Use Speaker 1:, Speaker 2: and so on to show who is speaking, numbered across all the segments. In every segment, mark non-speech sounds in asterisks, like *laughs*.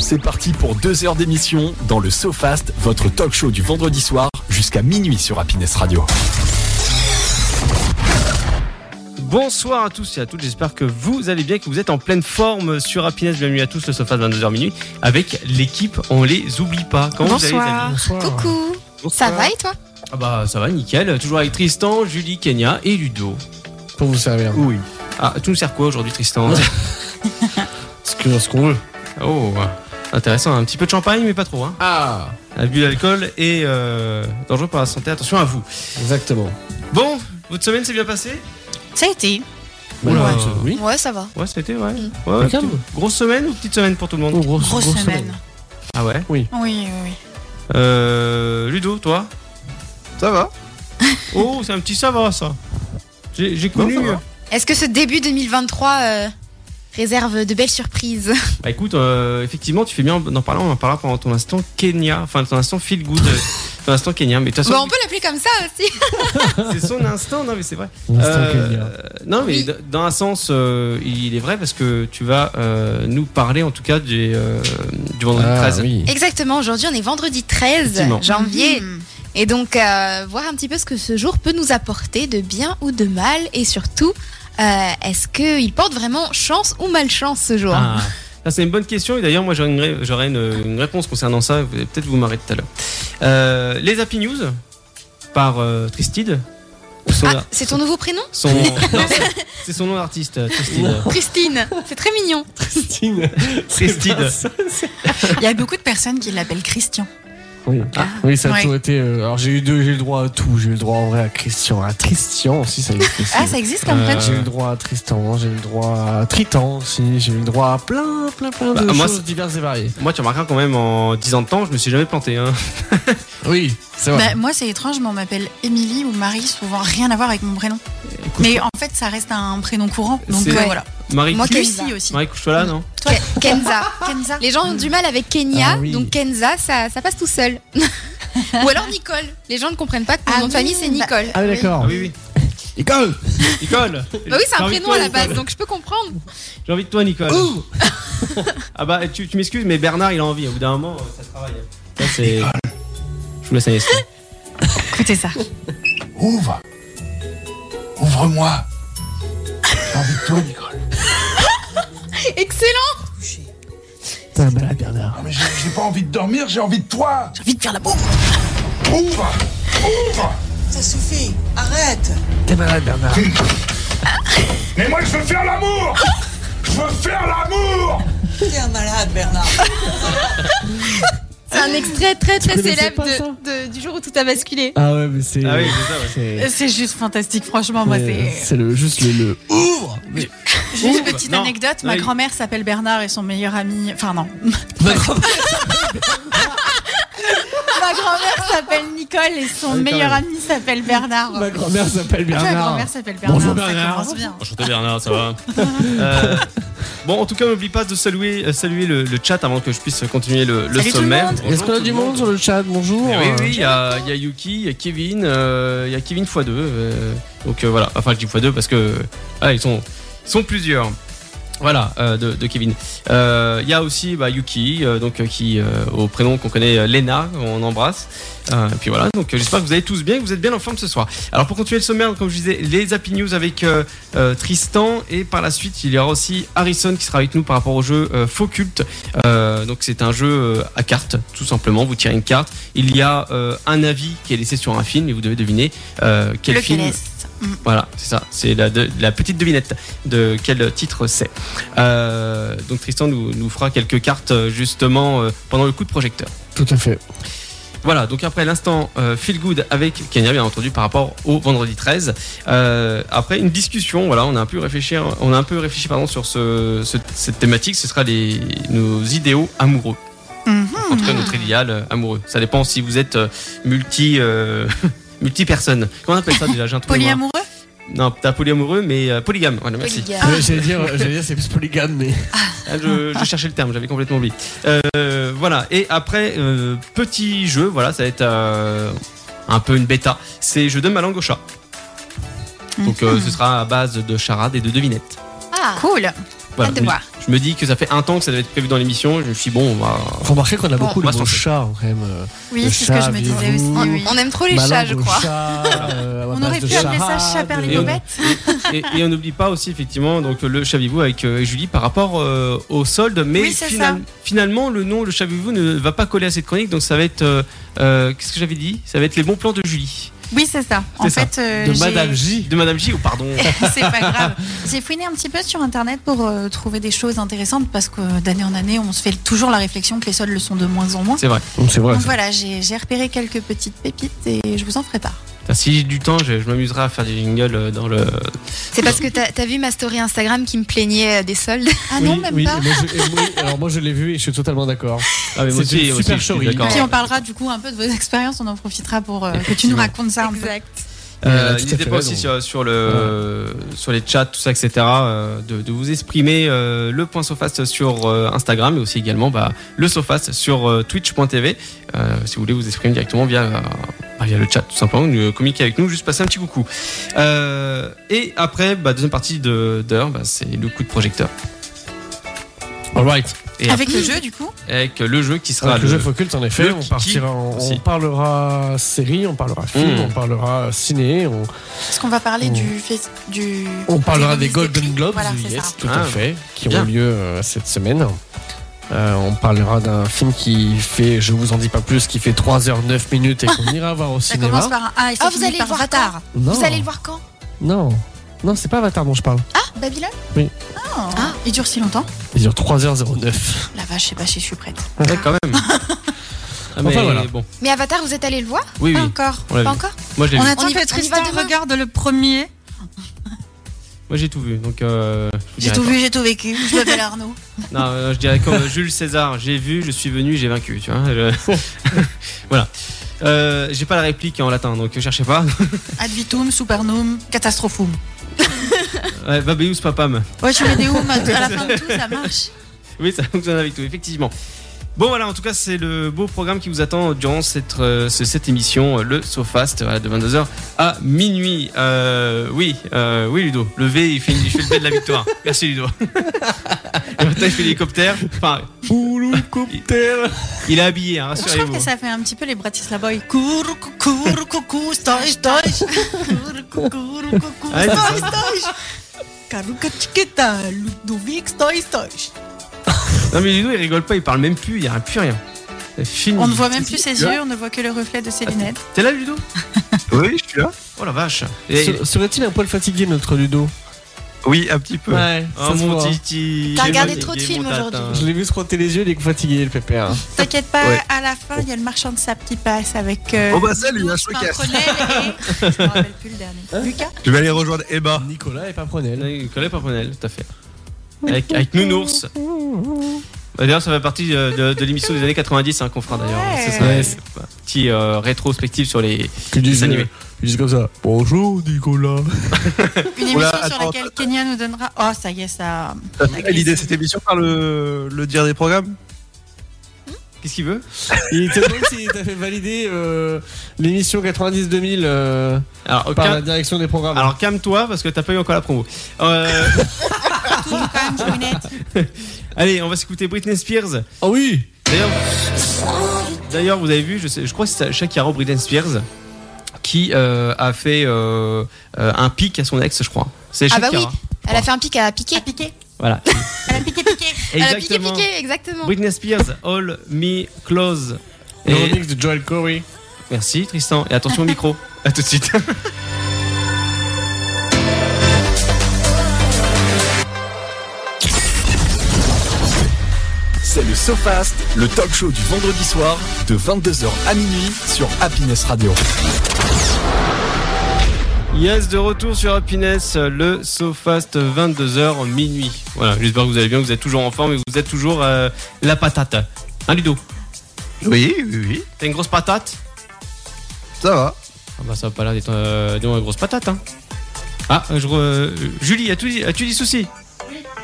Speaker 1: c'est parti pour deux heures d'émission dans le SoFast, votre talk show du vendredi soir jusqu'à minuit sur Happiness Radio.
Speaker 2: Bonsoir à tous et à toutes, j'espère que vous allez bien, que vous êtes en pleine forme sur Happiness. Bienvenue à tous, le Sofa 22h minuit. Avec l'équipe, on les oublie pas. Comment vous allez, les amis
Speaker 3: Bonsoir. Coucou. Ça va et toi
Speaker 2: Ah bah ça va, nickel. Toujours avec Tristan, Julie, Kenya et Ludo.
Speaker 4: Pour vous servir.
Speaker 2: Oui. Ah, tu nous sers quoi aujourd'hui,
Speaker 4: *laughs*
Speaker 2: Tristan
Speaker 4: Ce que- ce qu'on veut.
Speaker 2: Oh, intéressant. Un petit peu de champagne, mais pas trop. Hein.
Speaker 4: Ah
Speaker 2: Abus d'alcool est euh, dangereux pour la santé, attention à vous.
Speaker 4: Exactement.
Speaker 2: Bon, votre semaine s'est bien passée
Speaker 3: Ça a été.
Speaker 2: Oula.
Speaker 4: Bah, écoute, Oui.
Speaker 3: Ouais, ça va.
Speaker 2: Ouais, c'était, ouais.
Speaker 3: Mm.
Speaker 2: Ouais, ouais,
Speaker 4: Impeccable.
Speaker 2: petite- grosse semaine ou petite semaine pour tout le monde
Speaker 4: Oh, grosse,
Speaker 3: Grosse
Speaker 4: grosse
Speaker 3: semaine.
Speaker 2: Ah ouais
Speaker 3: Oui, oui, oui.
Speaker 2: Euh, Ludo, toi
Speaker 5: Ça va
Speaker 2: Oh, c'est un petit ça va, ça. J'ai j'ai connu.
Speaker 5: ça va.
Speaker 2: euh,
Speaker 3: Est-ce que ce début 2023 euh, réserve de belles surprises
Speaker 2: Bah écoute, euh, effectivement, tu fais bien d'en parler. On en parlera pendant ton instant Kenya. Enfin, ton instant feel good. euh, ton instant Kenya. Mais de toute
Speaker 3: Bah,
Speaker 2: façon,
Speaker 3: On peut l'appeler comme ça aussi.
Speaker 2: c'est son instant. Non, mais c'est vrai.
Speaker 4: Instant
Speaker 2: Euh,
Speaker 4: Kenya.
Speaker 2: non, mais
Speaker 3: Oui.
Speaker 2: d- dans un sens, euh, il est vrai parce que tu vas euh, nous parler en tout cas du, euh, du vendredi
Speaker 4: Ah,
Speaker 2: 13.
Speaker 4: oui.
Speaker 3: Exactement, aujourd'hui on est vendredi 13
Speaker 2: Effectivement. Mm.
Speaker 3: janvier. Et donc euh, voir un petit peu ce que ce jour peut nous apporter de bien ou de mal. Et surtout, euh, est-ce qu'il porte vraiment chance ou malchance ce jour
Speaker 2: Ah, ça, c'est une bonne question. Et d'ailleurs, moi, j'aurais une, ré- j'aurais une- une réponse concernant ça. Vous- Peut-être vous m'arrêtez tout à l'heure. Euh, les Happy News par euh, Tristide. Son-
Speaker 3: Ah, c'est ton nouveau prénom
Speaker 2: son-
Speaker 3: *laughs*
Speaker 2: non, c'est- c'est son nom d'artiste, euh, *laughs* Tristide.
Speaker 3: Christine, c'est très mignon.
Speaker 4: Christine.
Speaker 2: Tristide.
Speaker 6: Il y a beaucoup de personnes qui l'appellent Christian.
Speaker 4: Oui.
Speaker 2: Ah,
Speaker 4: Oui, ça a
Speaker 6: Ouais.
Speaker 4: toujours été. euh, alors j'ai eu deux, j'ai eu le droit à tout. J'ai eu le droit en vrai à Christian, à Tristian aussi, ça existe. aussi.
Speaker 6: Ah, ça existe comme
Speaker 2: Euh,
Speaker 6: ça
Speaker 4: J'ai eu le droit à Tristan, j'ai eu le droit à Tritan aussi, j'ai eu le droit à plein, plein, plein de
Speaker 2: Bah, moi,
Speaker 4: choses
Speaker 2: c'est-
Speaker 4: diverses et variées.
Speaker 2: Moi, tu remarqueras quand même en 10 ans de temps, je me suis jamais planté. Hein.
Speaker 4: Oui, c'est vrai.
Speaker 6: Bah, moi, c'est étrange, mais on m'appelle Émilie ou Marie, souvent rien à voir avec mon prénom. Mais en fait, ça reste un prénom courant. Donc
Speaker 2: C'est-
Speaker 6: euh, voilà.
Speaker 2: Marie,
Speaker 3: Moi,
Speaker 2: couche-
Speaker 3: Kenza.
Speaker 6: Lucie aussi.
Speaker 2: Marie couche-toi là, non
Speaker 3: Ke- Kenza.
Speaker 6: Kenza.
Speaker 3: Les gens ont du mal avec Kenya,
Speaker 4: Ah oui.
Speaker 3: donc Kenza, ça, ça passe tout *laughs* seul. Ou alors Nicole. Les gens ne comprennent pas que mon
Speaker 6: Ah
Speaker 3: nom de
Speaker 6: oui,
Speaker 3: famille, c'est
Speaker 6: bah-
Speaker 3: Nicole.
Speaker 4: Ah, oui, d'accord.
Speaker 2: Ah oui,
Speaker 4: Nicole
Speaker 2: oui. Nicole
Speaker 3: Bah oui, c'est
Speaker 2: J'ai
Speaker 3: un
Speaker 2: envie de
Speaker 3: prénom
Speaker 2: toi,
Speaker 3: à la
Speaker 2: Nicole.
Speaker 3: base, donc je peux comprendre.
Speaker 2: J'ai envie de toi, Nicole.
Speaker 4: Ouh
Speaker 2: *laughs* Ah bah, tu, tu m'excuses, mais Bernard, il a envie. Au bout d'un moment, euh, ça travaille. Ça, c'est. Je vous laisse aller.
Speaker 6: Écoutez ça.
Speaker 5: Ouvre Ouvre-moi J'ai envie de toi, Nicole.
Speaker 3: Excellent.
Speaker 4: Putain, bah là, Bernard.
Speaker 5: Non, mais j'ai j'ai pas envie de dormir, j'ai envie de toi
Speaker 6: J'ai envie de faire la bombe.
Speaker 5: Ouvre Ouvre
Speaker 7: Ça suffit, arrête
Speaker 4: T'es malade, Bernard.
Speaker 5: *laughs* Mais moi, je veux faire l'amour Je veux faire l'amour
Speaker 7: T'es un malade, Bernard.
Speaker 3: C'est un extrait très très
Speaker 4: connaissais
Speaker 3: célèbre
Speaker 4: pas
Speaker 3: de-
Speaker 4: ça
Speaker 3: de- du jour où tout a basculé.
Speaker 4: Ah ouais, mais c'est.
Speaker 2: Ah oui, c'est ça, ouais.
Speaker 4: c'est-
Speaker 6: C'est juste fantastique, franchement. Moi,
Speaker 4: c'est-
Speaker 6: c'est.
Speaker 4: C'est le, juste le, le
Speaker 6: Juste petite
Speaker 2: Non.
Speaker 6: anecdote
Speaker 2: Non,
Speaker 6: ma
Speaker 2: il-
Speaker 6: grand-mère s'appelle Bernard et son meilleur ami. Enfin, non. *laughs* ma grand-mère s'appelle Nicole et son meilleur ami s'appelle Bernard.
Speaker 4: Ma grand-mère s'appelle
Speaker 6: Ah, Ma
Speaker 4: Bernard.
Speaker 6: grand-mère s'appelle Bernard.
Speaker 4: Bonjour,
Speaker 6: ça
Speaker 4: Bernard.
Speaker 6: commence bien.
Speaker 2: Enchanté Bernard, ça va Euh, Bon, en tout cas, n'oublie pas de saluer, euh, saluer le, le chat avant que je puisse continuer le, le
Speaker 3: Salut tout le
Speaker 2: sommaire.
Speaker 3: monde.
Speaker 2: Bonjour
Speaker 4: Est-ce qu'on a
Speaker 2: tout
Speaker 4: du
Speaker 2: le
Speaker 4: monde sur le chat Bonjour.
Speaker 2: Eh oui, oui, il y, a il y a Yuki, il y a Kevin, euh, il y a Kevin x2. euh, donc euh, voilà, enfin je dis x2 parce que ah, ils, sont, ils sont plusieurs. Voilà, euh, de, de Kevin. Euh, Il y a aussi bah, Yuki, euh, donc, euh, qui, euh, au prénom qu'on connaît, euh, Lena, on embrasse. Euh, et puis voilà, donc euh, j'espère que vous allez tous bien, que vous êtes bien en forme ce soir. Alors pour continuer le sommaire, comme je disais, les Happy News avec euh, euh, Tristan. Et par la suite, il y aura aussi Harrison qui sera avec nous par rapport au jeu euh, Faux Culte. Euh, donc c'est un jeu euh, à cartes, tout simplement. Vous tirez une carte il y a euh, un avis qui est laissé sur un film et vous devez deviner euh, quel
Speaker 6: Lequel
Speaker 2: film.
Speaker 6: est-ce Mm.
Speaker 2: Voilà, c'est ça, c'est la, de- la petite devinette de quel titre c'est. Euh, donc Tristan nous, nous fera quelques cartes euh, justement euh, pendant le coup de projecteur.
Speaker 4: Tout à fait.
Speaker 2: Voilà, donc après l'instant euh, feel good avec Kenya, bien entendu, par rapport au vendredi 13. Euh, après une discussion, voilà, on a un peu réfléchi, on a un peu réfléchi pardon, sur ce, ce- cette thématique, ce sera les, nos idéaux amoureux.
Speaker 6: Mhm.
Speaker 2: En tout cas, notre idéal euh, amoureux. Ça dépend si vous êtes euh, multi. Euh... *laughs* Multi-personne. Comment on appelle ça déjà J'ai un trou de mémoire.
Speaker 6: Polyamoureux
Speaker 2: Non, t'as polyamoureux, mais euh, polygame. Voilà, merci.
Speaker 6: Ah.
Speaker 3: Olivia.
Speaker 4: Ouais, J'allais dire, j'allais dire c'est plus polygame, mais.
Speaker 2: Ah, je, je cherchais le terme, j'avais complètement oublié. Euh, voilà, et après, euh, petit jeu, voilà, ça va être euh, un peu une bêta. C'est Je donne ma langue au chat. Donc, euh,
Speaker 6: Mhm.
Speaker 4: Bah
Speaker 2: ce sera à base de charades et de devinettes.
Speaker 3: Ah,
Speaker 6: Cool.
Speaker 2: Voilà,
Speaker 3: Hâte de
Speaker 2: je me-
Speaker 3: voir.
Speaker 2: Je me dis que ça fait un temps que ça devait être prévu dans l'émission. Je me suis dit, bon, on va.
Speaker 4: Remarquez qu'on a
Speaker 3: Bon,
Speaker 4: beaucoup
Speaker 2: on va
Speaker 4: de
Speaker 2: se
Speaker 4: mots
Speaker 2: lancer.
Speaker 4: chats quand même. euh,
Speaker 6: Oui,
Speaker 4: Le
Speaker 6: c'est ce que je
Speaker 4: chat,
Speaker 6: me disais aussi.
Speaker 4: bisous.
Speaker 6: oui.
Speaker 3: On aime trop les chats,
Speaker 4: malade
Speaker 3: je
Speaker 4: au
Speaker 3: crois.
Speaker 4: chat, euh, à
Speaker 6: On
Speaker 4: base
Speaker 6: aurait
Speaker 4: de
Speaker 6: pu appeler ça
Speaker 4: charade, euh,
Speaker 6: Chaperlé
Speaker 4: de-
Speaker 2: Et on-
Speaker 6: Bobette.
Speaker 2: Et, et on n'oublie pas aussi, effectivement, donc le chavez-vous avec euh, Julie par rapport euh, au solde. Mais
Speaker 6: Oui, c'est ça.
Speaker 2: finalement, le nom, le chavez-vous, ne va pas coller à cette chronique. Donc ça va être. euh, euh, Qu'est-ce que j'avais dit Ça va être les bons plans de Julie.
Speaker 6: Oui, c'est ça. En
Speaker 2: C'est ça.
Speaker 6: fait, euh,
Speaker 4: de
Speaker 6: j'ai-
Speaker 4: Madame J.
Speaker 2: De Madame J, ou pardon.
Speaker 6: *laughs* c'est pas grave.
Speaker 4: *laughs*
Speaker 6: J'ai fouiné un petit peu sur internet pour euh, trouver des choses intéressantes parce que euh, d'année en année, on se fait toujours la réflexion que les soldes le sont de moins en
Speaker 2: *laughs*
Speaker 6: moins.
Speaker 2: C'est vrai.
Speaker 4: C'est vrai.
Speaker 6: Donc voilà, j'ai j'ai repéré quelques petites pépites et je vous en ferai part.
Speaker 2: Putain, Si j'ai du temps, je, je m'amuserai à faire des jingles euh, dans le.
Speaker 3: C'est parce que t'as as vu ma story Instagram qui me plaignait euh, des soldes.
Speaker 6: Ah
Speaker 4: Oui,
Speaker 6: non, même
Speaker 4: oui,
Speaker 6: pas.
Speaker 4: et moi, je- et moi- alors moi je l'ai vu et je suis totalement d'accord.
Speaker 2: Ah, mais
Speaker 4: C'est une
Speaker 2: je suis
Speaker 4: super chérie.
Speaker 2: d'accord. Euh,
Speaker 6: Puis on parlera du coup un peu de vos expériences, on en profitera pour euh, que tu
Speaker 2: Effectivement.
Speaker 6: nous racontes
Speaker 3: Ah,
Speaker 6: ça un peu.
Speaker 3: Exact.
Speaker 2: Euh,
Speaker 4: Elle a tout à
Speaker 2: N'hésitez
Speaker 4: fait
Speaker 2: pas aussi
Speaker 4: raison.
Speaker 2: sur, sur le, euh, sur les chats, tout ça, etc. euh, de, de vous exprimer euh, le point Sofast sur euh, Instagram et aussi également bah, le Sofast sur euh, twitch.tv. euh, si vous voulez vous exprimer directement via, euh, bah, via le chat, tout simplement, nous communiquer avec nous, juste passer un petit coucou. Euh, et après, bah, deuxième partie de- d'heure, bah, c'est le coup de projecteur.
Speaker 4: Alright.
Speaker 2: Et
Speaker 6: Avec le jeu du coup
Speaker 2: avec le jeu qui sera
Speaker 4: Avec Ah, le
Speaker 2: le-
Speaker 4: jeu Focult, en effet,
Speaker 2: le
Speaker 4: on,
Speaker 2: kiki
Speaker 4: partira, en- on,
Speaker 2: aussi.
Speaker 4: parlera série, on parlera film,
Speaker 2: Mm.
Speaker 4: on parlera ciné, on,
Speaker 6: Parce qu'on va parler
Speaker 4: On-
Speaker 6: du, fes- du.
Speaker 4: on parlera des
Speaker 6: remises prix.
Speaker 4: Golden Globes,
Speaker 6: Voilà, c'est
Speaker 4: yes,
Speaker 6: ça.
Speaker 4: tout
Speaker 2: Ah,
Speaker 4: à fait, qui
Speaker 2: bien.
Speaker 4: ont lieu euh, cette semaine. Euh, on parlera d'un film qui fait, je vous en dis pas plus, qui fait 3h09 minutes
Speaker 6: *laughs*
Speaker 4: et qu'on ira voir au
Speaker 6: Ça commence
Speaker 4: cinéma.
Speaker 6: par un A et ça
Speaker 3: Ah, vous
Speaker 6: finit
Speaker 3: allez le
Speaker 6: par
Speaker 3: voir
Speaker 6: Avatar.
Speaker 3: quand
Speaker 4: Non,
Speaker 3: Vous allez le voir quand
Speaker 4: non, non, c'est pas Avatar dont je parle.
Speaker 6: Babylone
Speaker 4: Oui.
Speaker 6: Ah,
Speaker 3: Ah.
Speaker 6: Il dure si longtemps
Speaker 4: Il dure 3h09.
Speaker 6: La vache, je sais pas si je suis prête.
Speaker 2: Ouais, quand
Speaker 6: *laughs*
Speaker 2: même. Ah, mais
Speaker 4: Enfin, voilà.
Speaker 2: bon,
Speaker 3: Mais Avatar, vous êtes allé le voir
Speaker 2: oui,
Speaker 6: Pas
Speaker 2: oui.
Speaker 6: Ah, encore.
Speaker 2: on l'a
Speaker 3: Pas
Speaker 2: vu.
Speaker 3: encore
Speaker 2: Moi, je l'ai
Speaker 6: On
Speaker 2: vu.
Speaker 6: attend
Speaker 3: On y-
Speaker 6: que
Speaker 3: on y va
Speaker 6: Tristan
Speaker 3: demain
Speaker 6: regarde le premier.
Speaker 2: Moi, j'ai tout vu. Donc, euh, je vous
Speaker 6: J'ai
Speaker 2: dirai
Speaker 6: tout
Speaker 2: pas.
Speaker 6: vu, j'ai tout vécu. Je *laughs* m'appelle Arnaud.
Speaker 2: Non, euh, je dirais comme Jules César, j'ai vu, je suis venu, j'ai vaincu, tu vois. je-
Speaker 4: Oh.
Speaker 2: *laughs* voilà. Euh, j'ai pas la réplique en latin, donc cherchez pas.
Speaker 6: Ad vitum, supernum, catastrophum.
Speaker 2: Ouais, Babeus papam.
Speaker 6: Ouais, je mets des oum à à la fin de tout,
Speaker 2: *laughs*
Speaker 6: ça marche.
Speaker 2: Oui, ça fonctionne avec tout, effectivement. Bon, voilà, en tout cas, c'est le beau programme qui vous attend durant cette, euh, ce- cette émission, euh, le SoFast, voilà, de 22h à minuit. Euh, oui, euh, oui, Ludo, le V, il fait, il fait le V de la
Speaker 8: *laughs*
Speaker 2: victoire. Merci, Ludo. *laughs* Et maintenant, il fait l'hélicoptère. Enfin, il est habillé, hein,
Speaker 6: Je trouve
Speaker 2: rassurez-vous.
Speaker 6: que ça fait un petit peu les Bratislava Boys. Kourou, kourou, coucou, stoïch, *laughs* stoïch. Kourou, kourou, coucou,
Speaker 2: Ouais, c'est ça.
Speaker 6: stoïch, stoïch. Karuka tchiketa, Ludovic, stoïch, stoïch.
Speaker 2: Non, mais Ludo, il rigole pas, il parle même plus, il y a plus rien. C'est fini.
Speaker 6: On ne voit même plus ses
Speaker 2: Tu vois
Speaker 6: yeux, on ne voit que le reflet de ses
Speaker 2: Attends.
Speaker 6: lunettes.
Speaker 2: Ah, T'es là, Ludo
Speaker 8: *laughs* Oui, je suis là.
Speaker 2: Oh la vache Et-
Speaker 4: Se- Serait-il un poil fatigué, notre Ludo
Speaker 8: Oui, un petit peu.
Speaker 4: Ouais,
Speaker 2: Oh mon titi
Speaker 3: T'as
Speaker 2: J'ai
Speaker 3: regardé
Speaker 2: mon
Speaker 3: trop de
Speaker 2: titi,
Speaker 3: films
Speaker 2: mon tatin.
Speaker 4: Je l'ai vu se frotter les yeux, il est fatigué, le
Speaker 2: Ah.
Speaker 4: pépère.
Speaker 6: T'inquiète pas,
Speaker 8: Ouais.
Speaker 6: à la fin, il y a le marchand de sable qui passe avec. euh,
Speaker 8: Bon, bah, salut, hein, je me
Speaker 6: Enfin,
Speaker 8: casse.
Speaker 6: Cronel et. Je me rappelle plus le dernier. Lucas
Speaker 8: Je vais aller rejoindre
Speaker 2: Bah.
Speaker 8: Emma.
Speaker 4: Nicolas est pas prenel.
Speaker 2: Je connais pas Brunel, tout à fait. Avec, avec Nounours. Bah, D'ailleurs, ça fait partie euh, de, de l'émission des années 90 hein, qu'on fera d'ailleurs.
Speaker 6: Ouais.
Speaker 2: C'est ça,
Speaker 4: Ouais.
Speaker 2: euh, Petit euh, rétrospective sur les.
Speaker 4: Tu dis,
Speaker 2: animé.
Speaker 4: ils disent euh, comme ça. Bonjour,
Speaker 2: *laughs*
Speaker 4: Nicolas.
Speaker 6: Une émission
Speaker 8: Oula,
Speaker 6: sur
Speaker 8: attends,
Speaker 6: laquelle Kenya nous donnera. Oh, ça y est, ça.
Speaker 8: L'idée de cette émission par le, le dire des programmes
Speaker 2: Qu'est-ce qu'il veut
Speaker 4: Il te demande si t'as fait valider euh, l'émission 90-2000 euh,
Speaker 2: Alors,
Speaker 4: par
Speaker 2: calme-
Speaker 4: la direction des programmes.
Speaker 2: alors calme-toi parce que t'as pas eu encore la promo. Euh,
Speaker 6: Toujours quand même, Jounette.
Speaker 2: allez, on va s'écouter Britney Spears.
Speaker 4: oh oui
Speaker 2: D'ailleurs, d'ailleurs, vous avez vu, je, sais, je crois que c'est Shakira ou Britney Spears qui euh, a fait euh, euh, un pic à son ex, je crois. C'est
Speaker 3: Ah bah
Speaker 2: Shakira.
Speaker 3: oui, elle a fait un pic à piquer.
Speaker 6: piqué.
Speaker 2: Voilà.
Speaker 6: Elle a piqué, piqué.
Speaker 3: *laughs* Elle a piqué, piqué, exactement.
Speaker 2: Britney Spears, All Me Close.
Speaker 4: Le
Speaker 2: Et-
Speaker 4: remix de Joel Corey.
Speaker 2: Merci Tristan. Et attention au micro. À tout de suite.
Speaker 1: C'est le SoFast, le talk show du vendredi soir de 22h à minuit sur Happiness Radio.
Speaker 2: *laughs* Yes, de retour sur Happiness, le SoFast 22h minuit. Voilà, j'espère que vous allez bien, que vous êtes toujours en forme et que vous êtes toujours euh, la patate. Hein Ludo
Speaker 8: Oui, oui, oui.
Speaker 2: T'as une grosse patate
Speaker 8: Ça va.
Speaker 2: Ah bah ça va pas l'air d'être euh, disons, une grosse patate hein. Ah, je re- Julie, as-tu dit, as-tu dit souci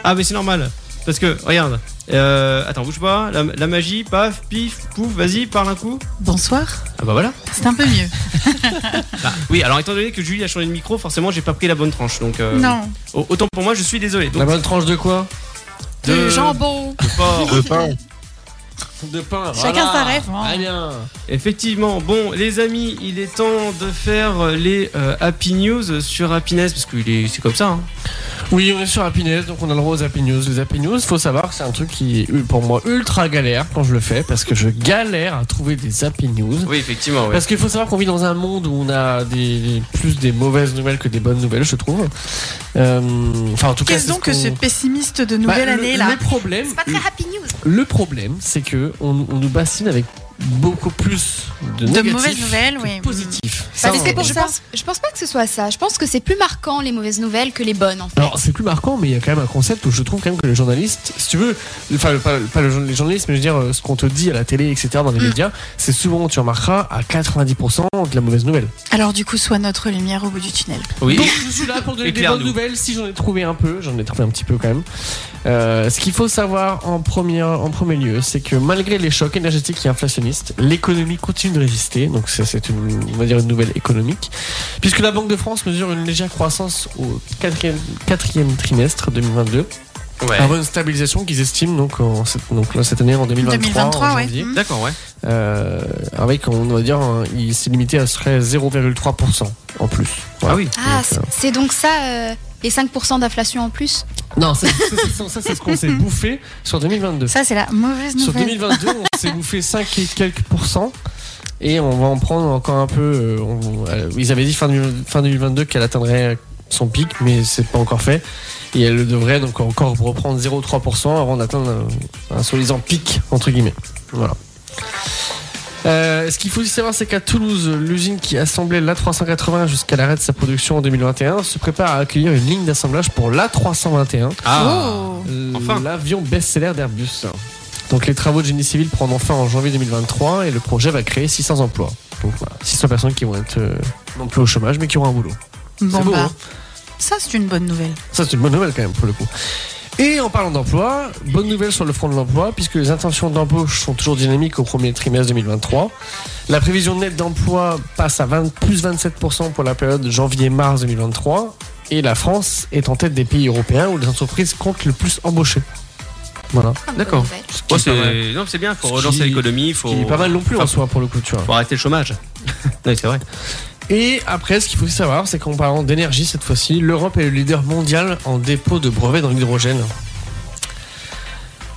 Speaker 2: Ah mais c'est normal. Parce que, regarde, euh, attends, bouge pas, la, la magie, paf, pif, pouf, vas-y, parle un coup.
Speaker 6: Bonsoir.
Speaker 2: Ah bah voilà.
Speaker 6: C'est un peu mieux.
Speaker 2: Ah, oui, alors étant donné que Julie a changé de micro, forcément j'ai pas pris la bonne tranche. Donc, euh,
Speaker 6: Non.
Speaker 4: Ah bah,
Speaker 2: au- autant pour moi, je suis désolé. Donc,
Speaker 4: La bonne tranche de quoi
Speaker 2: de,
Speaker 6: Le Euh, jambon.
Speaker 2: de porc.
Speaker 8: Le pain.
Speaker 4: De pain.
Speaker 6: Chacun sa rêve. hein.
Speaker 4: Ah bien.
Speaker 2: Effectivement, bon les amis, il est temps de faire euh, les euh, Happy News sur Happiness, parce que il est- c'est comme ça. hein.
Speaker 4: Oui, on est sur Happy News, donc on a le droit aux Happy News. Les Happy News, faut savoir que c'est un truc qui est pour moi ultra galère quand je le fais parce que je galère à trouver des Happy News.
Speaker 2: Oui, effectivement. ouais.
Speaker 4: Parce qu'il faut savoir qu'on vit dans un monde où on a des, plus des mauvaises nouvelles que des bonnes nouvelles, je trouve. Euh, Enfin, en tout cas,
Speaker 6: Qu'est-ce
Speaker 4: c'est
Speaker 6: donc que
Speaker 4: qu'on-
Speaker 6: ce pessimiste de
Speaker 4: Bah,
Speaker 6: nouvelle
Speaker 4: le-
Speaker 6: année là
Speaker 4: Le problème,
Speaker 3: C'est pas très happy news.
Speaker 4: le problème, c'est que on, on nous bassine avec beaucoup plus de,
Speaker 6: De
Speaker 4: négatifs
Speaker 6: mauvaises nouvelles,
Speaker 4: que
Speaker 6: oui. Bah,
Speaker 4: Positifs. Ça,
Speaker 3: Parce que
Speaker 4: on-
Speaker 3: je, pense, je pense pas que ce soit ça. Je pense que c'est plus marquant les mauvaises nouvelles que les bonnes en fait.
Speaker 4: Alors c'est plus marquant, mais il y a quand même un concept où je trouve quand même que les journalistes, si tu veux, enfin le- pas, pas le jour- les journalistes, mais je veux dire euh, ce qu'on te dit à la télé, etc. dans les
Speaker 3: Mm.
Speaker 4: médias, c'est souvent tu remarqueras à 90% de la mauvaise nouvelle.
Speaker 6: Alors du coup, soit notre lumière au bout du tunnel.
Speaker 2: Oui.
Speaker 4: Donc je suis là
Speaker 2: *laughs*
Speaker 4: pour donner des
Speaker 2: Éclaire-nous.
Speaker 4: bonnes nouvelles si j'en ai trouvé un peu, j'en ai trouvé un petit peu quand même. Euh, ce qu'il faut savoir en premier, en premier lieu, c'est que malgré les chocs énergétiques et inflationnistes, l'économie continue de résister. Donc ça, c'est une, on va dire une nouvelle économique, puisque la Banque de France mesure une légère croissance au quatrième, quatrième trimestre 2022,
Speaker 2: Ah Ouais.
Speaker 4: avant une stabilisation qu'ils estiment donc, en cette- donc là, cette année en 2023.
Speaker 6: 2023,
Speaker 4: en
Speaker 6: ouais.
Speaker 4: janvier.
Speaker 6: Mm.
Speaker 2: D'accord, ouais. Mmh.
Speaker 4: Euh, avec on va dire, hein, il s'est limité à serait 0,3% en plus. Voilà.
Speaker 2: Ah oui.
Speaker 3: Ah,
Speaker 4: Donc, euh,
Speaker 3: c'est donc ça euh, les 5% d'inflation en plus Ah,
Speaker 4: Non, ça, *laughs* ça, ça, ça, c'est ce qu'on s'est bouffé sur 2022.
Speaker 6: Ça, c'est la mauvaise
Speaker 4: Sur
Speaker 6: nouvelle.
Speaker 4: 2022, on s'est bouffé 5 et quelques pourcents. Et on va en prendre encore un peu. euh, on- euh, ils avaient dit fin, du- fin 2022 qu'elle atteindrait son pic, mais c'est pas encore fait. Et elle le devrait donc encore reprendre 0,3% avant d'atteindre un, un soi-disant pic, entre guillemets. Voilà. Euh, ce qu'il faut aussi savoir, c'est qu'à Toulouse, l'usine qui assemblait l'A380 jusqu'à l'arrêt de sa production en 2021 se prépare à accueillir une ligne d'assemblage pour
Speaker 6: Oh.
Speaker 4: l'A321.
Speaker 2: Enfin.
Speaker 4: Euh, L'avion best-seller d'Airbus. Donc les travaux de génie civil prendront fin en janvier 2023 et le projet va créer 600 emplois. Donc voilà, 600 personnes qui vont être euh, non plus au chômage mais qui auront un boulot.
Speaker 6: Bon
Speaker 4: beau,
Speaker 6: bah,
Speaker 4: hein.
Speaker 6: ça c'est une bonne nouvelle.
Speaker 4: Ça c'est une bonne nouvelle quand même pour le coup. Et en parlant d'emploi, bonne nouvelle sur le front de l'emploi puisque les intentions d'embauche sont toujours dynamiques au premier trimestre 2023. La prévision nette d'emploi passe à 20, plus 27% pour la période janvier-mars 2023 et la France est en tête des pays européens où les entreprises comptent le plus embaucher. Voilà.
Speaker 3: Ah, bonne
Speaker 2: D'accord.
Speaker 3: nouvelle.
Speaker 4: Ce qui
Speaker 2: Oh,
Speaker 4: est pas mal.
Speaker 2: c'est... Non, c'est bien, faut
Speaker 4: Ce qui-
Speaker 2: relancer l'économie, faut...
Speaker 4: qui est pas mal non plus en
Speaker 2: Enfin,
Speaker 4: soi pour le coup, tu vois.
Speaker 2: faut arrêter le *laughs* chômage. oui, hein. c'est vrai.
Speaker 4: Et après, ce qu'il faut aussi savoir, c'est qu'en parlant d'énergie cette fois-ci, l'Europe est le leader mondial en dépôt de brevets dans l'hydrogène.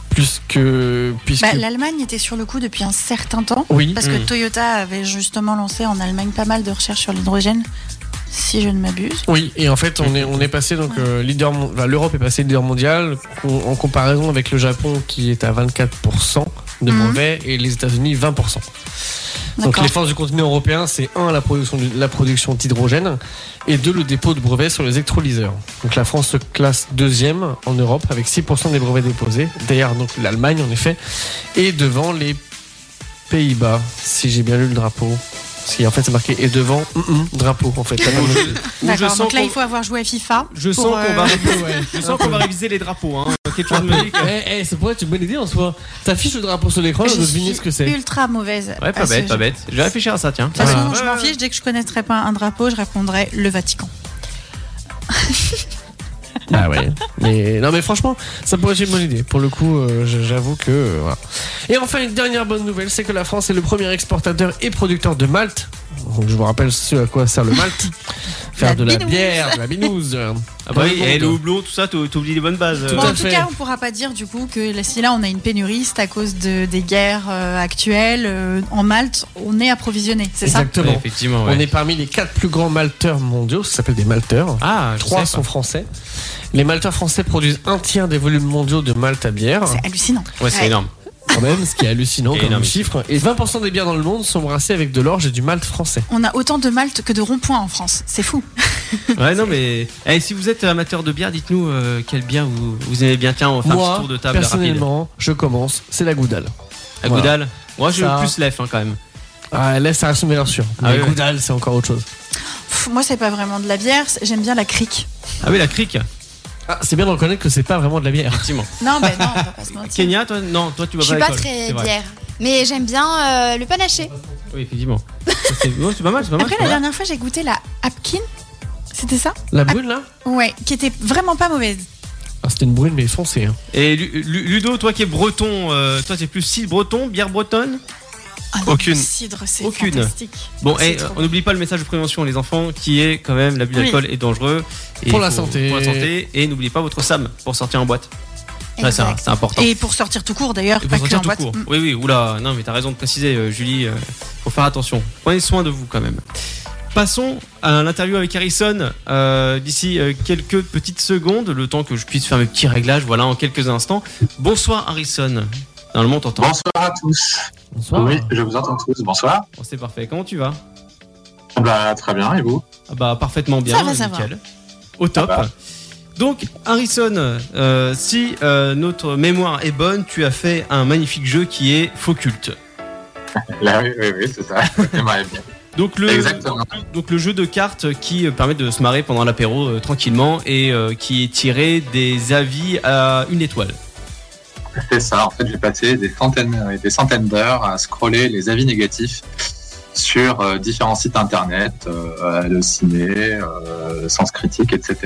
Speaker 4: Plus que. Puisque.
Speaker 6: Bah, L'Allemagne était sur le coup depuis un certain temps
Speaker 4: oui.
Speaker 6: parce
Speaker 2: Hmm.
Speaker 6: que Toyota avait justement lancé en Allemagne pas mal de recherches sur l'hydrogène, si je ne m'abuse.
Speaker 4: Oui, et en fait, on est, on est passé donc euh, leader. mon- enfin, L'Europe est passée leader mondial co- en comparaison avec le Japon qui est à 24% de
Speaker 6: Mhm.
Speaker 4: brevets et les États-Unis 20%. Donc
Speaker 6: D'accord.
Speaker 4: les forces du continent européen, c'est un la production du- la production d'hydrogène et deux le dépôt de brevets sur les électrolyseurs. Donc la France se classe deuxième en Europe avec 6% des brevets déposés. D'ailleurs donc l'Allemagne en effet et devant les Pays-Bas si j'ai bien lu le drapeau. Si en fait c'est marqué et devant hum, hum, drapeau en fait. T'as pas noté.
Speaker 2: Ou je
Speaker 6: *laughs* D'accord.
Speaker 2: sens
Speaker 6: Donc là,
Speaker 2: qu'on-
Speaker 6: il faut avoir joué à FIFA.
Speaker 2: Je sens
Speaker 6: pour,
Speaker 2: qu'on
Speaker 6: euh, *laughs*
Speaker 2: va...
Speaker 4: Ouais.
Speaker 2: Je sens qu'on va réviser les drapeaux, hein. Quelque chose de magique.
Speaker 4: Eh, eh, ça pourrait être une bonne idée en soi. T'affiches le drapeau sur l'écran et
Speaker 6: Je
Speaker 4: on devine
Speaker 6: suis
Speaker 4: ce que c'est.
Speaker 6: Ultra mauvaise.
Speaker 2: Ouais,
Speaker 6: à
Speaker 2: pas
Speaker 6: ce
Speaker 2: bête, pas
Speaker 6: jeu.
Speaker 2: bête. Je vais réfléchir à ça, tiens.
Speaker 6: De toute façon,
Speaker 4: Voilà.
Speaker 6: je m'en fiche. Dès que je connaîtrais pas un drapeau, je répondrais le Vatican.
Speaker 4: Ah ouais. Mais non, mais franchement, ça pourrait être une bonne idée. Pour le coup, euh, j- j'avoue que. euh, voilà. Et enfin, une dernière bonne nouvelle, c'est que la France est le premier exportateur et producteur de Malte. Donc, je vous rappelle ce à quoi sert le
Speaker 6: *laughs*
Speaker 4: Malte. Faire
Speaker 6: La
Speaker 4: de la
Speaker 6: binouse.
Speaker 4: bière, de la binouse.
Speaker 2: Ah bah oui,
Speaker 4: Dans le
Speaker 2: et le
Speaker 4: monde.
Speaker 2: houblon, tout ça, t'ou- t'oublies les bonnes bases. euh.
Speaker 4: Tout
Speaker 6: Bon,
Speaker 4: à
Speaker 6: en tout
Speaker 4: fait.
Speaker 6: cas, on pourra pas dire du coup que là, si là on a une pénurie, c'est à cause de, des guerres euh, actuelles. euh, en Malte, on est approvisionné, *laughs* c'est ça
Speaker 2: Ouais,
Speaker 4: Exactement.
Speaker 2: effectivement,
Speaker 4: On
Speaker 2: ouais.
Speaker 4: est parmi les quatre plus grands malteurs mondiaux, ça s'appelle des malteurs.
Speaker 2: Ah, je
Speaker 4: Trois
Speaker 2: sais pas.
Speaker 4: sont français. Les malteurs français produisent un tiers des volumes mondiaux de Malte à bière.
Speaker 6: C'est hallucinant.
Speaker 2: Ouais, c'est
Speaker 6: *laughs*
Speaker 3: Ouais.
Speaker 2: énorme.
Speaker 4: quand même, ce qui est hallucinant
Speaker 2: Et
Speaker 4: comme
Speaker 2: énorme.
Speaker 4: chiffre. Et 20% des bières dans le monde sont brassées avec de l'orge et du malt français.
Speaker 6: On a autant de Malte que de ronds-points en France. C'est fou.
Speaker 2: Ouais, non, mais eh, si vous êtes amateur de bière, dites-nous euh, quelle bière vous, vous aimez bien. Tiens, on va faire un
Speaker 4: Moi,
Speaker 2: petit tour de table rapide.
Speaker 4: personnellement, je commence, c'est la Goudale.
Speaker 2: À Goudal. Moi, je
Speaker 4: Ça-
Speaker 2: veux plus l'EF hein, quand même.
Speaker 4: Ah, là, ça reste une meilleure sûre.
Speaker 2: Ah
Speaker 4: la
Speaker 2: oui, oui.
Speaker 4: Goudale, c'est encore autre chose.
Speaker 6: Pff, moi, c'est pas vraiment de la bière. c'est- J'aime bien la crique.
Speaker 2: Ah oui, la crique,
Speaker 6: Mm.
Speaker 4: Ah, c'est bien de reconnaître que c'est pas vraiment de la bière.
Speaker 2: effectivement.
Speaker 6: Non, ben non, on va pas se mentir.
Speaker 2: Kenya, toi, non, toi, tu vas
Speaker 3: Je suis
Speaker 2: pas à
Speaker 3: pas
Speaker 2: l'école,
Speaker 3: très
Speaker 2: bah, c'est vrai.
Speaker 3: bière, mais j'aime bien euh, le panaché.
Speaker 2: Oui,
Speaker 6: *laughs*
Speaker 2: effectivement. c'est ouais, c'est pas mal, c'est pas mal. c'est
Speaker 6: Après, la
Speaker 2: pas mal.
Speaker 6: dernière fois, j'ai goûté la Hapkin. C'était ça
Speaker 4: La brune, là
Speaker 6: Ouais, qui était vraiment pas mauvaise.
Speaker 4: Ah, C'était une brune, mais foncée. hein.
Speaker 2: Et Lu- Lu- Ludo, toi qui es breton, euh, toi t'es plus cidre breton, bière bretonne
Speaker 6: Ah non,
Speaker 8: Aucune.
Speaker 6: le Cidre, c'est
Speaker 2: Aucune.
Speaker 6: fantastique.
Speaker 2: Bon,
Speaker 6: Ah, c'est
Speaker 2: et
Speaker 6: trop
Speaker 2: on n'oublie pas le message de prévention, les enfants, qui est quand même l'abus
Speaker 6: Oui.
Speaker 2: d'alcool est dangereux. Et
Speaker 4: Pour la santé.
Speaker 2: Pour la santé. Et n'oubliez pas votre SAM pour sortir en boîte.
Speaker 6: bon.
Speaker 2: Ça, Ah, c'est un-
Speaker 6: Exact.
Speaker 2: c'est important.
Speaker 6: Et pour sortir tout court d'ailleurs,
Speaker 2: Et
Speaker 6: pas
Speaker 2: pour
Speaker 6: que
Speaker 2: sortir
Speaker 6: en
Speaker 2: tout
Speaker 6: boîte.
Speaker 2: court.
Speaker 6: Mm.
Speaker 2: Oui, oui, oula, non, mais t'as raison de préciser, euh, Julie. euh, faut faire attention. Prenez soin de vous quand même. Passons à l'interview avec Harrison euh, d'ici euh, quelques petites secondes, le temps que je puisse faire mes petits réglages, voilà, en quelques instants. Bonsoir Harrison. Normalement, t'entends.
Speaker 9: Bonsoir à tous.
Speaker 4: Bonsoir.
Speaker 9: Oui, je vous entends tous. Bonsoir.
Speaker 2: Bon, C'est parfait. Comment tu vas
Speaker 9: Bah, très bien, et vous
Speaker 2: Ah bah parfaitement bien,
Speaker 6: Ça va, ça
Speaker 2: nickel. Au top.
Speaker 9: va.
Speaker 2: Donc Harrison, euh, si euh, notre mémoire est bonne, tu as fait un magnifique jeu qui est Faux Culte.
Speaker 9: Là, oui, oui, oui, c'est ça. *laughs* Eh ben, bien.
Speaker 2: Donc le,
Speaker 9: Exactement.
Speaker 2: donc le jeu de cartes qui euh, permet de se marrer pendant l'apéro euh, tranquillement et euh, qui est tiré des avis à une étoile.
Speaker 9: C'est ça. En fait, j'ai passé des centaines et des centaines d'heures à scroller les avis négatifs sur euh, différents sites internet, euh, Allociné, euh, Sens Critique, etc.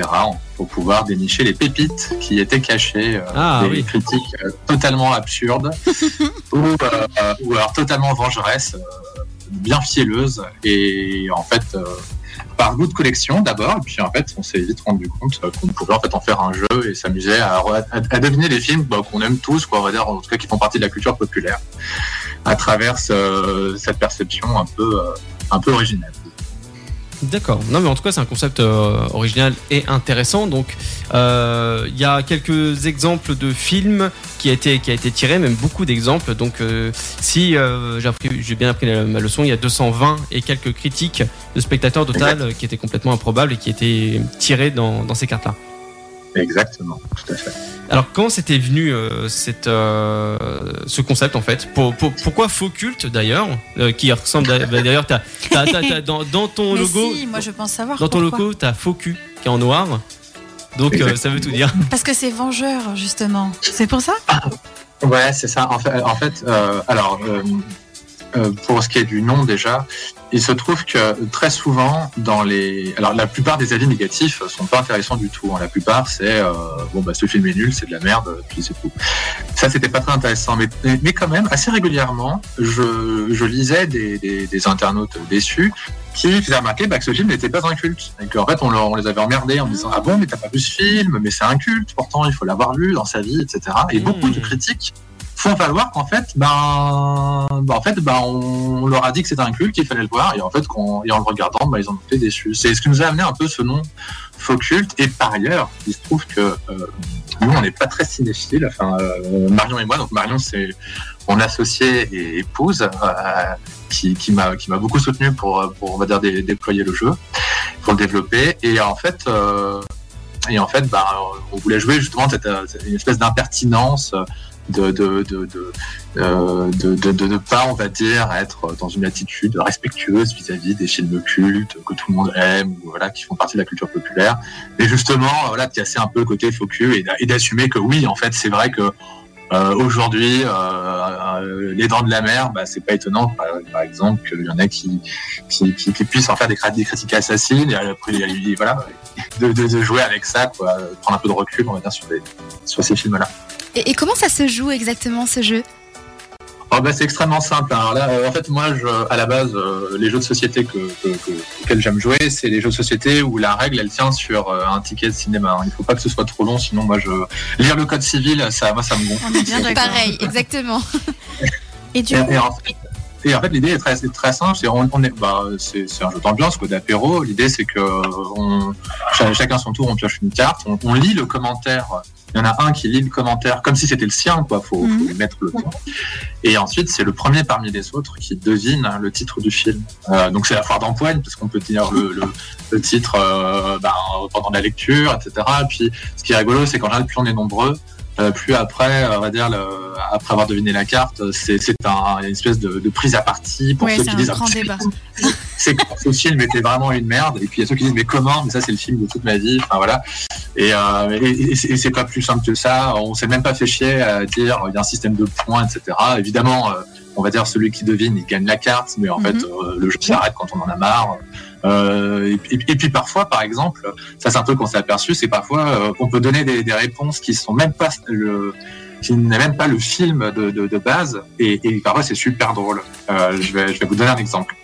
Speaker 9: pour pouvoir dénicher les pépites qui étaient cachées, euh,
Speaker 2: Ah,
Speaker 9: des
Speaker 2: oui.
Speaker 9: critiques euh, totalement absurdes ou, euh, ou alors totalement vengeresses, euh, bien fielleuses et en fait. euh, par goût de collection d'abord, et puis en fait, on s'est vite rendu compte euh, qu'on pouvait en fait en faire un jeu et s'amuser à, re- à- à deviner les films bah, qu'on aime tous, quoi, on va dire, en tout cas qui font partie de la culture populaire, à travers euh, cette perception un peu, euh, un peu originale.
Speaker 2: D'accord. Non, mais en tout cas, c'est un concept euh, original et intéressant. Donc, euh, il y a quelques exemples de films qui a été qui a été tiré, même beaucoup d'exemples. Donc, euh, si euh, j'ai appris- j'ai bien appris la- ma leçon, il y a 220 et quelques critiques de spectateurs au total euh, qui étaient complètement improbables et qui étaient tirées dans, dans ces cartes-là.
Speaker 9: Exactement, tout à fait.
Speaker 2: Alors, comment c'était venu euh, cette, euh, ce concept en fait Pour- pour- Pourquoi faux culte d'ailleurs, euh, qui ressemble à- bah, d'ailleurs t'as- t'as- t'as- t'as- dans, dans ton
Speaker 6: Mais
Speaker 2: logo
Speaker 6: si, moi je pense savoir.
Speaker 2: dans ton
Speaker 6: pourquoi.
Speaker 2: loco, t'as faux cul qui est en noir. Donc euh, ça veut tout
Speaker 6: *laughs*
Speaker 2: dire.
Speaker 6: Parce que c'est vengeur justement. C'est pour ça
Speaker 9: Ouais, c'est ça. En fait, en fait, euh, alors, euh, euh, pour ce qui est du nom déjà, il se trouve que très souvent, dans les. Alors, la plupart des avis négatifs sont pas intéressants du tout. hein. La plupart, c'est euh, bon, bah, ce film est nul, c'est de la merde, puis c'est tout. Ça, c'était pas très intéressant. Mais, mais, mais quand même, assez régulièrement, je, je lisais des, des, des internautes déçus qui faisaient remarquer bah, que ce film n'était pas un culte. Et qu'en fait, on, leur- on les avait emmerdés en disant Ah bon, mais t'as pas vu ce film, mais c'est un culte, pourtant, il faut l'avoir lu dans sa vie, etc. Et
Speaker 2: Mmh.
Speaker 9: beaucoup de critiques font valoir qu'en fait, ben, ben, en fait, ben, on leur a dit que c'était un culte, qu'il fallait le voir, et en fait, qu'on- et en le regardant, ben, ils en ont été déçus. C'est ce qui nous a amené un peu ce nom faux culte. Et par ailleurs, il se trouve que euh, nous, on n'est pas très cinéphiles. Enfin, euh, Marion et moi, donc Marion, c'est mon associé et épouse, euh, qui, qui m'a qui m'a beaucoup soutenu pour, euh, pour on va dire, dé- déployer le jeu, pour le développer. Et en fait, euh, et en fait, bah, on voulait jouer justement cette, euh, cette- une espèce d'impertinence. euh, De de de de, euh, de, de- de ne pas on va dire être dans une attitude respectueuse vis-à-vis des films cultes que tout le monde aime ou voilà qui font partie de la culture populaire mais justement euh, voilà de casser un peu le côté faux cul et d'a- et d'assumer que oui en fait c'est vrai que euh, aujourd'hui, euh, euh, les dents de la mer, bah, c'est pas étonnant, par, par exemple, qu'il y en a qui, qui, qui, qui puissent en faire des, cra- des critiques assassines, et après, il y a- il y a- voilà, de, de, de jouer avec ça, quoi, euh, prendre un peu de recul, on va dire, sur, des, sur ces films-là.
Speaker 3: Et, et comment ça se joue exactement ce jeu
Speaker 9: Oh, bah, c'est extrêmement simple. hein. Alors là, euh, en fait, moi, je, à la base, euh, les jeux de société que, que, que- auxquels j'aime jouer, c'est les jeux de société où la règle, elle tient sur euh, un ticket de cinéma. hein. Il faut pas que ce soit trop long, sinon, moi, je lire le code civil, ça, moi, ça me gonfle.
Speaker 6: On est Ah, bien d'accord.
Speaker 3: Pareil, exactement.
Speaker 6: Et du
Speaker 9: Et,
Speaker 6: coup,
Speaker 9: et en fait, et en fait, l'idée est très, c'est très simple. C'est, on, on est, bah, c'est, c'est un jeu d'ambiance, quoi, d'apéro. L'idée, c'est que euh, on, cha- chacun son tour, on pioche une carte, on, on lit le commentaire. Il y en a un qui lit le commentaire comme si c'était le sien, quoi. Faut, faut
Speaker 6: Mhm.
Speaker 9: lui mettre le temps. Et ensuite, c'est le premier parmi les autres qui devine hein, le titre du film. Euh, donc, c'est la foire d'empoigne, parce qu'on peut dire le, le, le titre euh, ben, pendant la lecture, etc. Et puis, ce qui est rigolo, c'est qu'en général, plus on est nombreux, euh, plus après, euh, on va dire, le- après avoir deviné la carte, c'est c'est un, une espèce de, de prise à partie pour
Speaker 6: Ouais,
Speaker 9: ceux
Speaker 6: c'est
Speaker 9: qui
Speaker 6: un
Speaker 9: disent
Speaker 6: grand
Speaker 9: Ah,
Speaker 6: débat.
Speaker 9: c'est ce film était vraiment une merde. Et puis il y a ceux qui disent mais comment Mais ça c'est le film de toute ma vie. Enfin voilà. Et, euh, et- et c'est- et c'est pas plus simple que ça. On s'est même pas fait chier à dire il y a un système de points, etc. Évidemment, euh, on va dire celui qui devine il gagne la carte, mais en
Speaker 6: Mhm.
Speaker 9: fait euh, le jeu s'arrête quand on en a marre. Euh, et, et- et puis parfois, par exemple, ça c'est un peu qu'on s'est aperçu, c'est parfois euh, on peut donner des, des réponses qui sont même pas le qui n'est même pas le film de, de- de base, et, et parfois c'est super drôle. Euh, je, vais, je vais vous donner un exemple.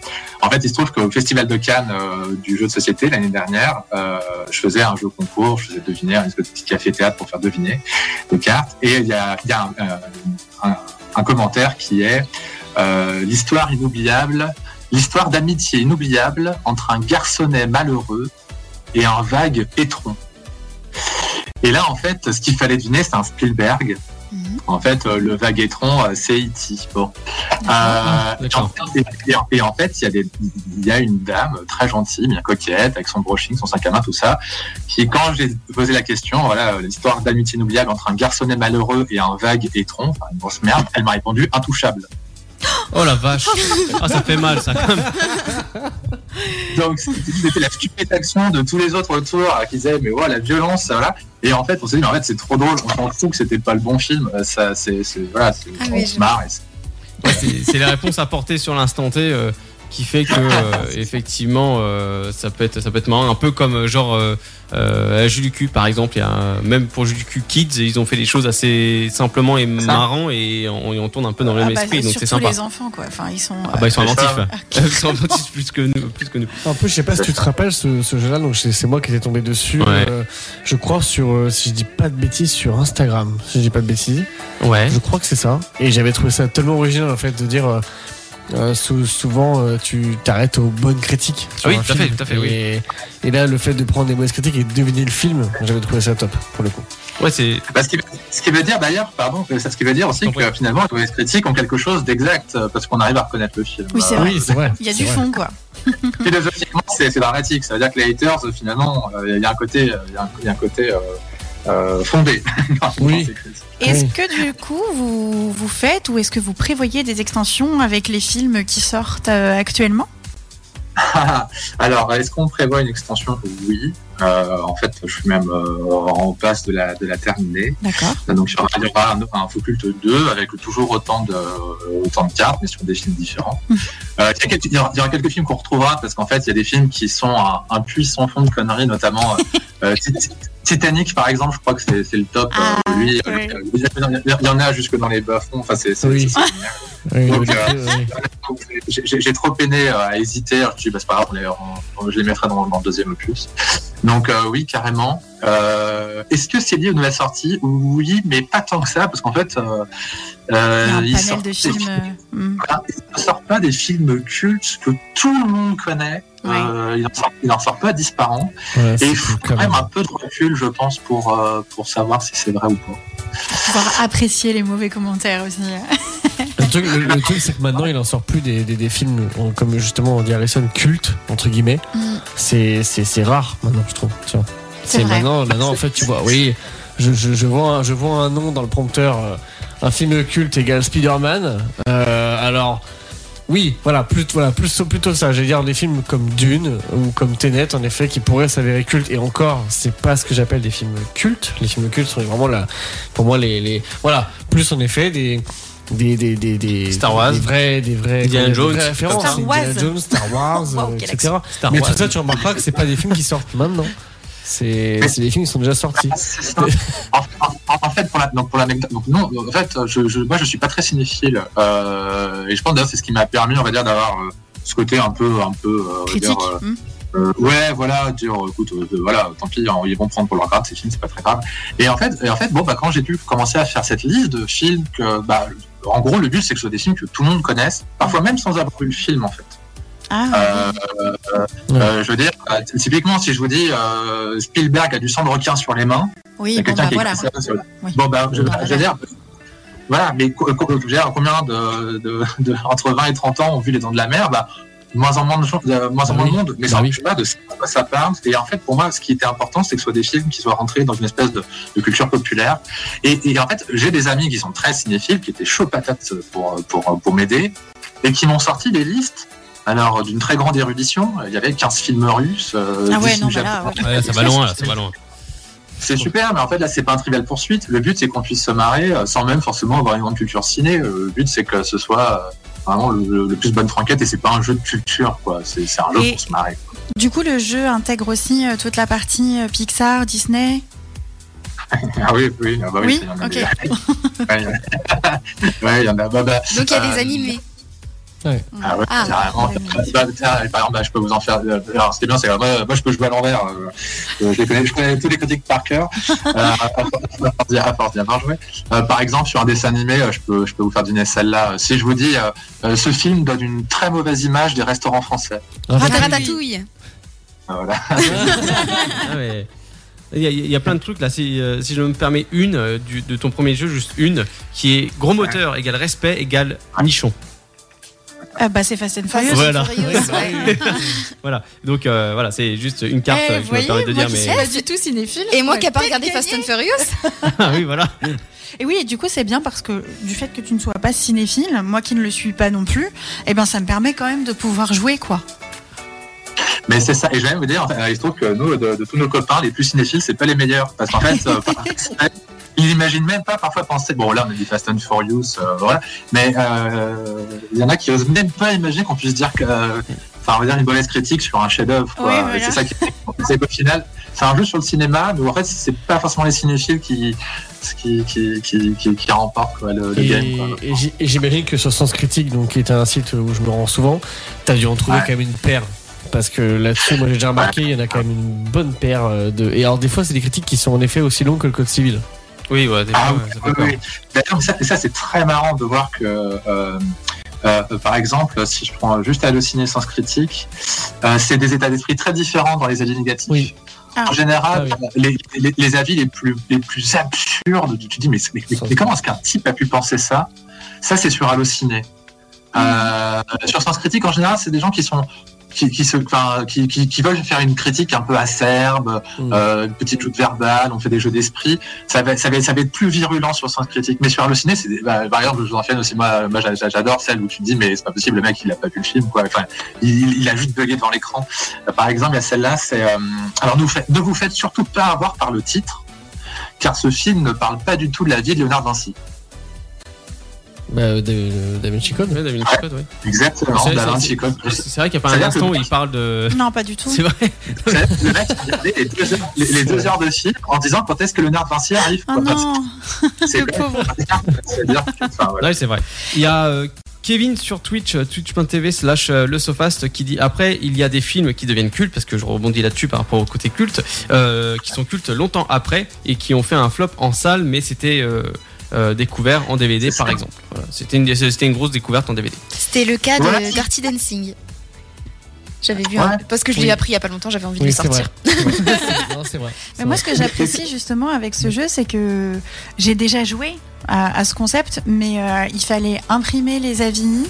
Speaker 9: En fait, il se trouve qu'au Festival de Cannes euh, du jeu de société l'année dernière, euh, je faisais un jeu concours, je faisais deviner, un espèce de petit café-théâtre pour faire deviner des cartes, et il y a, il y a un, euh, un- un commentaire qui est euh, l'histoire inoubliable L'histoire d'amitié inoubliable entre un garçonnet malheureux et un vague pétron. Et là, en fait, ce qu'il fallait deviner, c'est un Spielberg.
Speaker 6: Mhm.
Speaker 9: En fait, euh, le vague étron, euh, c'est E.T. Bon. Euh, et, en
Speaker 2: D'accord.
Speaker 9: fait, et en- et en fait, il y, a des- il y a une dame très gentille, bien coquette, avec son brushing, son 5 à main, tout ça, qui, quand j'ai posé la question, voilà, euh, l'histoire d'amitié inoubliable entre un garçonnet malheureux et un vague étron, enfin, une grosse merde, elle m'a répondu intouchable.
Speaker 2: Oh la vache. Ah, ça fait mal, ça, quand même.
Speaker 9: Donc c'était la stupéfaction de tous les autres autour euh, qui disaient mais voilà la violence voilà et en fait on s'est dit mais en fait c'est trop drôle on s'en fout que c'était pas le bon film Euh, ça c'est c'est- voilà c'est-
Speaker 3: Ah
Speaker 9: on
Speaker 3: oui,
Speaker 9: se
Speaker 3: je-
Speaker 9: marre et c'est-
Speaker 2: Ouais, c'est c'est la réponse apportée sur l'instant T euh, qui fait que euh, effectivement euh, ça peut être ça peut être marrant un peu comme euh, genre euh, euh, à Jules Q par exemple il y a un- même pour Jules Q Kids ils ont fait des choses assez simplement et
Speaker 9: ça.
Speaker 2: marrant et on, et on tourne un peu dans le
Speaker 6: Ah
Speaker 2: même
Speaker 6: bah,
Speaker 2: esprit donc c'est
Speaker 6: surtout
Speaker 2: sympa
Speaker 6: les enfants, quoi. Enfin, ils sont. euh,
Speaker 2: ah bah ils sont
Speaker 9: C'est ça.
Speaker 2: inventifs *laughs* ils sont inventifs plus que nous plus que nous
Speaker 4: En plus, je sais pas si tu te rappelles ce, ce jeu-là, donc c'est c'est moi qui étais tombé dessus.
Speaker 2: Ouais.
Speaker 4: euh, je crois sur, euh, si je dis pas de bêtises, sur Instagram. Si je dis pas de bêtises,
Speaker 2: ouais
Speaker 4: je crois que c'est ça. Et j'avais trouvé ça tellement original en fait de dire. euh, euh, sou- souvent, euh, tu t'arrêtes aux bonnes critiques.
Speaker 2: Ah
Speaker 4: sur
Speaker 2: oui,
Speaker 4: un
Speaker 2: tout à fait,
Speaker 4: film.
Speaker 2: tout à fait, oui.
Speaker 4: Et, et là, le fait de prendre des mauvaises critiques et de deviner le film, j'avais trouvé ça top pour le coup.
Speaker 2: ouais c'est
Speaker 9: Bah, ce, qui, ce qui veut dire d'ailleurs pardon euh, ça, ce qui veut dire aussi
Speaker 2: T'en
Speaker 9: que euh, finalement les mauvaises critiques ont quelque chose d'exact euh, parce qu'on arrive à reconnaître le film
Speaker 6: Oui, c'est
Speaker 9: Euh,
Speaker 6: vrai.
Speaker 4: c'est vrai.
Speaker 6: Il y a
Speaker 4: c'est
Speaker 6: du
Speaker 4: vrai.
Speaker 6: fond, quoi.
Speaker 9: philosophiquement c'est c'est dramatique ça veut dire que les haters euh, finalement euh, il y a un côté euh, il y a un- il y, a un côté euh, euh, fondé *laughs*
Speaker 4: Oui.
Speaker 6: Est-ce
Speaker 4: Oui.
Speaker 6: que du coup vous, vous faites ou est-ce que vous prévoyez des extensions avec les films qui sortent euh, actuellement
Speaker 9: *laughs* Alors, est-ce qu'on prévoit une extension Oui. Euh, en fait, je suis même euh, en passe de la, de la terminer.
Speaker 6: D'accord.
Speaker 9: Donc, il y aura- il y aura un, un Faux Culte 2 avec toujours autant de, autant de cartes, mais sur des films différents.
Speaker 6: Mm.
Speaker 9: Euh, il, y a quelques, il y aura- il y aura quelques films qu'on retrouvera parce qu'en fait, il y a des films qui sont un, un puissant fond de conneries, notamment euh, euh, Tit- Tit- Titanic, par exemple. Je crois que c'est c'est le top. euh,
Speaker 6: Ah,
Speaker 9: lui,
Speaker 6: oui.
Speaker 9: euh, il y en a- il y en a jusque dans les bas-fonds. Enfin, c'est c'est-
Speaker 4: Oui.
Speaker 9: c'est génial.
Speaker 4: Oui,
Speaker 9: Donc,
Speaker 4: oui,
Speaker 9: euh,
Speaker 4: oui.
Speaker 9: Donc, J'ai j'ai- j'ai trop peiné euh, à hésiter. Je me suis dit, bah, c'est pas grave, on les- on- on- je les mettrai dans, dans le deuxième opus. Donc, euh, oui, carrément. Euh, Est-ce que c'est lié aux nouvelles sorties Oui, mais pas tant que ça, parce qu'en fait, euh,
Speaker 6: Il y a
Speaker 9: euh,
Speaker 6: un
Speaker 9: ils
Speaker 6: panel
Speaker 9: sortent
Speaker 6: de
Speaker 9: des
Speaker 6: films.
Speaker 9: films-
Speaker 6: euh, hmm.
Speaker 9: voilà, ils ne sortent pas des films cultes que tout le monde connaît.
Speaker 6: Ouais.
Speaker 9: Euh, il n'en sort, il en sort pas disparants.
Speaker 4: Ouais,
Speaker 9: Et
Speaker 4: Ah, c'est
Speaker 9: il faut
Speaker 4: quand même-
Speaker 9: un peu de recul, je pense, pour, euh, pour savoir si c'est vrai ou pas.
Speaker 6: Pouvoir apprécier les mauvais commentaires aussi. euh,
Speaker 9: Ah,
Speaker 4: Le truc, le- le truc, c'est que maintenant, il en sort plus des, des, des films on- comme justement on dit Harrison culte entre guillemets.
Speaker 6: Mm.
Speaker 4: C'est, c'est, c'est rare maintenant, je trouve. tu vois.
Speaker 6: C'est
Speaker 4: C'est
Speaker 6: vrai.
Speaker 4: maintenant, maintenant en fait, tu vois. Oui, je, je, je vois, un, je vois un nom dans le prompteur. euh, un film culte égale Spider-Man. Euh, alors. Oui, voilà, plus, voilà plus, plutôt ça. J'allais dire des films comme Dune ou comme Tenet, en effet, qui pourraient s'avérer cultes. Et encore, c'est pas ce que j'appelle des films cultes. Les films cultes sont vraiment là, pour moi, les, les. Voilà, plus en effet des. Des, des, des, des,
Speaker 2: Star Wars.
Speaker 4: des vrais, des vrais,
Speaker 2: Indiana
Speaker 4: des
Speaker 2: Jones,
Speaker 4: vraies
Speaker 2: comme
Speaker 4: références.
Speaker 6: ça. Star Wars.
Speaker 4: Indiana Jones,
Speaker 6: *laughs*
Speaker 4: Star Wars,
Speaker 6: Waouh,
Speaker 4: euh,
Speaker 6: quel
Speaker 4: etc.
Speaker 2: Star
Speaker 4: Mais
Speaker 2: Wars.
Speaker 4: tout ça, tu remarqueras que c'est pas des films qui sortent maintenant. C'est, c'est des films qui sont déjà sortis.
Speaker 9: Ah, C'est ça. en, en- en fait, pour la- donc, pour l'anecdote, donc non, en fait, je, je, moi, je suis pas très cinéphile, euh, et je pense d'ailleurs c'est ce qui m'a permis, on va dire, d'avoir euh, ce côté un peu, un peu, euh, on va
Speaker 6: Critique.
Speaker 9: dire, euh,
Speaker 6: hmm.
Speaker 9: euh, ouais, voilà, dire, euh, écoute, euh, euh, voilà, tant pis, hein, ils vont prendre pour leur grade ces films, c'est pas très grave. Et en fait, et en fait, bon, bah, quand j'ai dû commencer à faire cette liste de films que, bah, en gros, le but, c'est que ce soit des films que tout le monde connaisse, parfois même sans avoir vu le film, en fait.
Speaker 6: Ah,
Speaker 9: Euh,
Speaker 4: Ouais.
Speaker 9: euh, je veux dire, euh, typiquement, si je vous dis euh, Spielberg a du sang de requin sur les mains, il y
Speaker 6: oui,
Speaker 9: a
Speaker 6: bon
Speaker 9: quelqu'un
Speaker 6: bah
Speaker 9: qui a
Speaker 6: voilà.
Speaker 9: écrit ça sur la-
Speaker 6: Oui.
Speaker 9: Bon, bah, je,
Speaker 6: Bah,
Speaker 9: je veux dire, voilà, mais co- co- je veux dire, combien de, de, de- entre 20 et 30 ans ont vu les dents de la mer bah, moins en moins de, gens- de- moins en
Speaker 4: Bah
Speaker 9: moins de
Speaker 4: oui.
Speaker 9: monde,
Speaker 4: Bah
Speaker 9: mais ça
Speaker 4: oui.
Speaker 9: n'empêche pas de quoi ça parle. Et en fait, pour moi, ce qui était important, c'est que ce soit des films qui soient rentrés dans une espèce de, de culture populaire. Et, et en fait, j'ai des amis qui sont très cinéphiles, qui étaient chauds patates pour, pour, pour m'aider, et qui m'ont sorti des listes. Alors, d'une très grande érudition, il y avait 15 films russes, euh,
Speaker 6: Ah
Speaker 9: 10
Speaker 6: ouais,
Speaker 9: films
Speaker 6: non, bah là,
Speaker 9: japonais.
Speaker 6: ouais.
Speaker 2: Ouais, ça va loin là, ça va loin
Speaker 9: C'est super, mais en fait là c'est pas un trivial poursuite. Le but c'est qu'on puisse se marrer euh, sans même forcément avoir une grande culture ciné. Euh, Le but c'est que ce soit euh, vraiment le, le- le plus bonne franquette et c'est pas un jeu de culture, quoi. C'est c'est un jeu
Speaker 6: Et-
Speaker 9: pour se marrer. *laughs*
Speaker 6: Du coup, le jeu intègre aussi euh, toute la partie euh, Pixar, Disney.
Speaker 9: Ah oui, oui, ah bah oui,
Speaker 6: Oui,
Speaker 9: il y en a
Speaker 6: ok.
Speaker 9: des- *laughs* Ouais, il y en a- ouais, *laughs* il y en a. Bah, bah,
Speaker 3: Donc il y a
Speaker 9: euh,
Speaker 4: Ah,
Speaker 3: des animés.
Speaker 4: Ouais.
Speaker 9: Ah ouais, carrément. Bah, tiens, par exemple, bah, je peux vous en faire. euh, Alors, ce qui est bien, c'est que moi, moi, je peux jouer à l'envers. euh, euh, je, les connais, je connais tous les critiques par *laughs* cœur. euh, à force d'y- à force d'y avoir joué. Euh, par exemple, sur un dessin animé, euh, je peux, je peux vous faire deviner celle-là. Si je vous dis, euh, euh, ce film donne une très mauvaise image des restaurants français.
Speaker 4: Ah,
Speaker 3: Ratatouille.
Speaker 9: Euh, voilà.
Speaker 2: Ah ouais. Il y, a, il y a plein de trucs là. Si, euh, si je me permets une euh, du- de ton premier jeu, juste une, qui est gros moteur égale respect égale nichon.
Speaker 6: Ah bah, c'est Fast and Furious.
Speaker 2: Voilà.
Speaker 4: *laughs*
Speaker 3: Furieuse, ouais.
Speaker 2: Voilà. Donc euh, voilà, c'est juste une carte
Speaker 6: Eh,
Speaker 2: euh, que
Speaker 6: vous
Speaker 2: je me
Speaker 6: voyez,
Speaker 2: permets de
Speaker 6: moi
Speaker 2: dire.
Speaker 6: qui suis
Speaker 2: Mais
Speaker 6: pas du tout cinéphile.
Speaker 3: Et moi
Speaker 6: ouais.
Speaker 3: qui n'ai pas regardé Fast and Furious.
Speaker 2: *laughs* ah oui, voilà.
Speaker 6: Et oui, et du coup, c'est bien parce que du fait que tu ne sois pas cinéphile, moi qui ne le suis pas non plus, eh ben, ça me permet quand même de pouvoir
Speaker 2: *laughs*
Speaker 6: jouer, quoi.
Speaker 9: Mais c'est ça. Et je vais même vous dire, en fait, euh, il se trouve que nous, de, de tous nos copains, les plus cinéphiles, c'est pas les meilleurs. Parce qu'en fait, euh, par *laughs* respect, ils n'imaginent même pas parfois penser. Bon, là, on a dit Fast and Furious, euh, voilà. Mais euh, il y en a qui osent même pas imaginer qu'on puisse dire que. euh, Enfin, on va dire une mauvaise critique sur un chef-d'œuvre. quoi.
Speaker 6: Oui,
Speaker 9: Et
Speaker 6: voilà.
Speaker 9: C'est ça qui *laughs* c'est qu'au final, c'est un jeu sur le cinéma, mais en fait, c'est pas forcément les cinéphiles qui qui qui qui, qui, qui remportent quoi, le, le game.
Speaker 4: Et,
Speaker 9: quoi.
Speaker 4: et j'ai- et j'imagine que sur Sens Critique, donc, qui est un site où je me rends souvent, t'as dû en trouver
Speaker 9: Ouais.
Speaker 4: quand même une paire. Parce que là-dessus, moi j'ai déjà remarqué, il y en a quand même une bonne paire euh, de. Et alors, des fois, c'est des critiques qui sont en effet aussi longues que le code civil.
Speaker 2: Oui, voilà. des
Speaker 9: Ah
Speaker 2: fois,
Speaker 9: oui,
Speaker 2: ça fait
Speaker 9: oui,
Speaker 2: peur.
Speaker 9: oui. D'ailleurs, ça, ça, c'est très marrant de voir que, euh, euh, par exemple, si je prends juste Allociné Sens Critique, euh, c'est des états d'esprit très différents dans les avis négatifs.
Speaker 4: Oui.
Speaker 6: Ah.
Speaker 9: En général,
Speaker 4: Ah
Speaker 9: les, les- les avis les plus, les plus absurdes, tu te dis, mais, mais- mais- mais comment est-ce qu'un type a pu penser ça Ça, c'est sur Allociné. Euh, sur Sens Critique, en général, c'est des gens qui sont. Qui, qui, se, enfin, qui, qui, qui veulent faire une critique un peu acerbe,
Speaker 4: Mm.
Speaker 9: euh, une petite joute verbale, on fait des jeux d'esprit ça va, ça, va, ça va être plus virulent sur Sens Critique. Mais sur Allociné, c'est des- bah, par exemple, je vous en fais une aussi. Moi, moi j'a- j'a- j'adore celle où tu te dis, mais c'est pas possible, le mec, il a pas vu le film, quoi. Enfin, il, il a juste bugué devant l'écran. Euh, Par exemple, il y a celle-là, c'est. euh, alors, ne vous, faites, ne vous faites surtout pas avoir par le titre, car ce film ne parle pas du tout de la vie de Léonard Vinci.
Speaker 4: Bah, euh, Da euh, Da Vinci Code.
Speaker 2: Ouais, Da Vinci Code, ouais.
Speaker 9: Exactement,
Speaker 2: C'est-
Speaker 9: Da
Speaker 2: c'est-
Speaker 9: Vinci, quoi.
Speaker 6: *laughs*
Speaker 2: C'est vrai qu'il n'y a pas un
Speaker 9: C'est-à-dire que-
Speaker 2: instant où il parle de.
Speaker 6: Non, pas du
Speaker 2: *laughs*
Speaker 6: tout.
Speaker 2: C'est vrai.
Speaker 9: C'est- Le mec, il a regardé les deux heures, les, les deux heures de film en disant quand est-ce que Léonard Vinci arrive.
Speaker 6: Ah
Speaker 9: quoi.
Speaker 6: non,
Speaker 9: c'est
Speaker 6: le pauvre.
Speaker 9: c'est-à-dire que, enfin, voilà.
Speaker 2: Ouais, c'est vrai. Il y a euh, Kevin sur Twitch, euh, twitch.tv slash euh, le Sofast, qui dit après, il y a des films qui deviennent cultes, parce que je rebondis là-dessus par rapport au côté culte, euh, qui sont cultes longtemps après et qui ont fait un flop en salle, mais c'était euh, euh, découvert en DVD,
Speaker 9: C'est
Speaker 2: par
Speaker 9: ça.
Speaker 2: exemple. Voilà. C'était une, c'était une grosse découverte en DVD.
Speaker 3: C'était le cas
Speaker 9: Voilà.
Speaker 3: de Dirty Dancing. J'avais vu un-
Speaker 9: Ouais.
Speaker 3: parce que je l'ai
Speaker 4: Oui.
Speaker 3: appris il y a pas longtemps, j'avais envie de
Speaker 4: Oui,
Speaker 3: le
Speaker 4: *laughs* c'est vrai.
Speaker 3: sortir.
Speaker 4: Non, c'est vrai.
Speaker 6: Mais moi, ce que
Speaker 9: *laughs*
Speaker 6: j'apprécie justement avec ce jeu, c'est que j'ai déjà joué à, à ce concept, mais euh, il fallait imprimer les avis,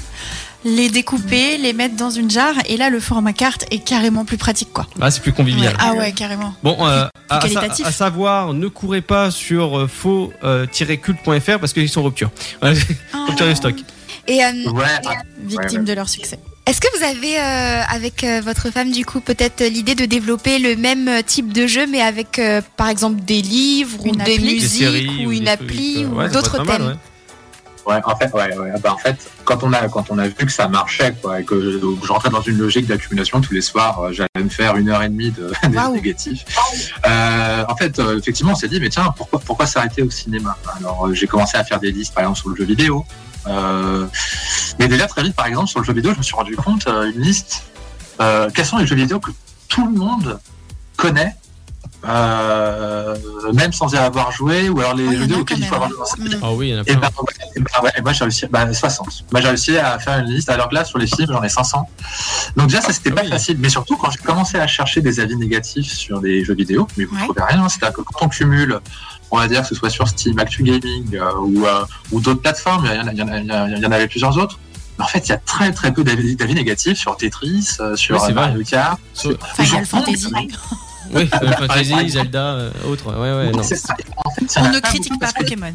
Speaker 6: les découper, les mettre dans une jarre, et là, le format carte est carrément plus pratique, quoi.
Speaker 2: Là, c'est plus convivial.
Speaker 6: Ah ouais, carrément.
Speaker 2: Bon, euh, à, à sa-
Speaker 6: qualitatif.
Speaker 2: à savoir, ne courez pas sur euh, faux-culte.fr parce qu'ils sont en rupture. Voilà, rupture de stock.
Speaker 3: Et euh,
Speaker 9: Ouais,
Speaker 6: Ah, Victime de leur succès.
Speaker 3: est-ce que vous avez, euh, avec euh, votre femme, du coup, peut-être euh, l'idée de développer le même euh, type de jeu, mais avec, euh, par exemple, des livres ou
Speaker 6: Une
Speaker 3: des
Speaker 6: appli. Des
Speaker 3: musiques
Speaker 2: séries
Speaker 3: ou
Speaker 2: des
Speaker 3: une
Speaker 2: trucs,
Speaker 3: appli
Speaker 2: euh, ouais, ça
Speaker 3: ou
Speaker 2: pourrait être
Speaker 3: d'autres
Speaker 2: pas
Speaker 3: thèmes
Speaker 2: mal, ouais.
Speaker 9: Ouais, en fait, ouais, ouais. Bah, en fait, quand on a quand on a vu que ça marchait, quoi, et que donc, je rentrais dans une logique d'accumulation tous les soirs, euh, j'allais me faire une heure et demie de *laughs* des
Speaker 6: Waouh.
Speaker 9: négatifs. Euh, en fait, euh, effectivement, on s'est dit, mais tiens, pourquoi pourquoi s'arrêter au cinéma Alors, euh, j'ai commencé à faire des listes, par exemple, sur le jeu vidéo. Euh, mais déjà très vite, par exemple, sur le jeu vidéo, je me suis rendu compte euh, une liste. Euh, quels sont les jeux vidéo que tout le monde connaît? euh, même sans y avoir joué ou alors les
Speaker 6: Oh, il y en
Speaker 9: jeux
Speaker 6: a
Speaker 9: vidéo
Speaker 6: quand
Speaker 9: auxquels il faut
Speaker 6: même,
Speaker 9: avoir
Speaker 6: hein.
Speaker 9: joué dans sa vie.
Speaker 6: Mm.
Speaker 2: Ah oui, il y en a
Speaker 9: Et
Speaker 4: bah,
Speaker 2: plein.
Speaker 9: ben, ouais, et ben, ouais, et moi j'ai réussi, ben, 60. Moi j'ai réussi à faire une liste, alors que là sur les films j'en ai 500. Donc déjà ça c'était
Speaker 2: Ah
Speaker 9: pas
Speaker 2: oui.
Speaker 9: facile, mais surtout quand j'ai commencé à chercher des avis négatifs sur des jeux vidéo, mais vous
Speaker 6: Ouais.
Speaker 9: trouvez rien, hein. c'est-à-dire que quand on cumule, on va dire que ce soit sur Steam, Actu Gaming euh, ou, euh, ou d'autres plateformes, il y en a- il y, en a- il y en a- il y en avait plusieurs autres. mais En fait, il y a très très peu d'avis d'avis négatifs sur Tetris, euh, sur
Speaker 2: Oui, c'est
Speaker 9: euh, Mario Kart,
Speaker 2: Sur-
Speaker 9: ou sur-
Speaker 6: Final Fantasy.
Speaker 2: Oui, Final Fantasy,
Speaker 9: exemple.
Speaker 2: Zelda, euh, autre. Ouais, ouais, non.
Speaker 9: C'est ça. En fait, il y en
Speaker 6: On
Speaker 9: a
Speaker 6: ne
Speaker 9: pas
Speaker 6: critique
Speaker 9: beaucoup
Speaker 6: pas
Speaker 9: parce que-
Speaker 6: Pokémon.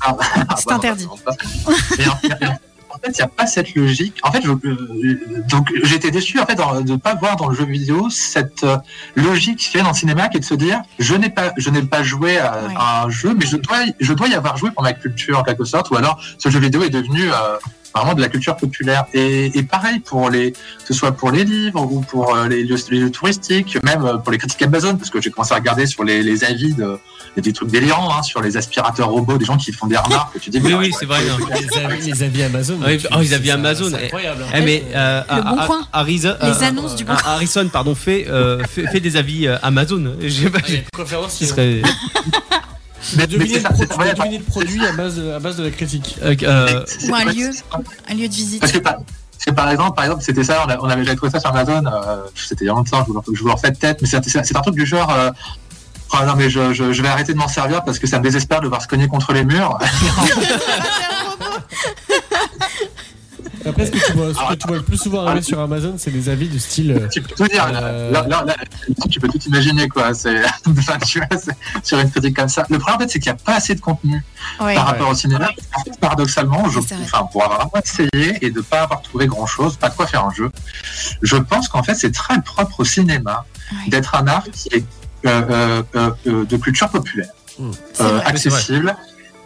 Speaker 9: Ah,
Speaker 6: C'est
Speaker 9: bah,
Speaker 6: interdit.
Speaker 9: bah, bah, bah. Mais en, mais en- en fait, il n'y a pas cette logique. En fait, je- euh, donc j'étais déçu en fait dans- de ne pas voir dans le jeu vidéo cette euh, logique qu'il y a dans le cinéma, qui est de se dire je n'ai pas, je n'ai pas joué à,
Speaker 6: Ouais.
Speaker 9: à un jeu, mais je dois, y- je dois y avoir joué pour ma culture en quelque sorte, ou alors ce jeu vidéo est devenu euh, vraiment de la culture populaire. Et, et pareil, pour les, que ce soit pour les livres ou pour euh, les, lieux, les lieux touristiques, même euh, pour les critiques Amazon, parce que j'ai commencé à regarder sur les, les avis, de, il y a des trucs délirants hein, sur les aspirateurs robots, des gens qui font des remarques. et tu dis,
Speaker 2: Oui,
Speaker 9: mais
Speaker 2: oui,
Speaker 9: ouais,
Speaker 2: c'est vrai. hein.
Speaker 4: Les avis, les avis Amazon.
Speaker 2: Ah oui,
Speaker 4: tu-
Speaker 2: oh, les avis
Speaker 4: c'est-
Speaker 2: Amazon,
Speaker 4: c'est
Speaker 2: eh.
Speaker 4: incroyable. hein.
Speaker 2: Eh, mais, euh,
Speaker 6: Le
Speaker 2: à-
Speaker 6: Bon
Speaker 2: à-
Speaker 6: Coin.
Speaker 2: Harrison-
Speaker 6: Les
Speaker 2: euh,
Speaker 6: annonces du Bon
Speaker 2: à- Harrison, pardon, fait, euh, fait, fait des avis euh, Amazon. Je sais pas,
Speaker 4: Ah, Il y a de quoi faire aussi.
Speaker 2: ce serait.
Speaker 9: mais- mais
Speaker 4: Deviner
Speaker 9: c'est
Speaker 4: le
Speaker 9: ça,
Speaker 4: pro-
Speaker 9: c'est-
Speaker 4: tu
Speaker 9: ouais,
Speaker 4: peux deviner le produit à base de, à base de la critique.
Speaker 2: euh, euh,
Speaker 9: c'est-
Speaker 6: Ou un
Speaker 9: ouais,
Speaker 6: lieu,
Speaker 9: c'est-
Speaker 6: un lieu de visite.
Speaker 9: Parce que par, parce que par exemple, par exemple, c'était ça, on, a- on avait déjà trouvé ça sur Amazon, euh, c'était il y a longtemps, je vous, le- je vous le refais de tête, mais c'est c'est un truc du genre. euh, Ah non mais je, je, je vais arrêter de m'en servir parce que ça me désespère de voir se cogner contre les murs.
Speaker 4: Après, ce que tu vois, ce que
Speaker 9: Ah,
Speaker 4: tu vois le plus souvent arriver sur Amazon, c'est des avis du style. euh,
Speaker 9: tu peux tout dire. là,
Speaker 4: Euh.
Speaker 9: Là, là, là, tu peux tout imaginer quoi. C'est *laughs* enfin, tu vois, c'est- sur une critique comme ça. Le problème en fait, c'est qu'il n'y a pas assez de contenu
Speaker 6: Ouais.
Speaker 9: par rapport au cinéma. En fait, paradoxalement, je,
Speaker 3: Oui, c'est vrai.
Speaker 9: enfin, pour avoir vraiment essayé et de pas avoir trouvé grand chose, pas de quoi faire un jeu, je pense qu'en fait c'est très propre au cinéma
Speaker 6: Ouais.
Speaker 9: d'être un art qui est euh, euh, euh, euh, de culture populaire,
Speaker 4: Mm.
Speaker 6: C'est
Speaker 9: euh,
Speaker 6: vrai.
Speaker 9: accessible.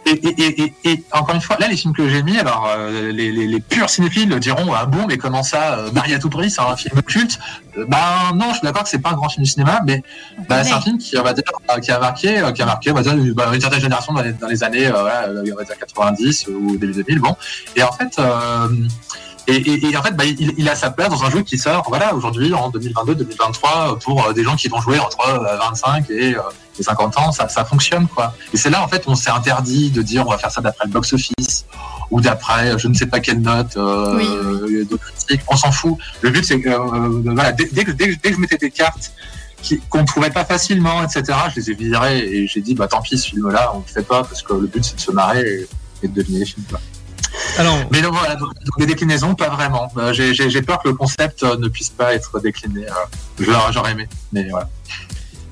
Speaker 9: Et, et, et, et, et encore une fois, là, les films que j'ai mis, alors euh, les, les, les purs cinéphiles diront ah bon, mais comment ça, euh, Marie à tout prix, c'est un film culte Euh, Ben non, je suis d'accord que c'est pas un grand film du cinéma, mais
Speaker 6: On
Speaker 9: bah,
Speaker 6: connaît.
Speaker 9: c'est un film qui, on va dire, euh, qui a marqué, euh, qui a marqué, on va dire, une, bah, une certaine génération dans les, dans les années, euh, voilà, on va dire 90 ou début 2000, bon. Et en fait, euh, et, et- et en fait, bah, il, il a sa place dans un jeu qui sort, voilà, aujourd'hui en 2022-2023 pour euh, des gens qui vont jouer entre euh, 25 et, euh, et 50 ans, ça, ça fonctionne quoi. Et c'est là en fait, on s'est interdit de dire on va faire ça d'après le box office ou d'après euh, je ne sais pas quelle note euh,
Speaker 6: Oui,
Speaker 9: de critique. On s'en fout. Le but c'est que euh, voilà, dès, dès que dès que- dès que je mettais des cartes qui- qu'on trouvait pas facilement, etc. Je les ai virées et j'ai dit bah tant pis ce film-là, on le fait pas parce que le but c'est de se marrer et, et de deviner les films. quoi.
Speaker 2: Alors,
Speaker 9: Mais donc voilà, donc, donc des déclinaisons, pas vraiment. Euh, j'ai- J'ai j'ai peur que le concept euh, ne puisse pas être décliné. euh, j'aurais- J'aurais aimé, mais voilà.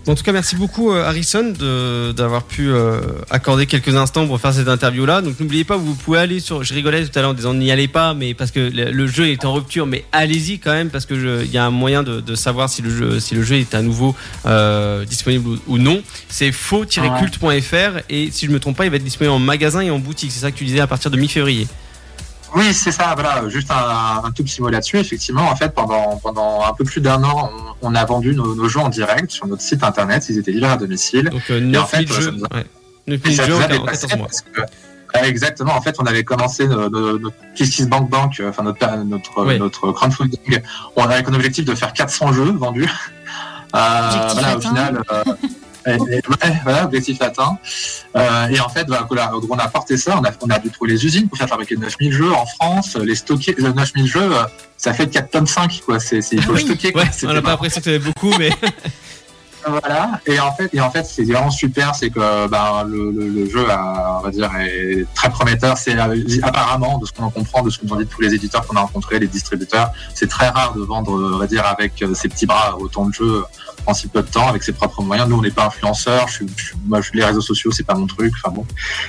Speaker 2: en tout cas, merci beaucoup euh, Harrison de- d'avoir pu euh, accorder quelques instants pour faire cette interview-là. Donc n'oubliez pas, vous pouvez aller sur. Je rigolais tout à l'heure en disant n'y allez pas, mais parce que le, le jeu est en rupture, mais allez-y quand même parce que je- il y a un moyen de, de savoir si le jeu, si le jeu est à nouveau euh, disponible ou, ou non. C'est faux-culte.fr et si je me trompe pas, il va être disponible en magasin et en boutique. C'est ça que tu disais à partir de mi-février.
Speaker 9: Oui, c'est ça. Voilà, juste un, un tout petit mot là-dessus. Effectivement, en fait, pendant pendant un peu plus d'un an, on, on a vendu nos, nos jeux en direct sur notre site internet. Ils étaient livrés à domicile.
Speaker 2: Donc euh,
Speaker 9: en fait,
Speaker 2: 9000
Speaker 9: ça
Speaker 2: jeux.
Speaker 9: nous
Speaker 2: Ouais.
Speaker 9: Et
Speaker 2: 9000
Speaker 9: ça
Speaker 2: jeux
Speaker 9: nous
Speaker 2: en
Speaker 9: a
Speaker 2: 40,
Speaker 9: dépassé
Speaker 2: 14
Speaker 9: *laughs*
Speaker 2: mois.
Speaker 9: parce que- Ouais, exactement. En fait, on avait commencé no- no- notre Kiss Kiss Bank Bank, euh, enfin notre notre
Speaker 2: Oui.
Speaker 9: notre crowdfunding. On avait comme objectif de faire 400 jeux vendus. *laughs* Euh,
Speaker 6: Objectif
Speaker 9: voilà, au
Speaker 6: atteint.
Speaker 9: final. euh, et- et- ouais, voilà, objectif atteint. Euh, et en fait, voilà, voilà, donc on a porté ça, on a, on a dû trouver les usines pour faire fabriquer 9000 jeux en France, les stocker, euh, 9000 jeux, euh, ça fait 4 tonnes 5, quoi. C'est, c'est, il faut
Speaker 6: Ah oui.
Speaker 9: stocker, quoi.
Speaker 2: Ouais, on
Speaker 9: C'était
Speaker 2: n'a
Speaker 9: marrant.
Speaker 2: pas apprécié que c'était
Speaker 9: *laughs*
Speaker 2: beaucoup, mais
Speaker 9: Voilà. Et en fait, et en fait, c'est vraiment super, c'est que ben, le, le, le jeu, a, on va dire, est très prometteur. C'est euh, apparemment, de ce qu'on en comprend, de ce qu'on dit de tous les éditeurs qu'on a rencontrés, les distributeurs, c'est très rare de vendre, euh, on va dire, avec euh, ses petits bras autant de jeux en si peu de temps, avec ses propres moyens. Nous, on n'est pas influenceurs. Je, suis- je, suis- moi, je- les réseaux sociaux, c'est pas mon truc. Enfin bon.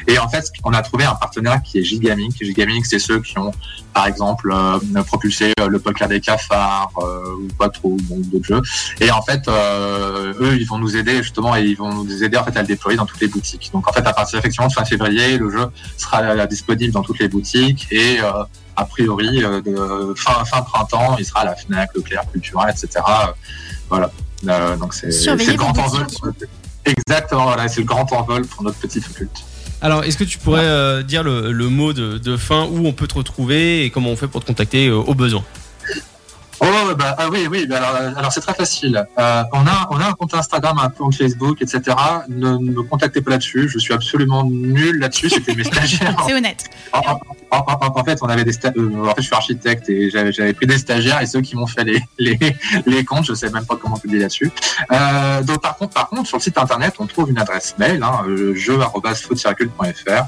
Speaker 9: Et en fait, on a trouvé un partenaire qui est Gigamic. Gigamic, c'est ceux qui ont, par exemple, euh, propulsé euh, le poker des cafards euh, ou pas trop bon, d'autres jeux. Et en fait, euh, eux, ils vont nous aider justement et ils vont nous aider en fait à le déployer dans toutes les boutiques. Donc en fait, à partir effectivement de fin février, le jeu sera euh, disponible dans toutes les boutiques et euh, a priori euh, de fin fin printemps, il sera à la Fnac, Leclerc, Cultura, etc. Euh, Voilà. Euh, donc c'est c'est
Speaker 6: Surveillez
Speaker 9: le grand
Speaker 6: vos
Speaker 9: envol.
Speaker 6: boutiques.
Speaker 9: pour notre- Exactement. Voilà, c'est le grand envol pour notre petit occulte.
Speaker 2: Alors, est-ce que tu pourrais euh, dire le, le mot de, de fin où on peut te retrouver et comment on fait pour te contacter euh, au besoin
Speaker 9: Oh ouais, bah ah oui oui bah, alors, alors c'est très facile. Euh, on a on a un compte Instagram, un compte Facebook, etc. Ne ne me contactez pas là-dessus. Je suis absolument nul là-dessus. C'était
Speaker 6: *laughs*
Speaker 9: mes stagiaires.
Speaker 6: C'est honnête.
Speaker 9: En, en- en- en- en fait, on avait des sta- euh, en fait, je suis architecte et j'avais, j'avais pris des stagiaires et ceux qui m'ont fait les, *laughs* les, les comptes, je sais même pas comment publier là-dessus. Euh, donc par contre, par contre, sur le site internet, on trouve une adresse mail, hein, euh, jeu@footcircule.fr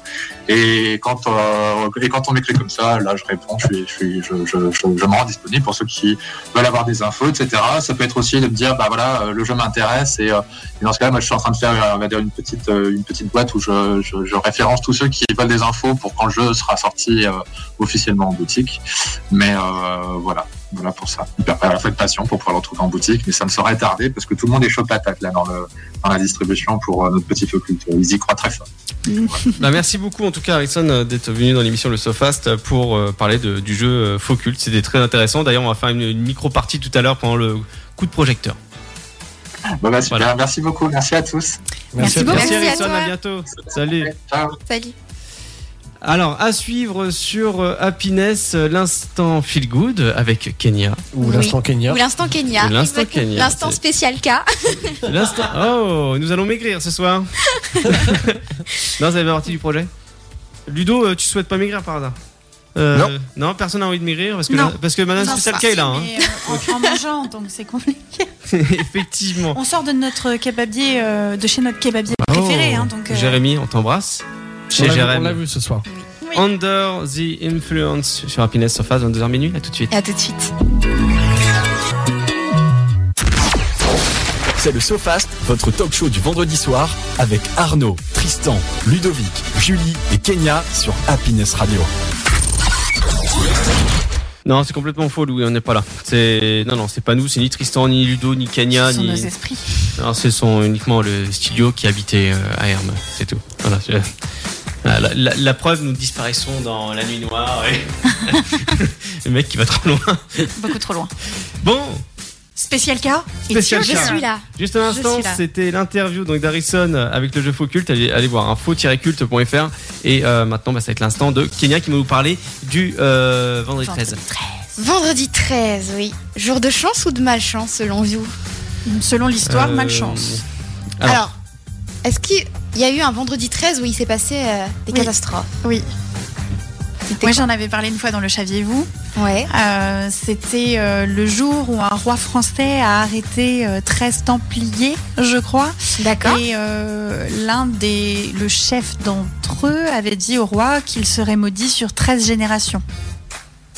Speaker 9: et quand euh, et quand on m'écrit comme ça, là, je réponds, je suis, je, suis, je, je, je- je me rends disponible pour ceux qui veulent avoir des infos, etc. Ça peut être aussi de me dire, bah voilà, euh, le jeu m'intéresse et euh, et dans ce cas-là, moi, je suis en train de faire, euh, on va dire, une petite, euh, une petite boîte où je, je, je référence tous ceux qui veulent des infos pour quand le jeu sera sorti euh, officiellement en boutique. Mais euh, voilà, voilà pour ça. Il à la fois de passion pour pouvoir le retrouver en boutique, mais ça ne saurait tarder parce que tout le monde est chaud patate là dans, le, dans la distribution pour euh, notre petit feu culte. Ils y croient très fort.
Speaker 2: Bah, merci beaucoup en tout cas Harrison euh, d'être venu dans l'émission Le Sofast euh, pour euh, parler de- du jeu euh, Focult. C'était très intéressant. D'ailleurs, on va faire une, une micro-partie tout à l'heure pendant le coup de projecteur.
Speaker 9: Bon, bah, super.
Speaker 2: Voilà.
Speaker 9: Merci beaucoup. Merci à tous.
Speaker 3: Merci
Speaker 2: à-
Speaker 3: beaucoup.
Speaker 2: Merci
Speaker 3: Merci à
Speaker 2: Harrison,
Speaker 3: toi.
Speaker 2: à bientôt. Salut.
Speaker 9: Ciao.
Speaker 3: Salut.
Speaker 2: Alors, à suivre sur euh, Happiness, euh, l'instant Feel Good avec Kenya.
Speaker 4: Ou
Speaker 3: Oui.
Speaker 4: l'instant Kenya.
Speaker 3: Ou l'instant Kenya.
Speaker 2: Ou l'instant
Speaker 3: Exactement.
Speaker 2: Kenya,
Speaker 3: L'instant
Speaker 2: c'est-
Speaker 3: spécial K.
Speaker 2: L'instant. Oh, nous allons maigrir ce soir. non, ça fait partie du projet. Ludo, euh, tu souhaites pas maigrir par hasard Euh,
Speaker 8: Non.
Speaker 2: Non, personne n'a envie de maigrir parce que,
Speaker 6: Non.
Speaker 2: parce que Madame
Speaker 6: Non,
Speaker 2: Spécial
Speaker 3: ça,
Speaker 2: K est là. hein.
Speaker 6: Mais, euh, en, en mangeant, donc c'est compliqué.
Speaker 2: *laughs* Effectivement.
Speaker 6: On sort de notre kebabier, euh, de chez notre kebabier
Speaker 2: Bravo.
Speaker 6: préféré, hein, donc. euh,
Speaker 2: Oh. Jérémy, on t'embrasse.
Speaker 4: On
Speaker 2: Chez
Speaker 4: l'a vu- on l'a
Speaker 2: Jérémy.
Speaker 4: vu ce soir.
Speaker 6: oui.
Speaker 2: Under the Influence sur Happiness Surface, 22h minuit. À tout de suite.
Speaker 3: Et à tout de suite.
Speaker 1: C'est le SoFast, votre talk show du vendredi soir avec Arnaud, Tristan, Ludovic, Julie et Kenya sur Happiness Radio.
Speaker 2: Non, c'est complètement faux, Louis, on n'est pas là. C'est Non, non, c'est pas nous, c'est ni Tristan, ni Ludo, ni Kenya,
Speaker 6: Ce sont nos
Speaker 2: ni.
Speaker 6: esprits.
Speaker 2: Non, ce sont uniquement le studio qui habitait euh, à Hermes, c'est tout. Voilà, je- Ah, la, la- la preuve, nous disparaissons dans la nuit noire. et- *laughs* le mec qui va trop loin.
Speaker 6: Beaucoup trop loin.
Speaker 2: Bon,
Speaker 6: Spécial cas
Speaker 3: Et
Speaker 2: Spécial
Speaker 3: tiens,
Speaker 2: K.
Speaker 3: je suis là.
Speaker 2: juste un
Speaker 3: Je
Speaker 2: instant,
Speaker 3: suis là.
Speaker 2: c'était l'interview donc d'Harrison euh, avec le jeu Faux Culte. Allez, allez voir, hein, info-culte.fr. Et euh, maintenant, bah, ça va être l'instant de Kenya qui va nous parler du euh, vendredi 13.
Speaker 3: Vendredi 13, oui. Jour de chance ou de malchance selon vous
Speaker 6: Selon l'histoire,
Speaker 2: Euh,
Speaker 6: malchance.
Speaker 2: Alors.
Speaker 3: Alors, est-ce qu'il y a eu un vendredi 13 où il s'est passé euh, des
Speaker 6: Oui.
Speaker 3: catastrophes
Speaker 6: Oui.
Speaker 3: C'était
Speaker 6: Moi, j'en avais parlé une fois dans le Chaviez-vous.
Speaker 3: quoi Ouais.
Speaker 6: Euh, C'était euh, le jour où un roi français a arrêté euh, 13 templiers, je crois.
Speaker 3: D'accord.
Speaker 6: Et euh, l'un des. Le chef d'entre eux avait dit au roi qu'il serait maudit sur 13 générations.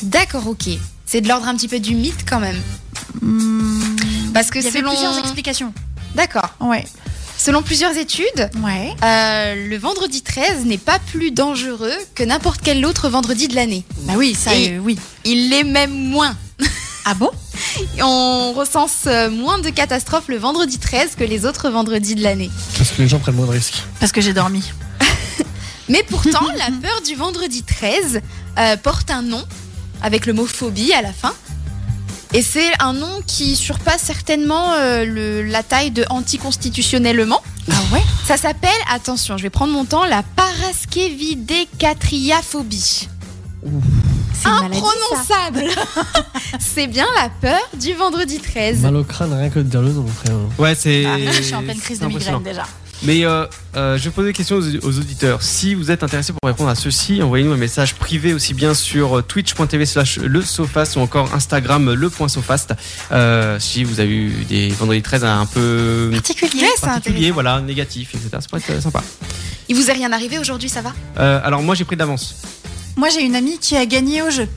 Speaker 3: D'accord, ok. C'est de l'ordre un petit peu du mythe quand même.
Speaker 6: Hmm,
Speaker 3: Parce que
Speaker 6: il y avait
Speaker 3: selon-
Speaker 6: plusieurs explications.
Speaker 3: D'accord.
Speaker 6: Ouais,
Speaker 3: Selon plusieurs études,
Speaker 6: ouais.
Speaker 3: euh, le vendredi 13 n'est pas plus dangereux que n'importe quel autre vendredi de l'année.
Speaker 6: Bah oui, ça,
Speaker 3: Et-
Speaker 6: euh, oui.
Speaker 3: Il l'est même moins.
Speaker 6: Ah bon
Speaker 3: *laughs* On recense euh, moins de catastrophes le vendredi 13 que les autres vendredis de l'année.
Speaker 4: Parce que les gens prennent moins de risques.
Speaker 6: Parce que j'ai dormi.
Speaker 3: Mais
Speaker 6: *laughs*
Speaker 3: pourtant, la peur du vendredi 13 euh, porte un nom, avec le mot phobie à la fin. Et c'est un nom qui surpasse certainement euh, le- la taille de anticonstitutionnellement.
Speaker 6: Ah ouais
Speaker 3: Ça s'appelle, attention, je vais prendre mon temps, la paraskevidécatriaphobie.
Speaker 6: C'est une maladie, ça.
Speaker 3: Imprononçable *laughs* C'est bien la peur du vendredi 13.
Speaker 4: Mal au crâne, rien que de dire le nom, frère.
Speaker 2: Ouais, c'est.
Speaker 6: Ah, je suis en pleine crise de
Speaker 2: c'est impressionnant.
Speaker 6: migraine déjà.
Speaker 2: Mais euh, euh, je vais poser des questions aux, aux auditeurs. Si vous êtes intéressé pour répondre à ceci, envoyez-nous un message privé aussi bien sur euh, twitch.tv slash le sofast ou encore Instagram le point sofast. Euh, si vous avez eu des vendredis 13 un peu
Speaker 6: Particulier.
Speaker 3: Ouais, c'est
Speaker 2: particuliers,
Speaker 3: intéressant.
Speaker 2: voilà, négatifs, etc. Ça pourrait être euh, sympa.
Speaker 3: Il vous est rien arrivé aujourd'hui, ça va
Speaker 2: Euh, alors moi j'ai pris de l'avance.
Speaker 6: Moi, j'ai une amie qui a gagné au jeu.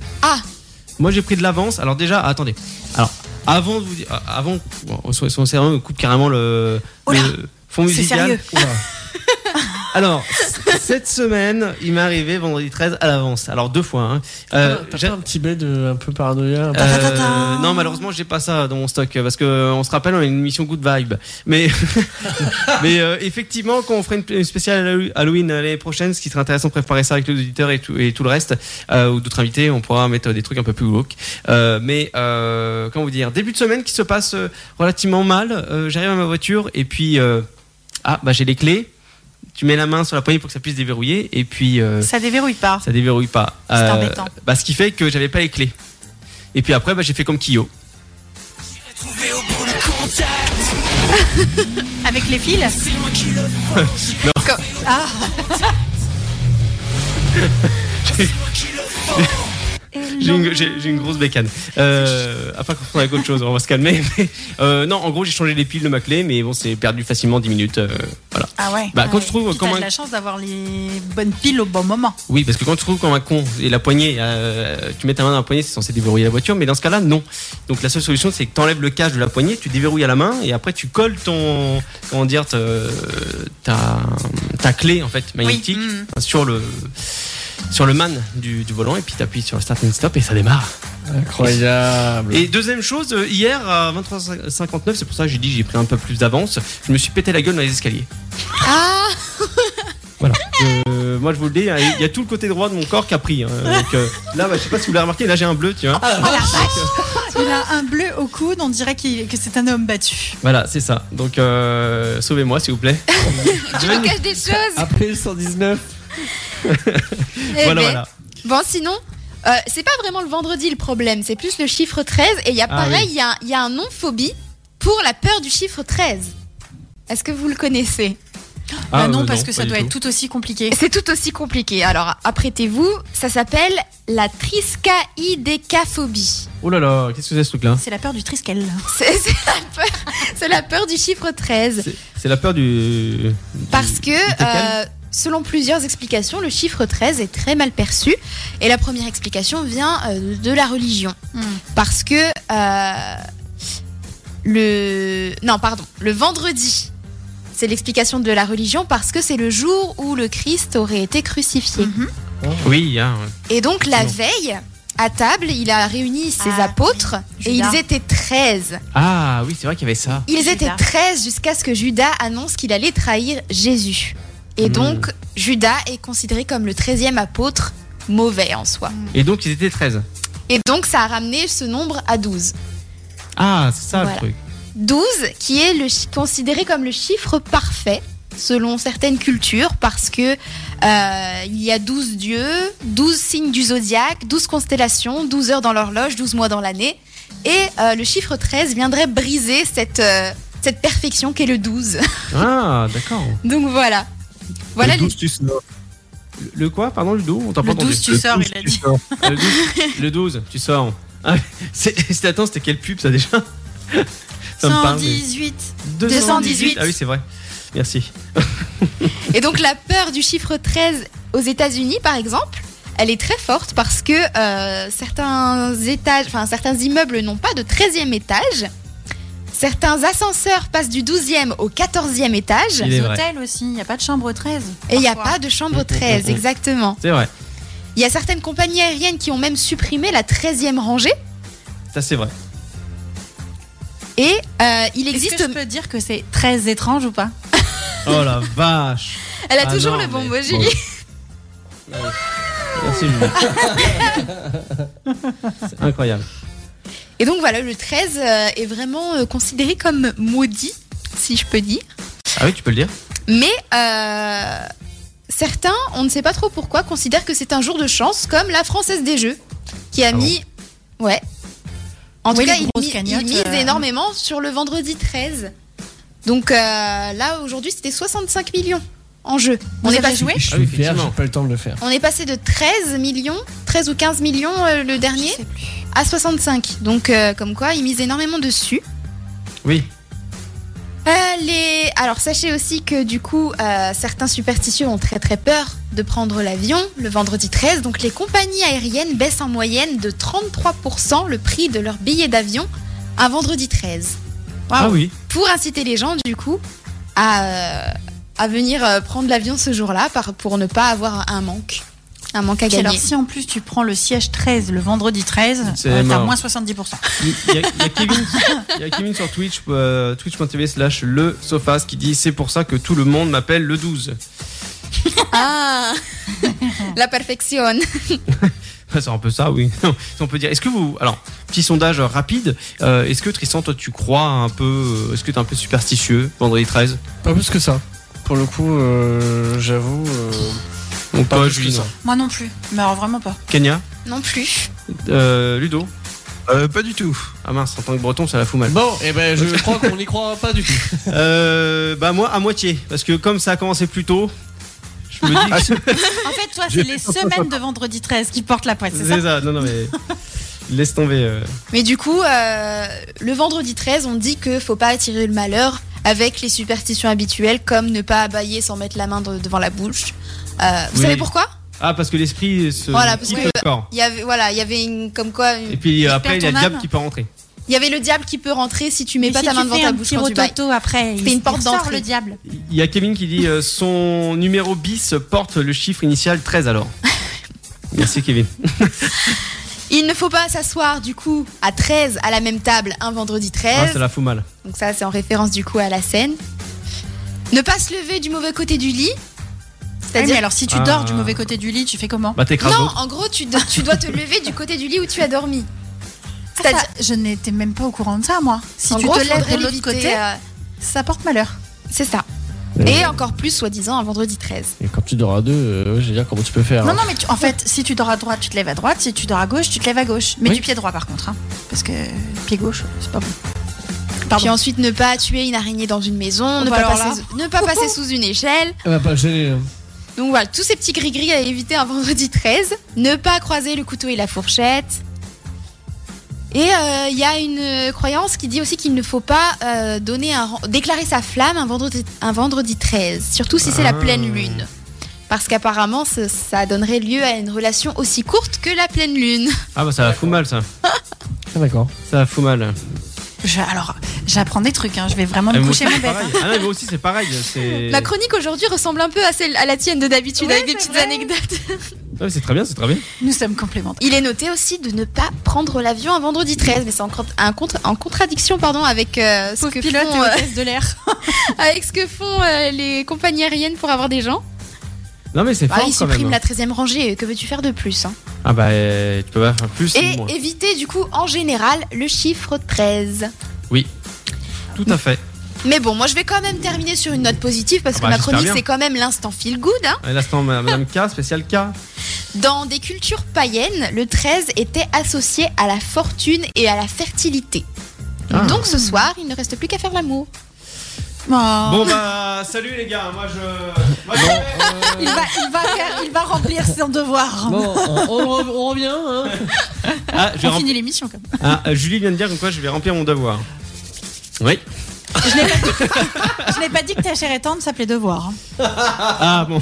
Speaker 2: Moi j'ai pris de l'avance. Alors déjà, attendez. Alors avant de vous dire, avant, bon, on s'en- on s'en- on coupe carrément le,
Speaker 6: Oh là,
Speaker 2: le fond
Speaker 6: c'est
Speaker 2: musical.
Speaker 6: sérieux.
Speaker 4: Euh,
Speaker 2: Alors, c- cette semaine, il m'est arrivé vendredi 13 à l'avance. Alors, deux fois. hein. Euh,
Speaker 4: T'as
Speaker 2: j'a-
Speaker 4: pas un petit bed euh, un peu paranoïa un peu-
Speaker 2: Euh,
Speaker 6: Tatatata.
Speaker 2: non, malheureusement, j'ai pas ça dans mon stock parce que euh, on se rappelle, on a une mission Good Vibe. Mais, *laughs* mais euh, effectivement, quand on fera une, une spéciale Halloween- Halloween euh, l'année prochaine, ce qui serait intéressant de préparer ça avec les auditeurs et tout, et tout le reste, euh, ou d'autres invités, on pourra mettre euh, des trucs un peu plus woke. Euh, mais, euh, comment vous dire, début de semaine qui se passe euh, relativement mal. euh, J'arrive à ma voiture et puis, euh, ah, bah j'ai les clés. Tu mets la main sur la poignée pour que ça puisse déverrouiller et puis. euh,
Speaker 6: Ça déverrouille pas.
Speaker 2: ça déverrouille pas.
Speaker 6: C'est embêtant.
Speaker 2: Bah, ce qui fait que j'avais pas les clés. Et puis après, bah, j'ai fait comme Kyo.
Speaker 6: Avec les
Speaker 2: *laughs*
Speaker 6: fils Ah
Speaker 2: J'ai une, j'ai- j'ai une grosse bécane. Euh, à pas confondre avec autre chose, on va se calmer. *laughs* Mais, euh, non, en gros, j'ai changé les piles de ma clé, mais bon, c'est perdu facilement 10 minutes. euh, voilà.
Speaker 6: Ah ouais.
Speaker 2: Bah, quand
Speaker 6: Ouais.
Speaker 2: je trouve,
Speaker 6: Puis
Speaker 2: quand
Speaker 6: t'as
Speaker 2: moi-
Speaker 6: de la chance d'avoir les bonnes piles au bon moment.
Speaker 2: Oui, parce que quand tu trouves comme un con et la poignée, euh, tu mets ta main dans la poignée, c'est censé déverrouiller la voiture, mais dans ce cas-là, non. Donc la seule solution, c'est que tu enlèves le cache de la poignée, tu déverrouilles à la main et après tu colles ton. Comment dire te- ta, ta clé en fait magnétique
Speaker 6: Mhm.
Speaker 2: sur le sur le man du, du volant et puis t'appuies sur le start and stop et ça démarre.
Speaker 4: Incroyable.
Speaker 2: Et deuxième chose, euh, hier à 23h59, c'est pour ça que j'ai dit j'ai pris un peu plus d'avance, je me suis pété la gueule dans les escaliers.
Speaker 3: Ah
Speaker 2: *laughs* Voilà. Euh, moi, je vous le dis, hein, il y a tout le côté droit de mon corps qui a pris. hein. Donc, euh, là, bah, je sais pas si vous l'avez remarqué, là, j'ai un bleu, tu vois.
Speaker 6: Ah, bah, Il a un bleu au coude, on dirait qu'il- que c'est un homme battu.
Speaker 2: Voilà, c'est ça. Donc, euh, sauvez-moi, s'il vous plaît.
Speaker 6: Eh Ah,
Speaker 3: Tu me caches des choses
Speaker 4: Appelez le 119.
Speaker 3: Eh
Speaker 2: voilà,
Speaker 3: ben,
Speaker 2: voilà.
Speaker 3: Bon, sinon, euh, c'est pas vraiment le vendredi le problème, c'est plus le chiffre 13. Et il y a
Speaker 2: Ah
Speaker 3: pareil,
Speaker 2: oui.
Speaker 3: il y a- il y, a un nom phobie pour la peur du chiffre 13. Est-ce que vous le connaissez
Speaker 6: Ah,
Speaker 2: euh,
Speaker 6: non, parce que
Speaker 2: pas
Speaker 6: ça
Speaker 2: du
Speaker 6: doit être
Speaker 2: tout.
Speaker 6: tout aussi compliqué.
Speaker 3: C'est tout aussi compliqué. Alors, apprêtez-vous, ça s'appelle la triskaïdécaphobie.
Speaker 2: Oh là là, qu'est-ce que c'est ce truc-là
Speaker 6: C'est la peur du triskel.
Speaker 2: Ah,
Speaker 3: C'est c'est la, peur- c'est la peur du chiffre 13.
Speaker 2: C'est- C'est la peur du.
Speaker 3: Parce que,
Speaker 2: était calme.
Speaker 3: euh, selon plusieurs explications, le chiffre 13 est très mal perçu. Et la première explication vient euh, de la religion.
Speaker 6: Hmm.
Speaker 3: Parce que. euh, le. Non, pardon. Le vendredi. C'est l'explication de la religion parce que c'est le jour où le Christ aurait été crucifié.
Speaker 6: Mhm.
Speaker 2: Oui, hein,
Speaker 3: Et donc la
Speaker 2: Non.
Speaker 3: veille, à table, il a réuni ses
Speaker 6: Ah,
Speaker 3: apôtres
Speaker 6: oui.
Speaker 3: et
Speaker 6: Judas.
Speaker 3: ils étaient 13.
Speaker 2: Ah oui, c'est vrai qu'il y avait ça.
Speaker 3: Ils
Speaker 6: Judas.
Speaker 3: étaient 13 jusqu'à ce que Judas annonce qu'il allait trahir Jésus. Et
Speaker 2: Hmm.
Speaker 3: donc, Judas est considéré comme le 13e apôtre mauvais en soi.
Speaker 2: Et donc ils étaient 13.
Speaker 3: Et donc, ça a ramené ce nombre à 12.
Speaker 2: Ah, c'est ça
Speaker 3: Voilà.
Speaker 2: le truc.
Speaker 3: 12 qui est le chi- considéré comme le chiffre parfait selon certaines cultures parce que euh, il y a 12 dieux, 12 signes du zodiaque, 12 constellations, 12 heures dans l'horloge, 12 mois dans l'année et euh, le chiffre 13 viendrait briser cette euh, cette perfection qu'est le 12.
Speaker 2: Ah, d'accord.
Speaker 3: Donc voilà. Voilà
Speaker 9: Le
Speaker 3: les-
Speaker 9: 12, tu sors.
Speaker 2: Le quoi Pardon, le dos On t'a pas
Speaker 6: Le
Speaker 2: entendu.
Speaker 6: 12, tu sors, il a
Speaker 9: tu
Speaker 6: dit.
Speaker 9: sors.
Speaker 2: Le 12, le 12, tu sors. Ah, c'est- c'était- attends, c'était quelle pub ça déjà Ça me parle. mais-
Speaker 6: 118.
Speaker 2: 218. Ah oui, c'est vrai. Merci.
Speaker 3: et donc la peur du chiffre 13 aux États-Unis par exemple, elle est très forte parce que euh, certains étages, enfin certains immeubles n'ont pas de 13e étage. Certains ascenseurs passent du 12e au 14e étage
Speaker 2: Il
Speaker 6: Les
Speaker 2: est vrai.
Speaker 6: hôtels aussi, il n'y a pas de chambre 13.
Speaker 3: et il n'y a
Speaker 6: parfois.
Speaker 3: pas de chambre 13,
Speaker 2: Mhm.
Speaker 3: exactement.
Speaker 2: C'est vrai.
Speaker 3: Il y a certaines compagnies aériennes qui ont même supprimé la 13e rangée
Speaker 2: Ça, c'est vrai.
Speaker 3: et euh, il
Speaker 6: Est-ce
Speaker 3: existe...
Speaker 6: que je peux dire que c'est très étrange ou pas
Speaker 2: Oh la vache.
Speaker 3: Elle a
Speaker 2: Ah
Speaker 3: toujours
Speaker 2: non,
Speaker 3: le bon
Speaker 2: mais
Speaker 3: mot,
Speaker 2: bon.
Speaker 3: Julie.
Speaker 2: Merci, Julie. *laughs* C'est incroyable.
Speaker 3: Et donc voilà, le 13 euh, est vraiment euh, considéré comme maudit, si je peux dire.
Speaker 2: Ah oui, tu peux le dire
Speaker 3: Mais euh, certains, on ne sait pas trop pourquoi, considèrent que c'est un jour de chance, comme la Française des Jeux, qui a
Speaker 2: Ah bon
Speaker 3: mis. ouais. En
Speaker 6: Oui,
Speaker 3: tout cas,
Speaker 6: les
Speaker 3: ils
Speaker 6: grosses
Speaker 3: mi-
Speaker 6: cagnottes,
Speaker 3: ils misent
Speaker 6: euh.
Speaker 3: énormément sur le vendredi 13. Donc euh, là, aujourd'hui, c'était 65 millions en jeu.
Speaker 6: Vous
Speaker 3: on, est
Speaker 6: avez
Speaker 3: pas-
Speaker 6: joué
Speaker 4: Je
Speaker 2: Ah oui,
Speaker 4: suis fier,
Speaker 2: effectivement.
Speaker 4: j'ai pas le temps de le faire.
Speaker 3: on est passé de 13 millions, 13 ou 15 millions euh, le dernier,
Speaker 6: sais plus.
Speaker 3: à 65. Donc, euh, comme quoi, ils misent énormément dessus.
Speaker 2: Oui.
Speaker 3: Euh, les- Alors sachez aussi que du coup, euh, certains superstitieux ont très très peur de prendre l'avion le vendredi 13, donc les compagnies aériennes baissent en moyenne de 33% le prix de leurs billets d'avion un vendredi 13,
Speaker 2: Ah oui.
Speaker 3: pour inciter les gens du coup à, euh, à venir euh, prendre l'avion ce jour-là par- pour ne pas avoir un manque. Un manque à
Speaker 6: Puis alors,
Speaker 3: gagner.
Speaker 6: si en plus tu prends le siège 13 le vendredi 13,
Speaker 2: C'est
Speaker 6: euh, t'as
Speaker 2: mort.
Speaker 6: moins 70%.
Speaker 2: Il y, a- il y a Kevin- il y a Kevin sur Twitch, euh, twitch.tv slash le Sofas qui dit c'est pour ça que tout le monde m'appelle le 12.
Speaker 3: Ah *laughs* La perfection
Speaker 2: Ah, C'est un peu ça, oui. Si On peut dire. Est-ce que vous. Alors, petit sondage rapide. euh, est-ce que Tristan, toi, tu crois un peu. euh, Est-ce que t'es un peu superstitieux, vendredi 13
Speaker 4: Pas plus que ça. Pour le coup, euh, j'avoue. euh,
Speaker 2: Ou
Speaker 4: Pas
Speaker 2: pas,
Speaker 4: plus que
Speaker 2: Julien
Speaker 4: ça.
Speaker 6: Moi non plus. Mais alors vraiment pas.
Speaker 2: Kenya
Speaker 3: Non plus.
Speaker 2: Euh, Ludo
Speaker 8: Euh, pas du tout.
Speaker 2: Ah mince, en tant que breton, ça la fout mal.
Speaker 4: Bon, et ben je crois qu'on n'y croit pas du tout.
Speaker 2: Euh, bah, moi, à moitié. Parce que comme ça a commencé plus tôt, je
Speaker 3: *laughs*
Speaker 2: me
Speaker 3: Ah,
Speaker 2: dis. que-
Speaker 6: En fait, toi,
Speaker 8: J'ai
Speaker 6: c'est les
Speaker 8: fait ça,
Speaker 6: semaines de vendredi 13 qui portent la poisse, c'est ça
Speaker 2: c'est ça. Non, non,
Speaker 3: *laughs*
Speaker 2: mais. Laisse tomber. euh.
Speaker 3: Mais du coup, euh, le vendredi 13, on dit que faut pas attirer le malheur avec les superstitions habituelles comme ne pas abailler sans mettre la main de- devant la bouche. Euh, vous
Speaker 2: Oui.
Speaker 3: savez pourquoi
Speaker 2: Ah, parce que l'esprit se.
Speaker 3: Voilà, parce
Speaker 2: quitte
Speaker 3: que-
Speaker 2: le corps.
Speaker 3: Il y avait voilà, il y avait une, comme quoi une-
Speaker 2: Et puis
Speaker 6: perds
Speaker 2: après, il y a
Speaker 6: ton
Speaker 2: le diable
Speaker 6: âme.
Speaker 2: qui peut rentrer.
Speaker 3: il y avait le diable qui peut rentrer si tu mets
Speaker 6: Mais
Speaker 3: pas
Speaker 6: si
Speaker 3: ta main
Speaker 6: tu
Speaker 3: devant
Speaker 6: fais
Speaker 3: ta
Speaker 6: un
Speaker 3: bouche
Speaker 6: petit
Speaker 3: quand tu bailles.
Speaker 6: rototo après, il,
Speaker 3: une
Speaker 6: il
Speaker 3: porte
Speaker 6: ressort
Speaker 3: d'entrée.
Speaker 6: le diable.
Speaker 2: Il y a Kevin qui dit euh, son numéro bis porte le chiffre initial 13 alors. Merci Kevin.
Speaker 3: Il ne faut pas s'asseoir du coup à 13 à la même table un vendredi
Speaker 2: Ah,
Speaker 3: 13.
Speaker 2: ça la fout mal.
Speaker 3: Donc ça c'est en référence du coup à la scène. Ne pas se lever du mauvais côté du lit.
Speaker 6: Oui,
Speaker 3: C'est-à-dire
Speaker 6: Ah, mais alors si tu dors
Speaker 2: Ah.
Speaker 6: du mauvais côté du lit, tu fais comment
Speaker 2: Bah t'écrases
Speaker 3: Non,
Speaker 2: l'autre.
Speaker 3: en gros, tu, do- tu dois te lever du côté du lit où tu as dormi.
Speaker 6: C'est-à-dire,
Speaker 3: C'est-à-dire,
Speaker 6: je n'étais même pas au courant de ça, moi. Si
Speaker 3: en
Speaker 6: tu
Speaker 3: gros,
Speaker 6: te lèves
Speaker 3: faudrait
Speaker 6: de l'autre
Speaker 3: l'éviter,
Speaker 6: côté,
Speaker 3: euh,
Speaker 6: ça porte malheur.
Speaker 3: c'est ça. Et encore plus, soi-disant, un vendredi 13.
Speaker 4: Et quand tu dors à deux, euh, je veux dire, comment tu peux faire
Speaker 6: Non,
Speaker 4: hein
Speaker 6: non, mais tu- en fait, si tu dors à droite, tu te lèves à droite. Si tu dors à gauche, tu te lèves à gauche. Mais
Speaker 4: Oui.
Speaker 6: du pied droit, par contre. hein. Parce que pied gauche, c'est pas bon.
Speaker 3: Puis ensuite, ne pas tuer une araignée dans une maison, ne
Speaker 6: bah
Speaker 3: pas,
Speaker 6: alors
Speaker 3: passer, ne pas *laughs* passer sous une échelle.
Speaker 4: Elle va pas gêner. hein.
Speaker 3: Donc voilà, tous ces petits gris-gris à éviter un vendredi *laughs* 13. Ne pas croiser le couteau et la fourchette. Et euh, il y a une euh, croyance qui dit aussi qu'il ne faut pas euh, donner un, ren- déclarer sa flamme un vendredi, un vendredi 13, surtout si c'est la pleine lune. Parce qu'apparemment, ce- ça donnerait lieu à une relation aussi courte que la pleine lune.
Speaker 2: Ah bah ça fout mal ça.
Speaker 4: Ah, d'accord.
Speaker 2: Ça fout mal.
Speaker 6: Je- alors, j'apprends des trucs. hein. Je vais vraiment
Speaker 2: Ah,
Speaker 6: me
Speaker 2: moi
Speaker 6: coucher
Speaker 2: aussi,
Speaker 6: mon
Speaker 2: c'est
Speaker 6: bête.
Speaker 2: pareil.
Speaker 6: hein.
Speaker 2: Ah non, mais moi aussi c'est pareil. C'est
Speaker 3: La chronique aujourd'hui ressemble un peu à, celle, à la tienne de d'habitude,
Speaker 6: Ouais,
Speaker 3: avec des
Speaker 6: c'est
Speaker 3: petites
Speaker 6: vrai.
Speaker 3: anecdotes.
Speaker 2: Ah, mais c'est très bien, c'est très bien.
Speaker 6: Nous sommes complémentaires.
Speaker 3: Il est noté aussi de ne pas prendre l'avion un vendredi 13, mais c'est en, cont- un contre- en contradiction pardon, avec, euh, ce
Speaker 6: Pauvre
Speaker 3: que
Speaker 6: pilote
Speaker 3: font,
Speaker 6: et
Speaker 3: *laughs* euh,
Speaker 6: hôtesse de l'air.
Speaker 3: avec ce que font euh, les compagnies aériennes pour avoir des gens.
Speaker 2: Non mais c'est
Speaker 3: Ah,
Speaker 2: fort
Speaker 3: ils
Speaker 2: quand
Speaker 3: suppriment
Speaker 2: même.
Speaker 3: la 13e rangée, que veux-tu faire de plus hein
Speaker 2: Ah bah euh, tu peux pas faire plus
Speaker 3: Et
Speaker 2: ou moins.
Speaker 3: éviter du coup en général le chiffre 13.
Speaker 2: Tout à fait.
Speaker 3: Mais bon, moi je vais quand même terminer sur une note positive parce
Speaker 2: Ah
Speaker 3: que
Speaker 2: bah,
Speaker 3: ma
Speaker 2: j'espère
Speaker 3: chronique
Speaker 2: bien.
Speaker 3: c'est quand même l'instant feel good. hein.
Speaker 2: Et là c'est en Madame K, spécial K.
Speaker 3: Dans des cultures païennes, le 13 était associé à la fortune et à la fertilité.
Speaker 2: Ah.
Speaker 3: Donc ce soir, il ne reste plus qu'à faire l'amour.
Speaker 6: Oh.
Speaker 2: Bon bah salut les gars, moi je. Moi, je-
Speaker 6: Il, va, il, va faire- il va remplir son devoir.
Speaker 4: Bon, on, on re- on revient. Hein
Speaker 2: Ah, je vais
Speaker 6: On
Speaker 2: rem-
Speaker 6: finit l'émission comme ça.
Speaker 2: Ah, euh, Julie vient de dire que quoi je vais remplir mon devoir. Oui.
Speaker 6: Je n'ai pas dit que ta chère étante s'appelait devoir. hein.
Speaker 2: Ah bon,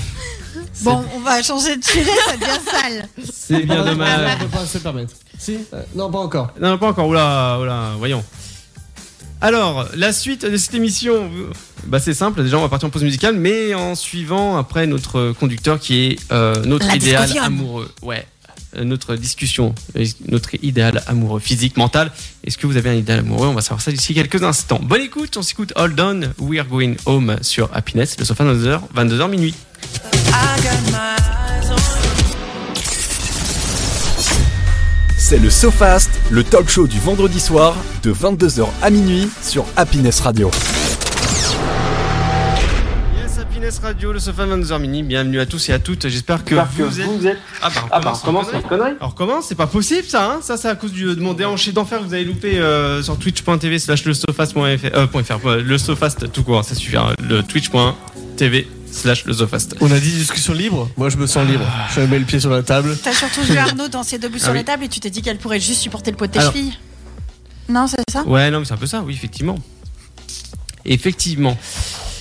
Speaker 6: Bon, on va changer de sujet, ça devient sale.
Speaker 2: c'est
Speaker 4: *laughs*
Speaker 2: bien dommage.
Speaker 4: On peut pas se le permettre. Si Euh, Non, pas encore.
Speaker 2: Non, pas encore. Oula, oula, voyons. Alors, la suite de cette émission, bah, c'est simple. Déjà, on va partir en pause musicale, mais en suivant après notre conducteur qui est euh, notre
Speaker 6: La
Speaker 2: idéal
Speaker 6: Discovium.
Speaker 2: amoureux. Ouais. Euh, Notre discussion, euh, notre idéal amoureux physique, mental. Est-ce que vous avez un idéal amoureux On va savoir ça d'ici quelques instants. Bonne écoute, on s'écoute Hold On, We're Going Home sur Happiness, le sofa 22h, 22h minuit.
Speaker 1: C'est le SoFast, le talk show du vendredi soir de 22h à minuit sur Happiness Radio.
Speaker 2: Yes, Happiness Radio, le sofa 22h minuit. Bienvenue à tous et à toutes. J'espère que vous êtes. Ah bah, on commence en connerie. Alors comment C'est pas possible ça, hein Ça c'est à cause du, de mon déhanché d'enfer que vous avez loupé euh, sur twitch.tv slash le sofast.fr, euh, point fr, euh, le sofast tout court, ça suffit, hein, le twitch.tv slash le sofast.
Speaker 4: On a dit discussion libre. Moi, je me sens libre. Je mets le pied sur la table.
Speaker 6: T'as surtout vu Arnaud danser debout sur
Speaker 2: Ah oui.
Speaker 6: la table et tu t'es dit qu'elle pourrait juste supporter le pot de tes
Speaker 2: Alors.
Speaker 6: chevilles. Non, c'est ça
Speaker 2: Ouais, non mais c'est un peu ça, oui, effectivement. Effectivement.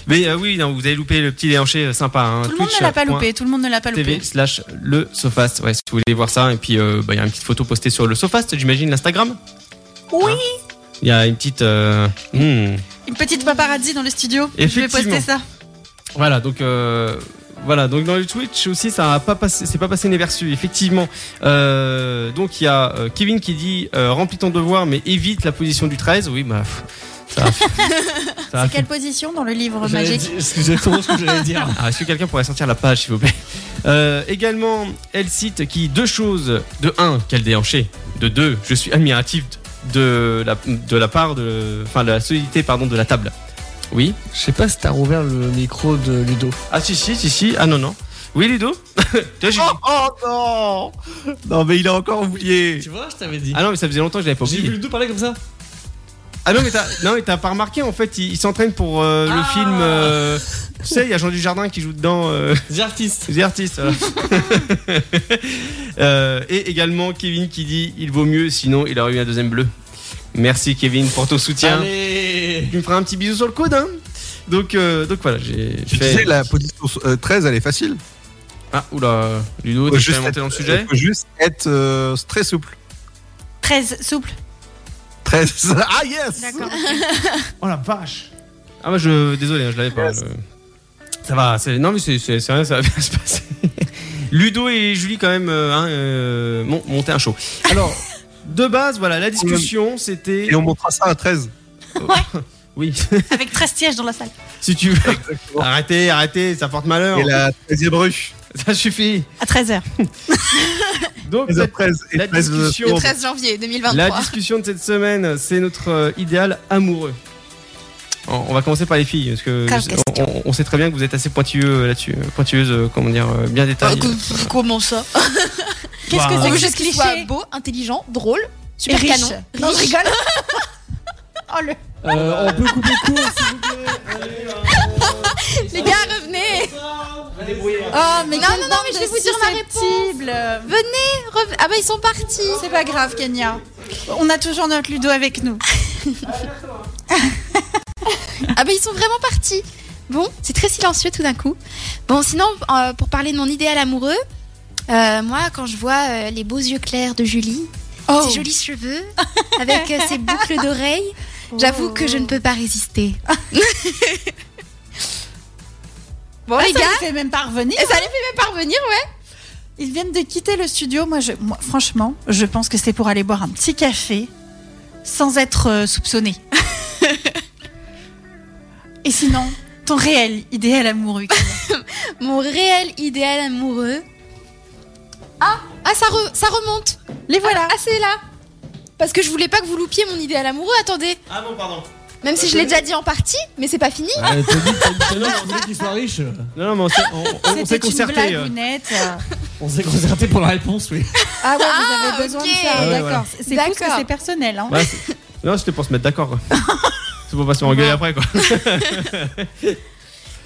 Speaker 2: Mais euh, oui, non, vous avez loupé le petit déhanché euh, sympa. Hein,
Speaker 6: Tout le monde ne l'a pas
Speaker 2: twitch.tv
Speaker 6: loupé, tout le monde ne l'a pas loupé.
Speaker 2: TV slash le Sofast. Ouais, si vous voulez voir ça. Et puis, euh, bah, il y a une petite photo postée sur le Sofast, j'imagine, l'Instagram.
Speaker 6: Oui.
Speaker 2: Hein Il y a une petite. euh, hmm.
Speaker 6: Une petite paparazzi dans le studio. Je vais
Speaker 2: Effectivement.
Speaker 6: poster ça.
Speaker 2: Voilà, donc. euh, Voilà, donc dans le Twitch aussi, ça a pas passé, c'est pas passé inaperçu, effectivement. Euh, donc il y a euh, Kevin qui dit euh, remplis ton devoir, mais évite la position du 13. Oui, bah pff, ça. ça a-
Speaker 6: C'est quelle position dans le livre
Speaker 4: J'allais
Speaker 6: magique
Speaker 4: dire- C'est exactement ce que j'allais dire.
Speaker 2: Ah, est-ce que quelqu'un pourrait sortir la page, s'il vous plaît Euh, Également, elle cite qui deux choses. De un, qu'elle déhanché. De deux, je suis admiratif de la, de la part de. Enfin, de la solidité, pardon, de la table. Oui.
Speaker 4: Je sais pas si t'as rouvert le micro de Ludo.
Speaker 2: Ah, si, si, si, si. Ah, non, non. Oui, Ludo *laughs* oh. Toi, j'ai dit-
Speaker 8: Oh non Non mais il a encore oublié
Speaker 4: vois, je t'avais dit.
Speaker 2: Ah non, mais ça faisait longtemps que je l'avais pas
Speaker 4: J'ai vu
Speaker 2: oublié.
Speaker 4: Ludo parler comme ça.
Speaker 2: Ah non, mais t'as, non, mais t'as pas remarqué, en fait, il, il s'entraîne pour euh, le film. euh, tu sais, il y a Jean Dujardin qui joue dedans. euh,
Speaker 4: Des artistes.
Speaker 2: Les artistes, voilà. *laughs* Euh, et également Kevin qui dit il vaut mieux, sinon il aurait eu un deuxième bleu. Merci Kevin pour ton soutien.
Speaker 4: Allez.
Speaker 2: Tu me feras un petit bisou sur le coude, hein donc, euh, donc voilà, j'ai
Speaker 8: Tu
Speaker 2: fait.
Speaker 8: sais, la position euh, 13, elle est facile.
Speaker 2: Ah, oula, Ludo,
Speaker 8: Faut
Speaker 2: tu
Speaker 8: juste
Speaker 2: monter
Speaker 8: être-
Speaker 2: dans le sujet
Speaker 8: faut juste être euh, très souple.
Speaker 6: 13, souple.
Speaker 8: 13. *laughs* Ah yes
Speaker 6: D'accord.
Speaker 2: Oh la vache Ah, bah, je. Désolé, hein, je l'avais pas.
Speaker 8: Yes.
Speaker 2: le- Ça va, c'est- non, mais c'est c'est- c'est rien, ça va bien se passer. *laughs* Ludo et Julie, quand même, euh, hein, euh, mon- monter un show. Alors, de base, voilà, la discussion, c'était.
Speaker 8: Et on montrera ça à 13.
Speaker 2: Oui. *laughs*
Speaker 6: Avec 13 sièges dans la salle.
Speaker 2: si tu veux. Arrêtez, arrêtez, ça porte malheur.
Speaker 8: Et la 13 e ruche.
Speaker 2: Ça suffit.
Speaker 6: À 13h.
Speaker 2: Donc,
Speaker 8: Les
Speaker 2: cette-
Speaker 8: 13 et
Speaker 2: la
Speaker 8: 13
Speaker 2: discussion.
Speaker 3: Le 13 janvier
Speaker 2: la
Speaker 3: 2023.
Speaker 2: discussion de cette semaine, c'est notre euh, idéal amoureux. On on va commencer par les filles, parce que
Speaker 3: Quelle
Speaker 2: je-
Speaker 3: question.
Speaker 2: on, on sait très bien que vous êtes assez pointilleux euh, là-dessus, euh, pointilleuse, euh, comment dire, euh, bien détaillée.
Speaker 3: Comment ça
Speaker 6: Qu'est-ce que
Speaker 2: Bah,
Speaker 6: c'est
Speaker 3: Ou
Speaker 6: que ce
Speaker 3: juste qu'il soit
Speaker 6: cliché
Speaker 3: beau, intelligent, drôle,
Speaker 6: Et
Speaker 3: super
Speaker 6: riche.
Speaker 3: canon.
Speaker 6: Non, je rigole. oh le.
Speaker 4: Euh, on peut couper court, s'il vous plaît.
Speaker 3: Les gars, revenez
Speaker 6: Oh, mais
Speaker 3: Non, non, non, mais je vais vous dire ma réponse.
Speaker 6: réponse.
Speaker 3: Revenez. Ah bah ils sont partis
Speaker 6: C'est pas grave, Kenya. On a toujours notre Ludo avec nous.
Speaker 3: Ah bah ils sont vraiment partis. Bon, c'est très silencieux tout d'un coup. Bon, sinon, euh, pour parler de mon idéal amoureux, euh, moi, quand je vois euh, les beaux yeux clairs de Julie, ses jolis cheveux, avec euh, ses boucles d'oreilles, j'avoue que je ne peux pas résister. *laughs* bon,
Speaker 6: Ah,
Speaker 3: Oh, les
Speaker 6: ça
Speaker 3: gars,
Speaker 6: les fait même pas revenir.
Speaker 3: et ça les fait même parvenir, ouais.
Speaker 6: Ils viennent de quitter le studio. Moi, je, moi, franchement, je pense que c'est pour aller boire un petit café sans être euh, soupçonné. *laughs* Et sinon, ton réel idéal amoureux.
Speaker 3: Mon réel idéal amoureux. Ah, ah ça, re- ça remonte.
Speaker 6: Les voilà.
Speaker 3: Ah, ah, c'est là. Parce que je voulais pas que vous loupiez mon idéal amoureux, attendez.
Speaker 2: Ah bon, pardon.
Speaker 3: Même si je l'ai déjà dit en partie, mais c'est pas fini.
Speaker 4: Euh, T'as dit tout à l'heure, on voulait qu'il soit riche.
Speaker 2: Non, non, mais on s'est- on- on- on s'est
Speaker 6: C'était une blague,
Speaker 2: concerté. euh.
Speaker 6: Lunette.
Speaker 4: On s'est concerté pour la réponse, oui.
Speaker 6: Ah ouais,
Speaker 3: Ah,
Speaker 6: vous avez besoin
Speaker 3: ok.
Speaker 6: de ça.
Speaker 2: Ah ouais,
Speaker 6: D'accord.
Speaker 2: voilà.
Speaker 6: C'est cool parce que
Speaker 3: D'accord.
Speaker 6: c'est personnel. Hein.
Speaker 2: Ouais, c'est- non, c'était pour se mettre
Speaker 3: *laughs*
Speaker 2: d'accord. quoi. C'est pour pas se faire engueuler après, quoi.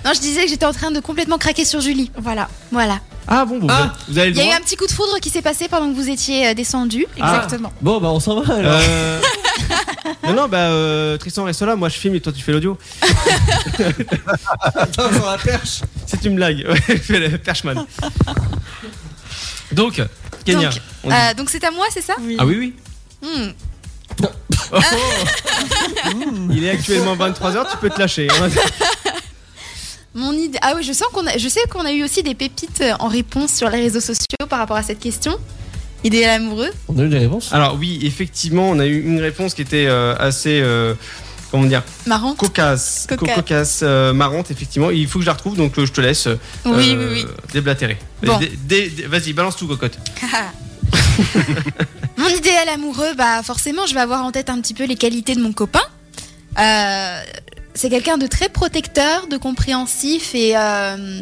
Speaker 3: Non, je disais que j'étais en train de complètement craquer sur Julie. Voilà. Voilà.
Speaker 2: Ah bon, bon, vous avez- vous avez le
Speaker 3: Il y a eu
Speaker 2: droit.
Speaker 3: un petit coup de foudre qui s'est passé pendant que vous étiez euh, descendu.
Speaker 4: Ah.
Speaker 6: Exactement.
Speaker 4: Bon, bah on s'en va alors.
Speaker 3: *laughs*
Speaker 2: Euh, non, non, bah euh, Tristan reste là, moi je filme et toi tu fais l'audio.
Speaker 4: Attends, sur la perche.
Speaker 2: C'est une blague, *laughs* ouais, fais le perchman. Donc, Kenya.
Speaker 3: Donc,
Speaker 2: on dit-
Speaker 3: Euh, donc c'est à moi, c'est ça
Speaker 2: Ah oui, oui.
Speaker 3: Hmm.
Speaker 2: Oh. Il est actuellement 23h, tu peux te *laughs* lâcher. hein.
Speaker 3: Mon idée. Ah oui, je sens qu'on a... je sais qu'on a eu aussi des pépites euh, en réponse sur les réseaux sociaux par rapport à cette question. Idéal amoureux.
Speaker 4: On a eu des réponses
Speaker 2: Alors, oui, effectivement, on a eu une réponse qui était euh, assez. euh, comment dire
Speaker 3: Marrant.
Speaker 2: Cocasse. co-
Speaker 3: Cocasse.
Speaker 2: cocasse, euh, marrante, effectivement. Il faut que je la retrouve, donc euh, je te laisse. euh,
Speaker 3: Oui, oui, oui.
Speaker 2: Déblatérer.
Speaker 3: Bon.
Speaker 2: Dé- dé- dé- Vas-y, balance tout, cocotte.
Speaker 3: *laughs* Mon idéal amoureux, bah forcément, je vais avoir en tête un petit peu les qualités de mon copain. Euh, c'est quelqu'un de très protecteur, de compréhensif et euh,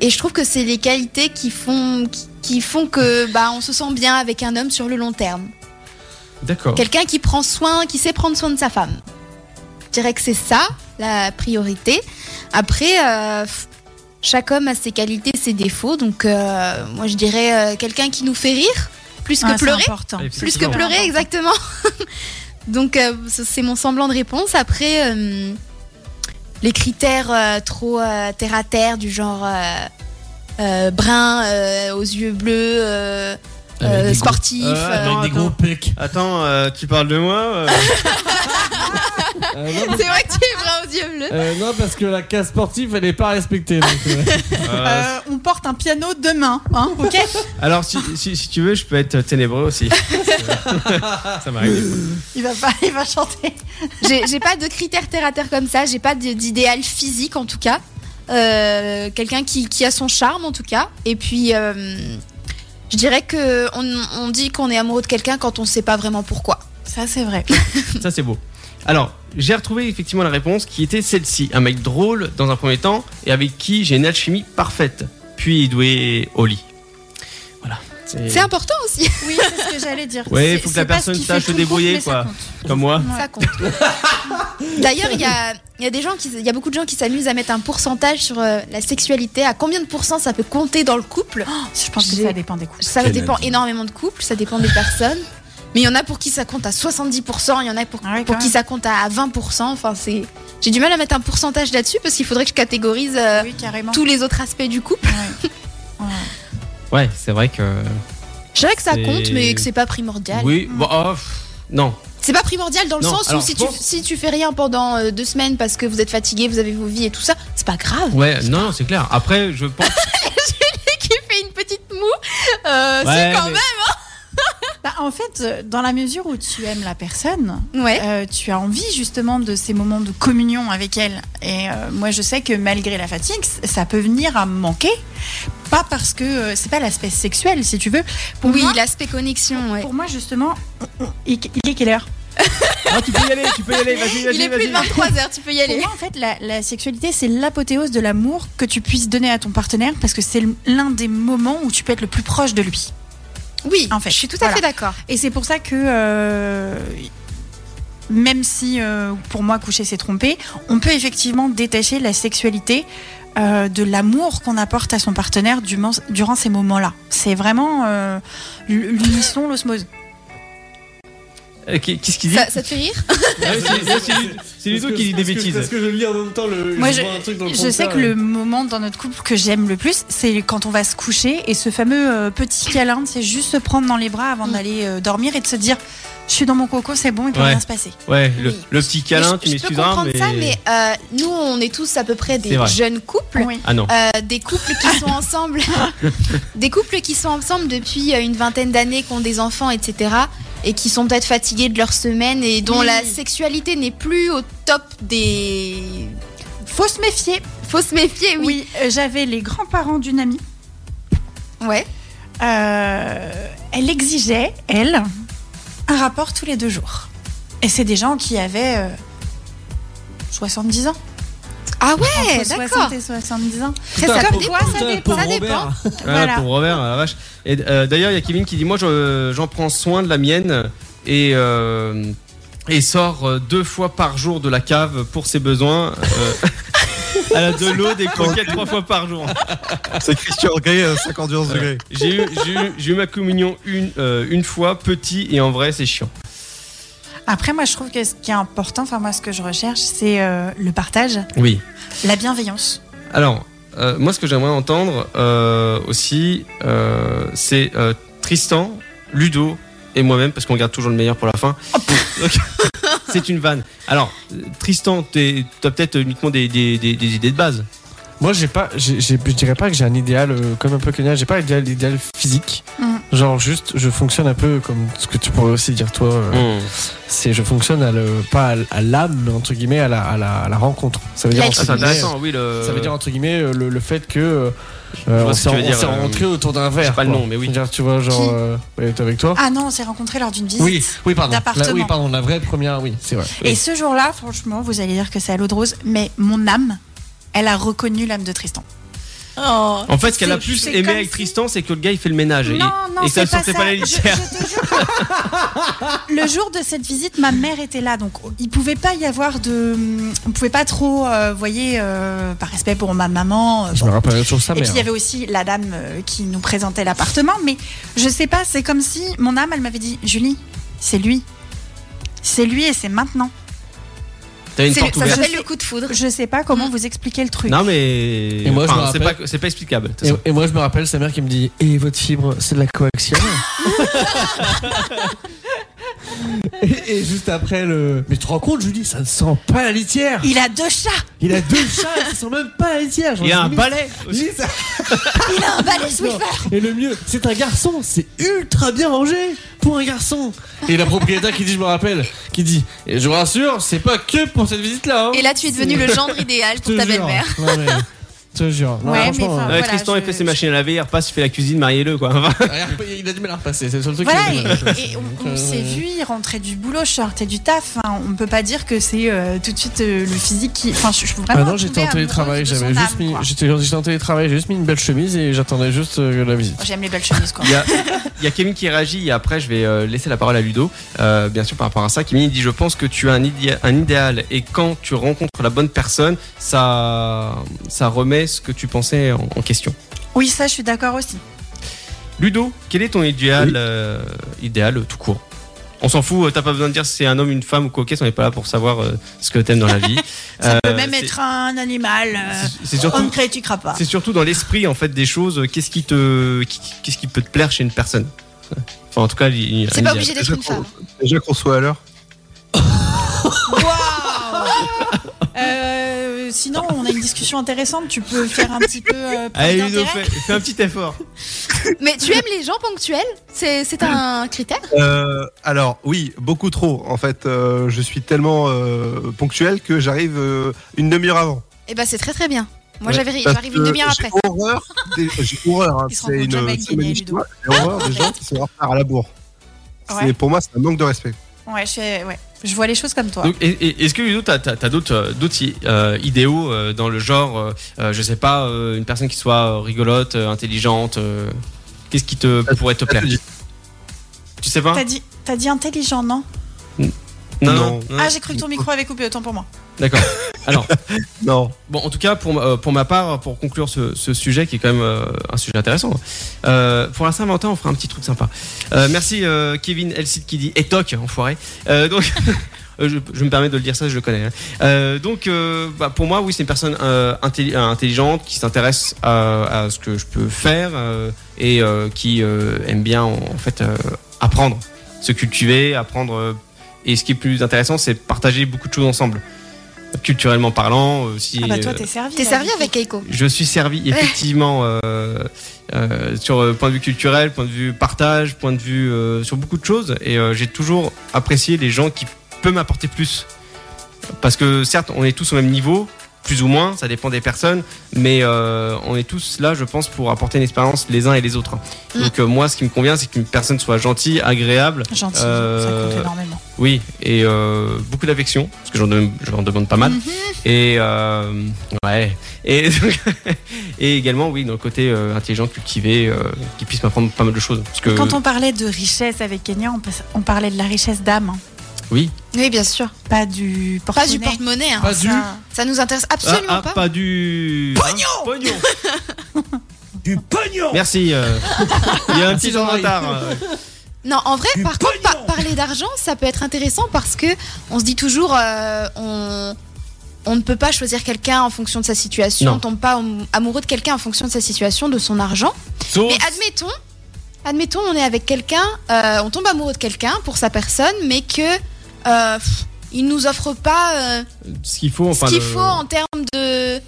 Speaker 3: et je trouve que c'est les qualités qui font qui, qui font que bah on se sent bien avec un homme sur le long terme.
Speaker 2: D'accord.
Speaker 3: Quelqu'un qui prend soin, qui sait prendre soin de sa femme. Je dirais que c'est ça la priorité. Après, euh, pff, chaque homme a ses qualités, ses défauts. Donc euh, moi, je dirais euh, quelqu'un qui nous fait rire plus que
Speaker 6: Ah, c'est
Speaker 3: pleurer.
Speaker 6: important.
Speaker 2: Allez,
Speaker 3: Plus que
Speaker 2: Effectivement.
Speaker 3: pleurer, exactement. *laughs* Donc, euh, ce- c'est mon semblant de réponse. Après, euh, les critères euh, trop euh, terre à terre, du genre euh, euh, brun, euh, aux yeux bleus, euh, euh, sportif.
Speaker 2: Euh,
Speaker 3: euh,
Speaker 2: attends,
Speaker 4: Avec des gros pecs.
Speaker 2: Attends, euh, tu parles de moi
Speaker 3: *laughs*
Speaker 2: euh,
Speaker 4: Euh, non,
Speaker 3: C'est vrai que tu es brun aux yeux bleus.
Speaker 4: euh, non, parce que la case sportive, elle est pas respectée. donc,
Speaker 2: *laughs*
Speaker 4: euh,
Speaker 2: euh,
Speaker 6: Euh, on porte un piano demain, hein, ok
Speaker 2: Alors, si, si, si tu veux, je peux être ténébreux aussi. ça m'arrive.
Speaker 6: Il va pas, *laughs* il va chanter.
Speaker 3: J'ai j'ai pas de critères terre à terre comme ça. J'ai pas d- d'idéal physique, en tout cas. Euh, Quelqu'un qui, qui a son charme, en tout cas. Et puis. euh, je dirais que on- on dit qu'on est amoureux de quelqu'un quand on sait pas vraiment pourquoi.
Speaker 6: Ça, c'est vrai.
Speaker 2: Ça, c'est beau. Alors, j'ai retrouvé effectivement la réponse qui était celle-ci. Un mec drôle dans un premier temps et avec qui j'ai une alchimie parfaite. Puis doué au lit. Voilà.
Speaker 3: C'est important aussi.
Speaker 6: Oui, c'est ce que j'allais dire.
Speaker 2: Ouais,
Speaker 6: C'est-
Speaker 2: faut que
Speaker 6: c'est
Speaker 2: la
Speaker 6: pas
Speaker 2: personne
Speaker 6: ce qui
Speaker 2: sache
Speaker 6: fait
Speaker 2: se
Speaker 6: tout le
Speaker 2: débrouiller,
Speaker 6: groupe, mais ça
Speaker 2: quoi.
Speaker 6: compte.
Speaker 2: Comme moi.
Speaker 3: Ça compte. D'ailleurs, il y a, il y a des gens qui, il y a beaucoup de gens qui s'amusent à mettre un pourcentage sur euh, la sexualité. À combien de pourcents ça peut compter dans le couple
Speaker 6: Je pense que
Speaker 3: J'ai-
Speaker 6: ça dépend des couples.
Speaker 3: Ça
Speaker 1: Quelle
Speaker 3: dépend
Speaker 1: maladie.
Speaker 3: énormément de couples, ça dépend des personnes. Mais il y en a pour qui ça compte à 70%, il y en a pour,
Speaker 6: Ah ouais,
Speaker 3: pour
Speaker 6: quand
Speaker 3: qui
Speaker 6: même.
Speaker 3: ça compte à 20%. Enfin, c'est, j'ai du mal à mettre un pourcentage là-dessus parce qu'il faudrait que je catégorise euh,
Speaker 6: Oui, carrément.
Speaker 3: tous les autres aspects du couple.
Speaker 6: Ouais. Ouais.
Speaker 2: Ouais, c'est vrai que.
Speaker 3: Je dirais que ça
Speaker 2: C'est-
Speaker 3: compte, mais que c'est pas primordial.
Speaker 2: Oui, bon, oh, pff, non.
Speaker 3: C'est pas primordial dans le
Speaker 2: Non,
Speaker 3: sens
Speaker 2: alors,
Speaker 3: où si
Speaker 2: je
Speaker 3: tu,
Speaker 2: pense-
Speaker 3: si tu fais rien pendant euh, deux semaines parce que vous êtes fatigué, vous avez vos vies et tout ça, c'est pas grave.
Speaker 2: Ouais, non, c'est clair. Après, je
Speaker 3: *laughs*
Speaker 2: pense.
Speaker 3: Qui fait une petite moue,
Speaker 2: Ouais,
Speaker 3: euh, c'est quand
Speaker 2: mais-
Speaker 3: même.
Speaker 6: Bah, en fait, dans la mesure où tu aimes la personne,
Speaker 3: Ouais.
Speaker 6: euh, tu as envie justement de ces moments de communion avec elle. Et euh, moi, je sais que malgré la fatigue, c- ça peut venir à me manquer. Pas parce que euh, c'est pas l'aspect sexuel, si tu veux. Pour
Speaker 3: Euh, oui,
Speaker 6: moi,
Speaker 3: l'aspect connexion. ouais.
Speaker 6: pour moi justement, il il est quelle heure
Speaker 2: Ah, tu peux y aller, tu peux y aller, vas-y,
Speaker 3: Il *laughs*
Speaker 2: vas-y,
Speaker 3: est plus
Speaker 2: vas-y.
Speaker 3: de 23h, tu peux y
Speaker 6: Pour
Speaker 3: aller.
Speaker 6: moi, en fait, la, la sexualité, c'est l'apothéose de l'amour que tu puisses donner à ton partenaire parce que c'est l'un des moments où tu peux être le plus proche de lui.
Speaker 3: Oui,
Speaker 6: En fait,
Speaker 3: je suis tout à
Speaker 6: voilà.
Speaker 3: fait d'accord.
Speaker 6: Et c'est pour ça que, euh, même si euh, pour moi coucher c'est tromper, on peut effectivement détacher la sexualité euh, de l'amour qu'on apporte à son partenaire du- durant ces moments-là. C'est vraiment euh, l'unisson, l'osmose.
Speaker 2: Euh, qui- Qu'est-ce qu'il dit
Speaker 3: Ça, ça te fait rire
Speaker 2: Ah oui, c'est- c'est Ludo- C'est Ludo qui dit des
Speaker 4: Parce
Speaker 2: bêtises.
Speaker 4: que je lis en même temps le.
Speaker 6: Moi, je-
Speaker 4: vois un truc dans le
Speaker 6: Je sais
Speaker 4: compteur,
Speaker 6: que le moment dans notre couple que j'aime le plus, c'est quand on va se coucher et ce fameux euh, petit câlin, c'est juste se prendre dans les bras avant
Speaker 3: Mm.
Speaker 6: d'aller euh, dormir et de se dire je suis dans mon coco, c'est bon, il peut
Speaker 2: Ouais.
Speaker 6: rien se passer.
Speaker 2: Ouais, le,
Speaker 3: Oui.
Speaker 2: le petit
Speaker 3: Mais
Speaker 2: câlin, tu
Speaker 3: je- je, peux
Speaker 2: m'excuseras,
Speaker 3: comprendre
Speaker 2: mais...
Speaker 3: ça, mais euh, nous, on est tous à peu près
Speaker 2: C'est
Speaker 3: des
Speaker 2: vrai.
Speaker 3: jeunes couples.
Speaker 6: Oui.
Speaker 2: Ah non.
Speaker 3: Euh, des couples qui sont ensemble,
Speaker 2: *laughs*
Speaker 3: des couples qui sont ensemble depuis euh, une vingtaine d'années, qui ont des enfants, etc., et qui sont peut-être fatigués de leur semaine et dont
Speaker 6: Oui.
Speaker 3: la sexualité n'est plus au top des.
Speaker 6: Faut se méfier.
Speaker 3: Faut se méfier, oui.
Speaker 6: Oui, euh, j'avais les grands-parents d'une amie.
Speaker 3: Ouais.
Speaker 6: Euh, elle exigeait, elle, un rapport tous les deux jours. Et c'est des gens qui avaient euh, 70 ans.
Speaker 3: Ah ouais,
Speaker 6: Entre 60
Speaker 3: d'accord.
Speaker 6: et 70 ans.
Speaker 3: Après,
Speaker 6: Putain,
Speaker 3: ça
Speaker 6: pauvre-
Speaker 3: dépend,
Speaker 6: putain,
Speaker 3: ça dépend.
Speaker 6: pauvre
Speaker 3: Ça dépend.
Speaker 2: Ah,
Speaker 6: Voilà.
Speaker 2: Pour Robert, la vache. Et euh, d'ailleurs, il y a Kevin qui dit Moi, je- j'en prends soin de la mienne et, euh, et sort euh, deux fois par jour de la cave pour ses besoins. euh, *laughs* elle a de l'eau, des croquettes trois fois par jour.
Speaker 8: C'est Christian Grey, euh, 51 degrés.
Speaker 2: J'ai eu, j'ai eu- j'ai eu ma communion une, euh, une fois, petit, et en vrai, c'est chiant.
Speaker 6: Après, moi, je trouve que ce qui est important, enfin, moi, ce que je recherche, c'est euh, le partage,
Speaker 2: Oui.
Speaker 6: la bienveillance.
Speaker 2: Alors, euh, moi, ce que j'aimerais entendre euh, aussi, euh, c'est euh, Tristan, Ludo et moi-même, parce qu'on garde toujours le meilleur pour la fin.
Speaker 6: Ah,
Speaker 2: *laughs* Donc, c'est une vanne. Alors, euh, Tristan, tu as peut-être uniquement des, des- des- des idées de base.
Speaker 4: Moi, j'ai pas, j'ai, j'ai- je dirais pas que j'ai un idéal euh, comme un peu Kenya. J'ai pas l'idéal idéal physique.
Speaker 6: Mhm.
Speaker 4: Genre juste, je fonctionne un peu comme ce que tu pourrais aussi dire toi. euh,
Speaker 2: Mm.
Speaker 4: C'est, je fonctionne à le, pas à, l- à l'âme, mais entre guillemets à la, à la, à la rencontre. Ça veut dire
Speaker 3: Ah,
Speaker 2: Ah,
Speaker 4: entre
Speaker 2: c'est
Speaker 4: guillemets,
Speaker 2: intéressant, oui. Le...
Speaker 4: euh, Ça veut dire entre guillemets euh, le, le fait que euh,
Speaker 2: vois
Speaker 4: on
Speaker 2: ce que
Speaker 4: s'est
Speaker 2: tu veux
Speaker 4: on
Speaker 2: dire,
Speaker 4: s'est
Speaker 2: euh,
Speaker 4: rencontré autour d'un verre.
Speaker 2: pas le
Speaker 4: quoi.
Speaker 2: nom, mais oui.
Speaker 4: C'est-à-dire, tu vois,
Speaker 6: Qui
Speaker 4: genre, euh, ouais, t'es avec toi.
Speaker 6: Ah non, on s'est rencontrés lors d'une visite.
Speaker 4: oui, oui, pardon.
Speaker 6: d'appartement.
Speaker 4: La- oui, pardon, la vraie première, oui, c'est vrai.
Speaker 6: Et ce jour-là, franchement, vous allez dire que c'est à l'eau de rose, mais mon âme, elle a reconnu l'âme de Tristan.
Speaker 3: Oh.
Speaker 2: En fait, ce qu'elle a
Speaker 6: C'est-
Speaker 2: plus
Speaker 6: c'est
Speaker 2: aimé
Speaker 6: comme
Speaker 2: avec
Speaker 6: si-
Speaker 2: Tristan, c'est que le gars, il fait le ménage. et-
Speaker 6: non, non,
Speaker 2: Ah, et ça
Speaker 6: c'est pas
Speaker 2: sortait pas
Speaker 6: ça.
Speaker 2: la
Speaker 6: Je- je
Speaker 2: litière.
Speaker 6: te jure que- *laughs* le jour de cette visite, ma mère était là, donc il pouvait pas y avoir de, on pouvait pas trop, euh, voyez, euh, par respect pour ma maman. euh,
Speaker 4: Je
Speaker 6: bon.
Speaker 4: me rappelle toujours sa
Speaker 6: Et
Speaker 4: mère. hein.
Speaker 6: puis il y avait aussi la dame euh, qui nous présentait l'appartement, mais je sais pas, c'est comme si mon âme, elle m'avait dit, Julie, c'est lui, c'est lui et c'est maintenant.
Speaker 2: T'as une
Speaker 3: C'est-
Speaker 2: porte
Speaker 3: Ça
Speaker 2: ouverte.
Speaker 3: s'appelle le coup de foudre.
Speaker 6: Je sais pas comment
Speaker 3: Mm.
Speaker 6: vous expliquer le truc.
Speaker 2: Non, mais.
Speaker 4: Et moi, je
Speaker 2: Enfin,
Speaker 4: me
Speaker 2: c'est pas,
Speaker 4: rappelle-
Speaker 2: c'est pas explicable. de toute
Speaker 4: Et,
Speaker 2: façon.
Speaker 4: et moi, je me rappelle sa mère qui me dit Et votre fibre, c'est de
Speaker 6: *laughs*
Speaker 4: la coaxiale et, et juste après, le. Mais tu te rends compte, Julie, ça ne sent pas la litière
Speaker 6: Il a deux chats,
Speaker 4: Il a deux chats, ça ne sent même pas la litière Genre,
Speaker 2: Il y a un
Speaker 4: limite,
Speaker 2: balai aussi.
Speaker 4: limite, ça-
Speaker 6: il a un balai
Speaker 4: Non. Et le mieux, c'est un garçon, c'est ultra bien rangé pour un garçon Et la propriétaire qui dit Je me rappelle, qui dit Et je vous rassure, c'est pas que pour cette visite-là hein.
Speaker 3: Et là, tu es devenu le gendre idéal
Speaker 4: Je
Speaker 3: pour
Speaker 4: te
Speaker 3: ta
Speaker 4: jure.
Speaker 3: belle-mère.
Speaker 4: Non, mais- Je te jure. Non,
Speaker 6: Ouais, mais
Speaker 4: franchement,
Speaker 6: enfin,
Speaker 4: euh,
Speaker 2: Ouais,
Speaker 6: Voilà,
Speaker 2: Tristan, il
Speaker 6: je-
Speaker 2: fait ses machines à laver, il repasse, il fait la cuisine, mariez-le quoi.
Speaker 4: Il a du mal à repasser, c'est le seul truc
Speaker 6: Voilà,
Speaker 4: qui
Speaker 6: et,
Speaker 4: m'a-
Speaker 6: et on,
Speaker 4: Euh,
Speaker 6: on s'est vu, il rentrait du boulot, je sortais du taf. hein. on peut pas dire que c'est euh, tout de suite euh, le physique qui. Enfin, je, je suis vraiment.
Speaker 4: Ah non, j'étais en
Speaker 6: tombée
Speaker 4: télétravail,
Speaker 6: amoureuse de
Speaker 4: j'avais
Speaker 6: son
Speaker 4: juste
Speaker 6: âme,
Speaker 4: mis,
Speaker 6: quoi.
Speaker 4: j'étais, j'étais en télétravail, j'ai juste mis une belle chemise et j'attendais juste euh, la visite.
Speaker 6: J'aime les belles chemises, quoi.
Speaker 2: Il y a, il y a Camille qui réagit et après je vais euh, laisser la parole à Ludo. Euh, bien sûr, par rapport à ça, Camille dit Je pense que tu as un, idéal- un idéal et quand tu rencontres la bonne personne, ça, ça remet ce que tu pensais en, en question.
Speaker 6: Oui, ça, je suis d'accord aussi.
Speaker 2: Ludo, quel est ton idéal, euh, idéal euh, tout court On s'en fout, euh, t'as pas besoin de dire si c'est un homme, une femme ou quoi, ok, on n'est pas là pour savoir euh, ce que t'aimes dans la vie.
Speaker 6: *laughs* Ça peut
Speaker 2: Euh,
Speaker 6: même
Speaker 2: c'est-
Speaker 6: être un animal. euh,
Speaker 2: c'est- C'est
Speaker 6: on ne
Speaker 2: surtout,
Speaker 6: critiquera pas.
Speaker 2: c'est surtout dans l'esprit en fait des choses, euh, qu'est-ce qui, te, qui- qu'est-ce qui peut te plaire chez une personne Enfin, en tout cas, il- il-
Speaker 3: C'est
Speaker 2: un
Speaker 3: pas
Speaker 2: idéal.
Speaker 3: obligé d'être
Speaker 8: Déjà
Speaker 3: une
Speaker 8: qu'on-
Speaker 3: femme.
Speaker 8: déjà qu'on soit à l'heure.
Speaker 6: Euh, que sinon, on a une discussion intéressante. Tu peux faire un petit peu. euh, preuve
Speaker 2: Allez, Ludo,
Speaker 6: d'intérêt.
Speaker 2: fais, fais un petit effort.
Speaker 3: Mais tu aimes les gens ponctuels C'est c'est un critère
Speaker 8: Euh, alors oui, beaucoup trop. En fait, Euh, je suis tellement euh, ponctuel que j'arrive euh, une demi-heure avant.
Speaker 3: Eh ben c'est très très bien. Moi
Speaker 2: Ouais,
Speaker 3: j'avais-
Speaker 8: Parce
Speaker 3: j'arrive une
Speaker 8: que
Speaker 3: demi-heure après.
Speaker 8: J'ai horreur. des- J'ai horreur. hein,
Speaker 6: Ils se
Speaker 8: c'est
Speaker 6: rencontrent jamais
Speaker 8: une
Speaker 6: avec
Speaker 8: semaine
Speaker 6: Guinée,
Speaker 8: histoire. J'ai horreur des gens qui sont en retard à la bourre.
Speaker 6: Ouais.
Speaker 8: C'est pour moi, c'est un manque de respect.
Speaker 6: Ouais, je, fais- ouais, je vois les choses comme
Speaker 2: *laughs*
Speaker 6: toi.
Speaker 2: Donc, et- et- est-ce que Ludo, t'as as, d'autres euh, d'autres, euh, idéaux euh, dans le genre, euh, euh, je sais pas, euh, une personne qui soit euh, rigolote, euh, intelligente euh, Qu'est-ce qui te pourrait te plaire
Speaker 8: dit.
Speaker 2: Tu sais pas
Speaker 6: T'as dit, t'as dit intelligent, non
Speaker 8: Non.
Speaker 6: Ah, j'ai cru que ton micro avait coupé, autant pour moi.
Speaker 2: D'accord. Alors,
Speaker 8: Non.
Speaker 2: Bon, en tout cas, pour, ma- euh, pour ma part, pour conclure ce, ce sujet qui est quand même euh, un sujet intéressant, euh, pour la Saint-Valentin, on fera un petit truc sympa. Euh, merci euh, Kevin Elsit qui dit et toc, enfoiré. Euh, donc, *laughs* euh, je, je me permets de le dire ça, je le connais. hein. Euh, donc, euh, bah, pour moi, oui, c'est une personne euh, intelli- euh, intelligente qui s'intéresse à, à ce que je peux faire euh, et euh, qui euh, aime bien, en, en fait, euh, apprendre, se cultiver, apprendre. euh, et ce qui est plus intéressant, c'est partager beaucoup de choses ensemble. Culturellement parlant, euh, si.
Speaker 6: Ah bah toi,
Speaker 2: euh,
Speaker 6: t'es servi.
Speaker 3: T'es
Speaker 6: là,
Speaker 3: servi
Speaker 6: Vicky.
Speaker 3: avec Keiko
Speaker 2: *laughs* je suis servi effectivement euh, euh, sur euh, point de vue culturel, point de vue partage, point de vue euh, sur beaucoup de choses et euh, j'ai toujours apprécié les gens qui peuvent m'apporter plus parce que certes on est tous au même niveau plus ou moins ça dépend des personnes mais euh, on est tous là je pense pour apporter une expérience les uns et les autres
Speaker 3: Mm.
Speaker 2: donc euh, moi ce qui me convient c'est qu'une personne soit gentille agréable
Speaker 6: Gentil,
Speaker 2: Euh,
Speaker 6: ça compte énormément.
Speaker 2: oui et euh, beaucoup d'affection parce que j'en dem- j'en demande pas mal et euh, ouais. Et, *laughs* donc- et également, oui, dans le côté euh, intelligent, cultivé, euh, qui puisse m'apprendre pas mal de choses. Parce que
Speaker 6: Quand on parlait de richesse avec Kenya, on, passe- on parlait de la richesse d'âme, hein,
Speaker 3: Oui, bien sûr.
Speaker 6: pas du
Speaker 3: Pas
Speaker 6: porte-monnaie.
Speaker 3: du porte-monnaie. hein.
Speaker 4: Pas du-
Speaker 6: Ça-
Speaker 3: Ça nous intéresse
Speaker 2: ah,
Speaker 3: absolument
Speaker 2: ah,
Speaker 3: pas.
Speaker 2: du pognon. pognon.
Speaker 5: Du pognon
Speaker 2: Merci. euh, Il y a un petit temps de retard. euh.
Speaker 3: Non, en vrai,
Speaker 5: Du
Speaker 3: par contre,
Speaker 5: pognon.
Speaker 3: par- parler d'argent, ça peut être intéressant parce que on se dit toujours, euh, on, on ne peut pas choisir quelqu'un en fonction de sa situation,
Speaker 2: Non.
Speaker 3: on tombe pas am- amoureux de quelqu'un en fonction de sa situation, de son argent.
Speaker 2: Sauf-
Speaker 3: Mais admettons, admettons, on est avec quelqu'un, euh, on tombe amoureux de quelqu'un pour sa personne, mais que euh, pff, il nous offre pas euh,
Speaker 2: ce qu'il faut, enfin.
Speaker 3: ce qu'il
Speaker 2: le-
Speaker 3: faut en termes de,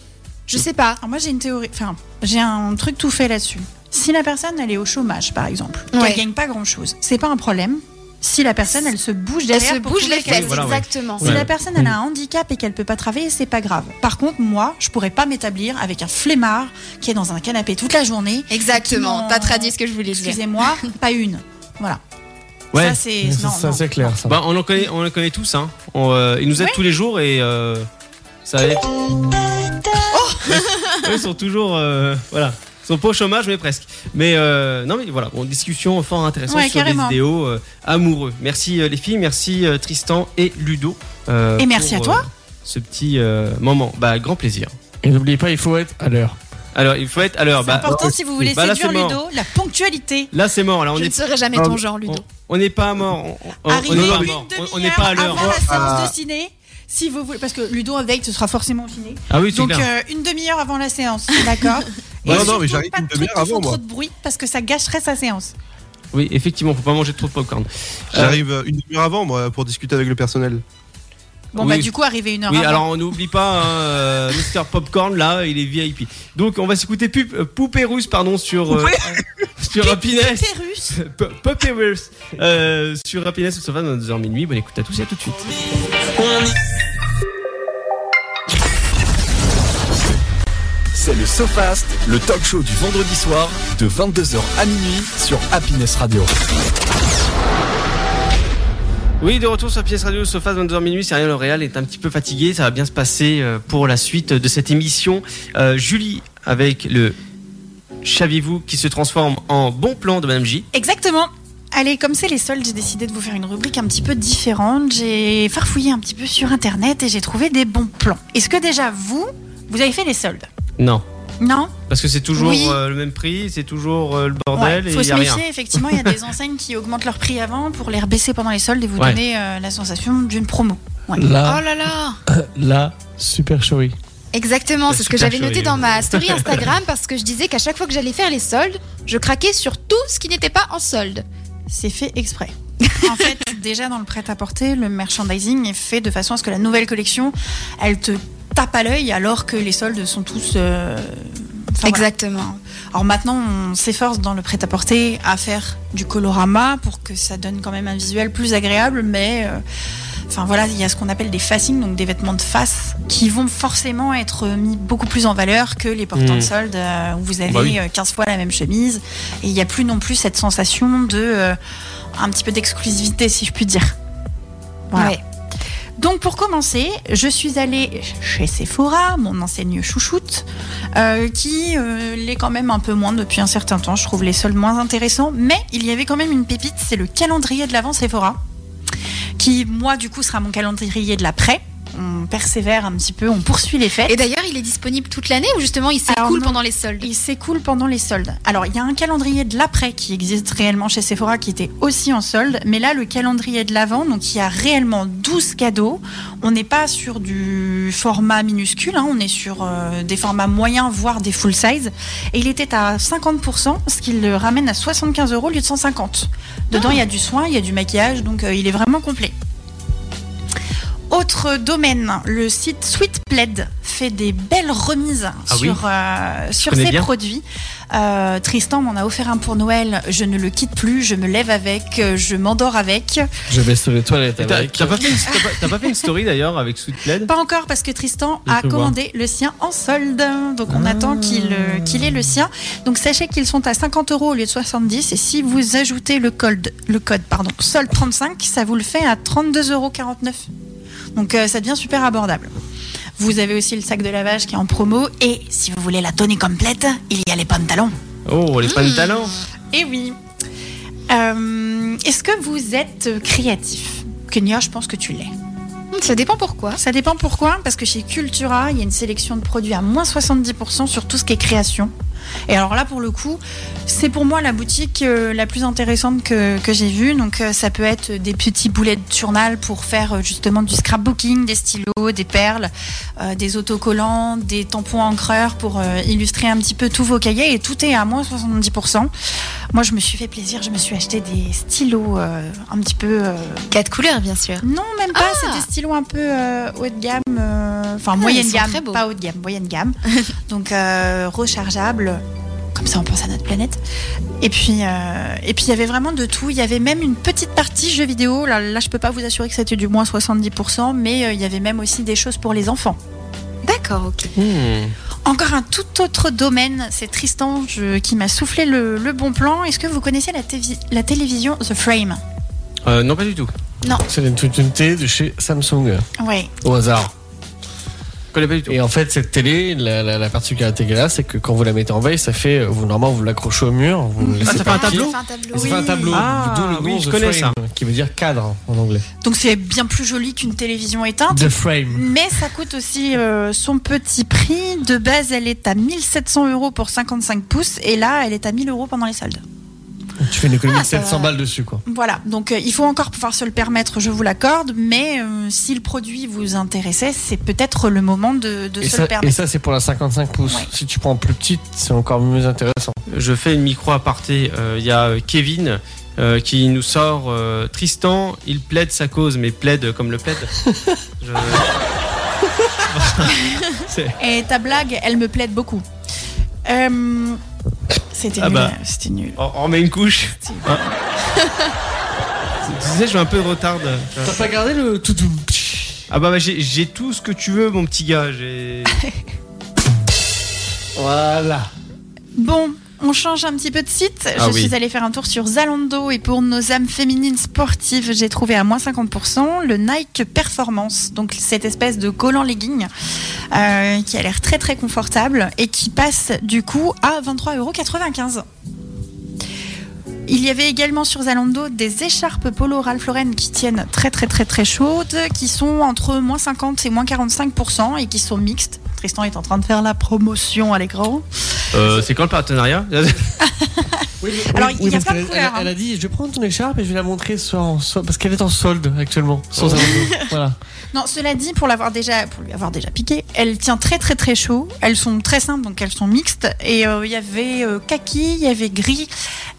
Speaker 3: je sais pas.
Speaker 6: Alors moi j'ai une théorie, enfin j'ai un truc tout fait là-dessus. Si la personne elle est au chômage par exemple,
Speaker 3: Ouais.
Speaker 6: qu'elle gagne pas grand chose, c'est pas un problème. Si la personne elle se bouge
Speaker 3: Elle
Speaker 6: derrière,
Speaker 3: se
Speaker 6: pour
Speaker 3: bouge
Speaker 6: trouver
Speaker 3: les
Speaker 6: quelque
Speaker 3: fesses,
Speaker 2: Oui,
Speaker 6: chose.
Speaker 2: voilà, ouais.
Speaker 3: exactement.
Speaker 6: Si
Speaker 2: Ouais.
Speaker 6: la personne elle a un handicap et qu'elle peut pas travailler, c'est pas grave. Par contre moi je pourrais pas m'établir avec un flemmard qui est dans un canapé toute la journée.
Speaker 3: Exactement,
Speaker 6: Non.
Speaker 3: t'as traduit ce que je voulais dire. *laughs*
Speaker 6: Excusez-moi, pas une. Voilà.
Speaker 2: Ouais.
Speaker 6: Ça c'est
Speaker 4: Ça,
Speaker 6: non,
Speaker 4: ça,
Speaker 6: non.
Speaker 4: c'est clair, ça.
Speaker 2: Bah, on en connaît, on en connaît tous. Hein. On, euh, ils nous aident tous les jours et euh, ça aide.
Speaker 6: Oh.
Speaker 2: *laughs* Eux sont toujours, euh, voilà, ils sont pas au chômage mais presque. Mais euh, non mais voilà, bon, discussion fort intéressante
Speaker 6: Ouais,
Speaker 2: sur
Speaker 6: carrément.
Speaker 2: des idéaux euh, amoureux. Merci euh, les filles, merci euh, Tristan et Ludo. euh,
Speaker 6: Et merci
Speaker 2: pour,
Speaker 6: à toi.
Speaker 2: euh, ce petit euh, moment, bah grand plaisir.
Speaker 4: Et n'oubliez pas, il faut être à l'heure.
Speaker 2: Alors il faut être à l'heure.
Speaker 6: C'est
Speaker 2: Bah,
Speaker 6: important si vous voulez
Speaker 2: bah, là,
Speaker 6: séduire
Speaker 2: c'est mort.
Speaker 6: Ludo, la ponctualité.
Speaker 2: là c'est mort, là on
Speaker 3: Je ne
Speaker 2: est,
Speaker 3: serai jamais ton genre, Ludo.
Speaker 2: on- on n'est pas mort, on- on- on
Speaker 6: Arrivez
Speaker 2: n'est pas
Speaker 6: une
Speaker 2: mort, on-
Speaker 6: demi-heure
Speaker 2: on n'est pas à l'heure.
Speaker 6: Avant la
Speaker 8: Ah.
Speaker 6: séance de ciné, si vous voulez, parce que Ludo avec ce sera forcément au ciné.
Speaker 2: Ah oui, c'est
Speaker 6: Donc
Speaker 2: clair.
Speaker 6: euh, une demi-heure avant la séance, *laughs* d'accord Et
Speaker 8: Ouais, non,
Speaker 6: surtout,
Speaker 8: mais j'arrive
Speaker 6: pas
Speaker 8: une
Speaker 6: de trucs
Speaker 8: demi-heure
Speaker 6: qui font
Speaker 8: avant, moi.
Speaker 6: trop de bruit parce que ça gâcherait sa séance.
Speaker 2: Oui, effectivement, faut pas manger trop de popcorn.
Speaker 8: J'arrive euh, une demi-heure avant, moi, pour discuter avec le personnel.
Speaker 6: Bon
Speaker 2: Oui.
Speaker 6: bah du coup arriver une heure
Speaker 2: Oui,
Speaker 6: avant.
Speaker 2: alors on n'oublie pas hein, euh, Mr Popcorn là, il est VIP. Donc on va s'écouter Pup- euh, Poupée Russe pardon sur euh, *laughs* sur Happiness,
Speaker 6: Pérus.
Speaker 2: P- Poupée Russe euh, sur Happiness sur 22h minuit. Bonne écoute à tous et à tout de suite.
Speaker 1: C'est le SoFast, le talk show du vendredi soir de 22h à minuit sur Happiness Radio.
Speaker 2: Oui, de retour sur Pièce Radio, Sofas 22h minuit, c'est rien, L'Oréal est un petit peu fatigué, ça va bien se passer euh, pour la suite de cette émission. Euh, Julie avec le Chaviez-vous qui se transforme en bon plan de Madame J.
Speaker 6: Exactement. Allez, comme c'est les soldes, j'ai décidé de vous faire une rubrique un petit peu différente. J'ai farfouillé un petit peu sur internet et j'ai trouvé des bons plans. Est-ce que déjà vous, vous avez fait les soldes
Speaker 2: Non,
Speaker 6: Non
Speaker 2: parce que c'est toujours
Speaker 6: Oui.
Speaker 2: euh, le même prix, c'est toujours euh, le bordel
Speaker 6: Ouais,
Speaker 2: et
Speaker 6: faut
Speaker 2: il y
Speaker 6: se
Speaker 2: a
Speaker 6: méfier,
Speaker 2: rien.
Speaker 6: effectivement, il y
Speaker 2: *laughs*
Speaker 6: a des enseignes qui augmentent leur prix avant pour les rebaisser pendant les soldes et vous
Speaker 2: Ouais.
Speaker 6: donner euh, la sensation d'une promo.
Speaker 4: Là,
Speaker 2: Ah.
Speaker 3: Oh là là
Speaker 4: là, super chérie.
Speaker 3: Exactement,
Speaker 2: La
Speaker 3: c'est ce que
Speaker 2: Ah, super
Speaker 3: j'avais noté
Speaker 2: chérie.
Speaker 3: dans ma story Instagram parce que je disais qu'à chaque fois que j'allais faire les soldes, je craquais sur tout ce qui n'était pas en solde.
Speaker 6: C'est fait exprès. *laughs* en fait, déjà dans le prêt-à-porter, le merchandising est fait de façon à ce que la nouvelle collection, elle te tape à l'œil alors que les soldes sont tous. euh, enfin, voilà.
Speaker 3: Exactement.
Speaker 6: Alors maintenant, on s'efforce dans le prêt-à-porter à faire du colorama pour que ça donne quand même un visuel plus agréable, mais euh, enfin voilà, il y a ce qu'on appelle des facings, donc des vêtements de face, qui vont forcément être mis beaucoup plus en valeur que les portants
Speaker 4: Mm.
Speaker 6: de solde euh, où vous avez
Speaker 2: Hmm. Bah oui.
Speaker 6: euh, 15 fois la même chemise et il n'y a plus non plus cette sensation de euh, un petit peu d'exclusivité, si je puis dire. Voilà.
Speaker 3: Ouais.
Speaker 6: Donc pour commencer, je suis allée chez Sephora, mon enseigne chouchoute, euh, qui euh, l'est quand même un peu moins depuis un certain temps. Je trouve les soldes moins intéressants, mais il y avait quand même une pépite, c'est le calendrier de l'avant Sephora, qui moi du coup sera mon calendrier de l'après. On persévère un petit peu, on poursuit les fêtes.
Speaker 3: Et d'ailleurs, il est disponible toute l'année ou justement il
Speaker 6: Alors
Speaker 3: s'écoule
Speaker 6: non.
Speaker 3: pendant les soldes
Speaker 6: Il s'écoule pendant les soldes. Alors, il y a un calendrier de l'après qui existe réellement chez Sephora qui était aussi en solde, mais là, le calendrier de l'avant, donc il y a réellement 12 cadeaux. On n'est pas sur du format minuscule, hein, on est sur euh, des formats moyens, voire des full size. Et il était à 50%, ce qui le ramène à 75 euros au lieu de 150. Dedans, il y a du soin, il y a du maquillage, donc euh, il est vraiment complet. Autre domaine, le site Sweet Plaid fait des belles remises
Speaker 2: Ah oui.
Speaker 6: sur, euh, sur
Speaker 2: connais
Speaker 6: ses
Speaker 2: bien.
Speaker 6: produits. Euh, Tristan m'en a offert un pour Noël. Je ne le quitte plus. Je me lève avec. euh, Je m'endors avec.
Speaker 4: Je vais sur les toilettes
Speaker 2: Et T'as
Speaker 4: avec.
Speaker 2: t'as pas, fait une- t'as pas- t'as pas fait une story d'ailleurs avec Sweet Plaid
Speaker 6: Pas encore parce que Tristan
Speaker 4: Il
Speaker 6: a
Speaker 4: peut
Speaker 6: commandé le sien en solde. Donc on attend qu'il euh, qu'il ait le sien. Donc sachez qu'ils sont à 50 euros au lieu de 70. Et si vous ajoutez le code, le code pardon, solde 35, ça vous le fait à 32,49 euros. Donc euh, ça devient super abordable. Vous avez aussi le sac de lavage qui est en promo. Et si vous voulez la donner complète, il y a les pantalons.
Speaker 2: Oh, les pantalons
Speaker 6: Eh oui. Euh, Est-ce que vous êtes créatif Kenya, je pense que tu l'es.
Speaker 3: Hmm, Ça dépend pourquoi.
Speaker 6: Ça dépend pourquoi, parce que chez Cultura, il y a une sélection de produits à moins 70% sur tout ce qui est création. Et alors là, pour le coup, c'est pour moi la boutique euh, la plus intéressante que, que j'ai vue. Donc euh, ça peut être des petits boulets de journal pour faire euh, justement du scrapbooking, des stylos, des perles, euh, des autocollants, des tampons encreurs pour euh, illustrer un petit peu tous vos cahiers. Et tout est à moins 70%. Moi, je me suis fait plaisir, je me suis acheté des stylos euh, un petit peu... euh,
Speaker 3: Quatre couleurs, bien sûr.
Speaker 6: non, même pas.
Speaker 3: Ah.
Speaker 6: C'est des stylos un peu euh, haut de gamme. euh, Enfin,
Speaker 3: Ah,
Speaker 6: moyenne
Speaker 3: ils sont
Speaker 6: gamme.
Speaker 3: très beaux.
Speaker 6: Pas haut de gamme, moyenne
Speaker 3: *laughs*
Speaker 6: gamme. Donc, euh, rechargeable. Comme ça, on pense à notre planète. Et puis, euh, et puis, il y avait vraiment de tout. Il y avait même une petite partie jeux vidéo. Là, là je peux pas vous assurer que c'était du moins 70%, mais euh, il y avait même aussi des choses pour les enfants.
Speaker 3: D'accord, ok.
Speaker 2: Ah,
Speaker 4: Hmm.
Speaker 6: Encore un tout autre domaine. C'est Tristan je- qui m'a soufflé le, le bon plan. Est-ce que vous connaissez la, tévi- la télévision The Frame
Speaker 2: Euh, Non, pas du tout.
Speaker 4: C'est une toute une télé de chez Samsung
Speaker 6: Ouais.
Speaker 4: au hasard.
Speaker 2: Je connais pas du tout.
Speaker 4: Et en fait, cette télé, la, la, la particularité qu'elle a, c'est que quand vous la mettez en veille, ça fait, euh, vous normalement, vous l'accrochez au mur, vous le
Speaker 2: Ah,
Speaker 4: laissez
Speaker 2: ça fait un
Speaker 4: partir.
Speaker 2: tableau
Speaker 3: Ça fait un tableau.
Speaker 4: Et ça fait un
Speaker 6: Oui.
Speaker 4: tableau,
Speaker 2: Ah,
Speaker 4: d'où le
Speaker 2: oui,
Speaker 4: nom
Speaker 2: je
Speaker 4: The
Speaker 2: connais
Speaker 4: frame, qui veut dire cadre en anglais.
Speaker 6: Donc, c'est bien plus joli qu'une télévision éteinte.
Speaker 4: The frame.
Speaker 6: Mais ça coûte aussi euh, son petit prix. De base, elle est à 1700 euros pour 55 pouces. Et là, elle est à 1000 euros pendant les soldes.
Speaker 4: Tu fais une économie
Speaker 3: Ah,
Speaker 4: de
Speaker 3: ça
Speaker 4: 700
Speaker 3: va.
Speaker 4: balles dessus, quoi.
Speaker 6: Voilà. Donc, euh, il faut encore pouvoir se le permettre, je vous l'accorde. Mais euh, si le produit vous intéressait, c'est peut-être le moment de, de
Speaker 4: Et
Speaker 6: se
Speaker 4: ça,
Speaker 6: le
Speaker 4: et
Speaker 6: permettre.
Speaker 4: ça, c'est pour la 55 pouces.
Speaker 6: Ouais.
Speaker 4: Si tu prends plus petite, c'est encore mieux intéressant.
Speaker 2: Je fais une micro aparté. Euh, Il y a euh, Kevin euh, qui nous sort euh, Tristan, il plaide sa cause, mais plaide comme le *laughs* plaide. Je- C'est-
Speaker 6: Et ta blague, elle me plaide beaucoup. Euh, C'était
Speaker 2: Ah
Speaker 6: nul. hein.
Speaker 2: bah.
Speaker 6: C'était nul.
Speaker 2: on, on met une couche.
Speaker 6: Si.
Speaker 2: Hein tu sais, je suis un peu de retard. de-
Speaker 4: T'as pas gardé le tout
Speaker 2: Ah bah, bah, j'ai j'ai tout ce que tu veux, mon petit gars. J'ai.
Speaker 4: Voilà.
Speaker 6: Bon, on change un petit peu de site.
Speaker 2: Ah
Speaker 6: je
Speaker 2: oui.
Speaker 6: suis allée faire un tour sur Zalando et pour nos âmes féminines sportives, j'ai trouvé à moins 50% le Nike Performance, donc cette espèce de collant legging euh, qui a l'air très très confortable et qui passe du coup à 23,95€. Il y avait également sur Zalando des écharpes polo Ralph Lauren qui tiennent très très très très chaudes, qui sont entre moins 50 et moins 45% et qui sont mixtes. Tristan est en train de faire la promotion à l'écran.
Speaker 2: Euh, C'est quand le partenariat
Speaker 6: Alors, il y a plein
Speaker 4: parce
Speaker 6: de
Speaker 4: qu'elle-
Speaker 6: couleurs,
Speaker 4: Elle,
Speaker 6: hein.
Speaker 4: elle a dit, je vais prendre ton écharpe et je vais la montrer soit en sol- parce qu'elle est en solde actuellement. Sans abandon. voilà.
Speaker 6: Non, cela dit, pour l'avoir déjà, pour lui avoir déjà piqué, elle tient très très très chaud. Elles sont très simples, donc elles sont mixtes. Et euh, il y avait euh, kaki, il y avait gris,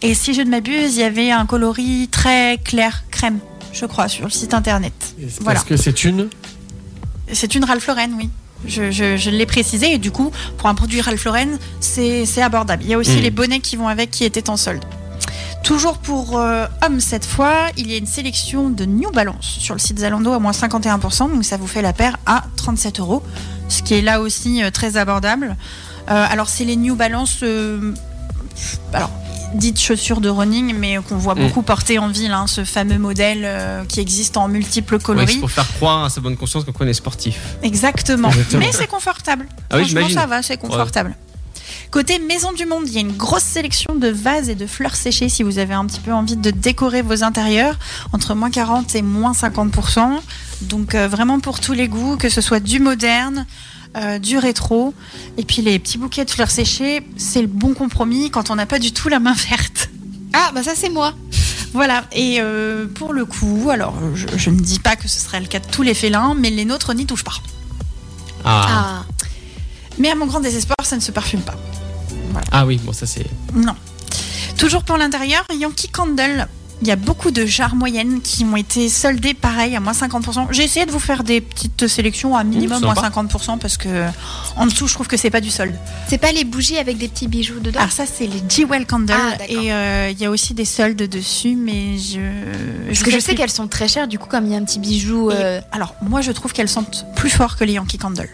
Speaker 6: et si je ne m'abuse, il y avait un coloris très clair crème, je crois, sur le site internet.
Speaker 4: *laughs* Et c'est
Speaker 6: Voilà.
Speaker 4: Parce que c'est une.
Speaker 6: C'est une Ralph Lauren, oui. Je, je- je l'ai précisé et du coup, pour un produit Ralph Lauren, c'est c'est abordable. Il y a aussi
Speaker 4: Mm.
Speaker 6: les bonnets qui vont avec qui étaient en solde. Toujours pour euh, hommes cette fois, il y a une sélection de New Balance sur le site Zalando à moins 51%, donc ça vous fait la paire à 37 euros, ce qui est là aussi euh, très abordable. Euh, alors c'est les New Balance, euh, alors dites chaussures de running, mais qu'on voit
Speaker 4: Mm.
Speaker 6: beaucoup porter en ville, hein, ce fameux modèle euh, qui existe en multiples
Speaker 2: Ouais,
Speaker 6: coloris.
Speaker 2: c'est pour faire croire à sa bonne conscience qu'on connaît sportif.
Speaker 6: Exactement.
Speaker 4: Exactement.
Speaker 6: Mais c'est confortable.
Speaker 2: Ah oui,
Speaker 6: Franchement,
Speaker 2: j'imagine.
Speaker 6: ça va, c'est confortable. Côté Maison du Monde, il y a une grosse sélection de vases et de fleurs séchées si vous avez un petit peu envie de décorer vos intérieurs entre moins 40 et moins 50%. Donc euh, vraiment pour tous les goûts, que ce soit du moderne, euh, du rétro. Et puis les petits bouquets de fleurs séchées, c'est le bon compromis quand on n'a pas du tout la main verte. *laughs*
Speaker 3: Ah, bah ça, c'est moi.
Speaker 6: Voilà, et euh, pour le coup, alors je, je ne dis pas que ce serait le cas de tous les félins, mais les nôtres n'y touchent pas.
Speaker 2: Ah,
Speaker 3: Ah.
Speaker 6: Mais à mon grand désespoir, ça ne se parfume pas.
Speaker 2: ah oui, bon, ça c'est.
Speaker 6: Non. Toujours pour l'intérieur, Yankee Candle. Il y a beaucoup de jarres moyennes qui ont été soldées pareil à moins 50%. J'ai essayé de vous faire des petites sélections à minimum moins
Speaker 2: sympa.
Speaker 6: 50% parce que en dessous je trouve que c'est pas du solde.
Speaker 3: C'est pas les bougies avec des petits bijoux dedans
Speaker 6: Alors ça c'est les Jewel Candle
Speaker 3: Ah, d'accord.
Speaker 6: et euh, il y a aussi des soldes dessus mais je...
Speaker 3: Parce que je
Speaker 6: explique.
Speaker 3: sais qu'elles sont très chères, du coup, comme il y a un petit bijou.
Speaker 6: Et-
Speaker 3: euh,
Speaker 6: Alors, moi, je trouve qu'elles sentent plus fort que les Yankee Candle.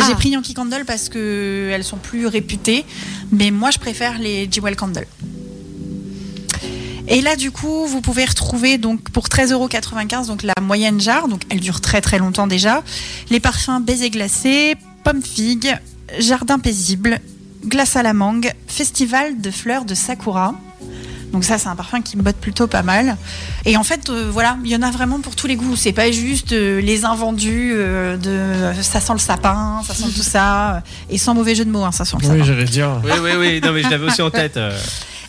Speaker 3: Ah.
Speaker 6: J'ai pris Yankee Candle parce que elles sont plus réputées, mais moi, je préfère les Jewel Candle. Et là, du coup, vous pouvez retrouver donc pour 13,95€, donc la moyenne jarre, donc elle dure très très longtemps déjà, les parfums baiser glacé, pomme figue, jardin paisible, glace à la mangue, festival de fleurs de sakura. Donc ça, c'est un parfum qui me botte plutôt pas mal. Et en fait, euh, voilà, il y en a vraiment pour tous les goûts. C'est pas juste euh, les invendus euh, de euh, ça sent le sapin, ça sent tout ça, euh, et sans mauvais jeu de mots, hein, ça sent le sapin.
Speaker 4: Oui, j'allais dire.
Speaker 2: Oui, oui, oui, non, mais je l'avais aussi en tête. euh.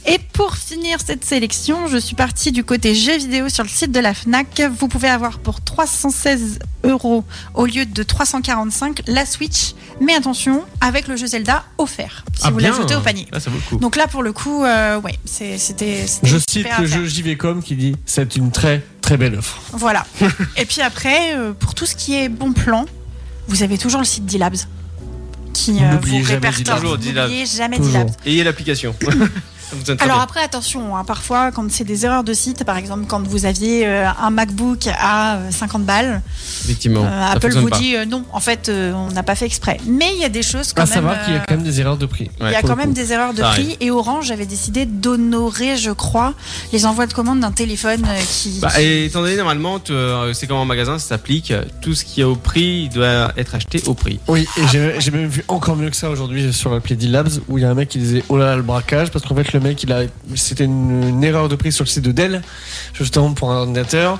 Speaker 6: Et pour finir cette sélection, je suis partie du côté jeux vidéo sur le site de la FNAC. Vous pouvez avoir pour 316 euros au lieu de 345 la Switch. Mais attention, avec le jeu Zelda offert, si
Speaker 2: Ah,
Speaker 6: vous
Speaker 2: bien.
Speaker 6: l'ajoutez au panier.
Speaker 2: Ah, ça vaut le coup.
Speaker 6: Donc là, pour le coup, euh, ouais, c'est- c'était. c'était
Speaker 4: Je
Speaker 6: super
Speaker 4: cite
Speaker 6: à
Speaker 4: le
Speaker 6: faire.
Speaker 4: jeu JVcom qui dit c'est une très très belle offre. *laughs*
Speaker 6: Voilà. Et puis après, euh, pour tout ce qui est bon plan, vous avez toujours le site D-Labs qui euh,
Speaker 4: N'oubliez
Speaker 6: vous
Speaker 4: jamais
Speaker 6: répertorie.
Speaker 2: Toujours D-Labs.
Speaker 6: N'oubliez jamais
Speaker 4: Toujours.
Speaker 6: D-Labs.
Speaker 2: Ayez l'application. *laughs* Ça fonctionne très
Speaker 6: Alors
Speaker 2: bien.
Speaker 6: après, attention, hein, parfois quand c'est des erreurs de site, par exemple quand vous aviez euh, un MacBook à euh, 50 balles,
Speaker 2: effectivement.
Speaker 6: euh,
Speaker 2: ça
Speaker 6: Apple
Speaker 2: fonctionne
Speaker 6: vous
Speaker 2: pas.
Speaker 6: dit euh, non, en fait euh, on n'a pas fait exprès. Mais il y a des choses quand
Speaker 4: À
Speaker 6: même...
Speaker 4: savoir Ah, qu'il y a
Speaker 6: euh,
Speaker 4: quand même des erreurs de prix.
Speaker 6: il y a
Speaker 4: pour
Speaker 6: quand
Speaker 4: le
Speaker 6: même
Speaker 4: coup.
Speaker 6: des erreurs de
Speaker 2: Ça
Speaker 6: prix et Orange avait décidé d'honorer, je crois, les envois de commandes d'un téléphone euh, qui...
Speaker 2: Bah, et étant donné, normalement, tu- euh, c'est comme en magasin, ça s'applique. Tout ce qui est au prix doit être acheté au prix.
Speaker 4: Oui, et j'ai j'ai même vu encore mieux que ça aujourd'hui sur l'appli D-Labs où il y a un mec qui disait oh là là le braquage parce qu'en fait le mec il a c'était une, une erreur de prix sur le site de Dell justement pour un ordinateur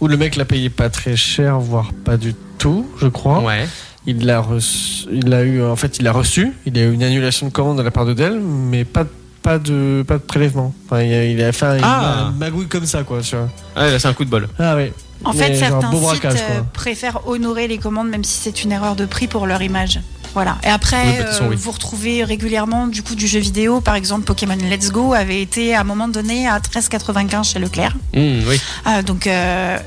Speaker 4: où le mec l'a payé pas très cher voire pas du tout je crois.
Speaker 2: Ouais.
Speaker 4: Il l'a reçu, il l'a eu en fait il l'a reçu, il a eu une annulation de commande de la part de Dell mais pas de- pas de pas de prélèvement. Enfin il a, il a fait un-
Speaker 2: Ah.
Speaker 4: une magouille comme ça quoi tu vois.
Speaker 2: Ouais, là, c'est un coup de bol.
Speaker 4: Ah oui.
Speaker 6: En
Speaker 4: Il y a
Speaker 6: fait,
Speaker 4: genre
Speaker 6: certains
Speaker 4: beau
Speaker 6: sites
Speaker 4: braquage,
Speaker 6: euh,
Speaker 4: quoi.
Speaker 6: préfèrent honorer les commandes même si c'est une erreur de prix pour leur image. Voilà. Et après,
Speaker 2: Oui, bah, de toute façon,
Speaker 6: euh,
Speaker 2: oui.
Speaker 6: vous retrouvez régulièrement du coup du jeu vidéo. Par exemple, Pokémon Let's Go avait été à un moment donné à 13,95 chez Leclerc.
Speaker 2: Hum, oui.
Speaker 6: Ah, donc euh,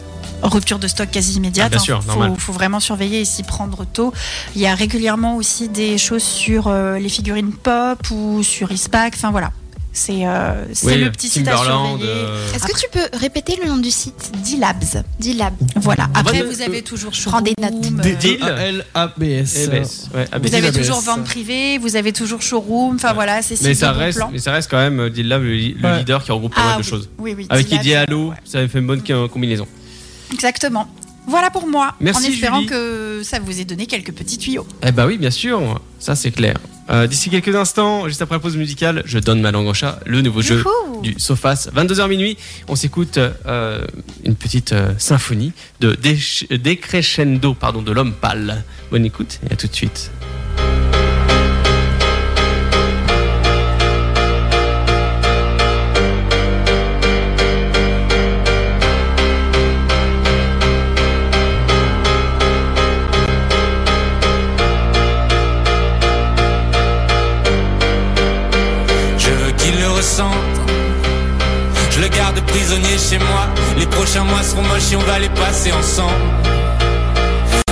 Speaker 6: rupture de stock quasi immédiate. hein.
Speaker 2: Ah, bien sûr, normal.
Speaker 6: faut, faut vraiment surveiller et s'y prendre tôt. Il y a régulièrement aussi des choses sur euh, les figurines pop ou sur Ispac. Enfin voilà. C'est euh, c'est
Speaker 2: Oui,
Speaker 6: le petit site à
Speaker 2: Timberland,
Speaker 6: surveiller.
Speaker 2: euh,
Speaker 3: Est-ce que tu peux répéter le nom du site
Speaker 6: D-Labs.
Speaker 3: D-Lab.
Speaker 6: Voilà. Après,
Speaker 2: Bonne-
Speaker 6: vous avez toujours
Speaker 3: Prends des notes.
Speaker 6: Showroom, euh,
Speaker 2: Deal.
Speaker 4: D-A-L-A-B-S.
Speaker 2: ABS. Ouais, ABS.
Speaker 6: Vous avez
Speaker 4: Deal
Speaker 6: toujours
Speaker 4: ABS.
Speaker 6: vente privée, vous avez toujours showroom, enfin
Speaker 2: Ouais.
Speaker 6: voilà, c'est
Speaker 2: Mais
Speaker 6: site
Speaker 2: ça,
Speaker 6: de bon
Speaker 2: reste,
Speaker 6: plan. Ah
Speaker 2: mais ça reste quand même euh, Deal Lab, le, le
Speaker 4: Ouais.
Speaker 2: leader qui regroupe pas mal de
Speaker 6: oui.
Speaker 2: choses.
Speaker 6: Oui, oui,
Speaker 2: Avec
Speaker 6: Dylan,
Speaker 2: Eddie Allo,
Speaker 6: ouais.
Speaker 2: ça avait fait une bonne ca- combinaison.
Speaker 6: Exactement. Voilà pour moi.
Speaker 2: Merci,
Speaker 6: en espérant
Speaker 2: Julie.
Speaker 6: que ça vous ait donné quelques petits tuyaux.
Speaker 2: Eh bah oui, bien sûr, ça c'est clair. Euh, D'ici quelques instants, juste après la pause musicale, je donne ma langue au chat, le nouveau jeu
Speaker 6: Youhou
Speaker 2: du Sofas. 22h minuit, on s'écoute euh, une petite euh, symphonie de déch- décrescendo pardon, de l'homme pâle. Bonne écoute et à tout de suite.
Speaker 10: Je veux qu'il le ressente. Je le garde prisonnier chez moi. Les prochains mois seront moches et on va les passer ensemble.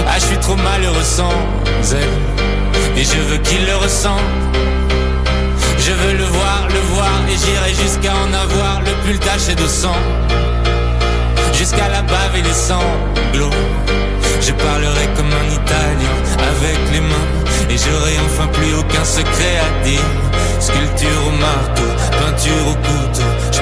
Speaker 10: Ah, je suis trop malheureux sans elle. Et je veux qu'il le ressente. Je veux le voir, le voir, et j'irai jusqu'à en avoir le pull taché de sang. Jusqu'à la bave et les sanglots. Je parlerai comme un italien avec les mains. Et j'aurai enfin plus aucun secret à dire. Sculpture au marteau, peinture au couteau. Je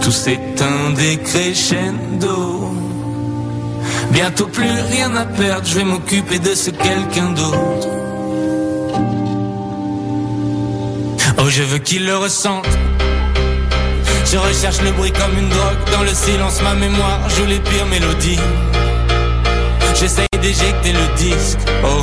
Speaker 10: Tout c'est un décrescendo. Bientôt plus rien à perdre, je vais m'occuper de ce quelqu'un d'autre. Oh, je veux qu'il le ressente. Je recherche le bruit comme une drogue. Dans le silence, ma mémoire joue les pires mélodies. J'essaye d'éjecter le disque, oh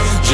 Speaker 10: Je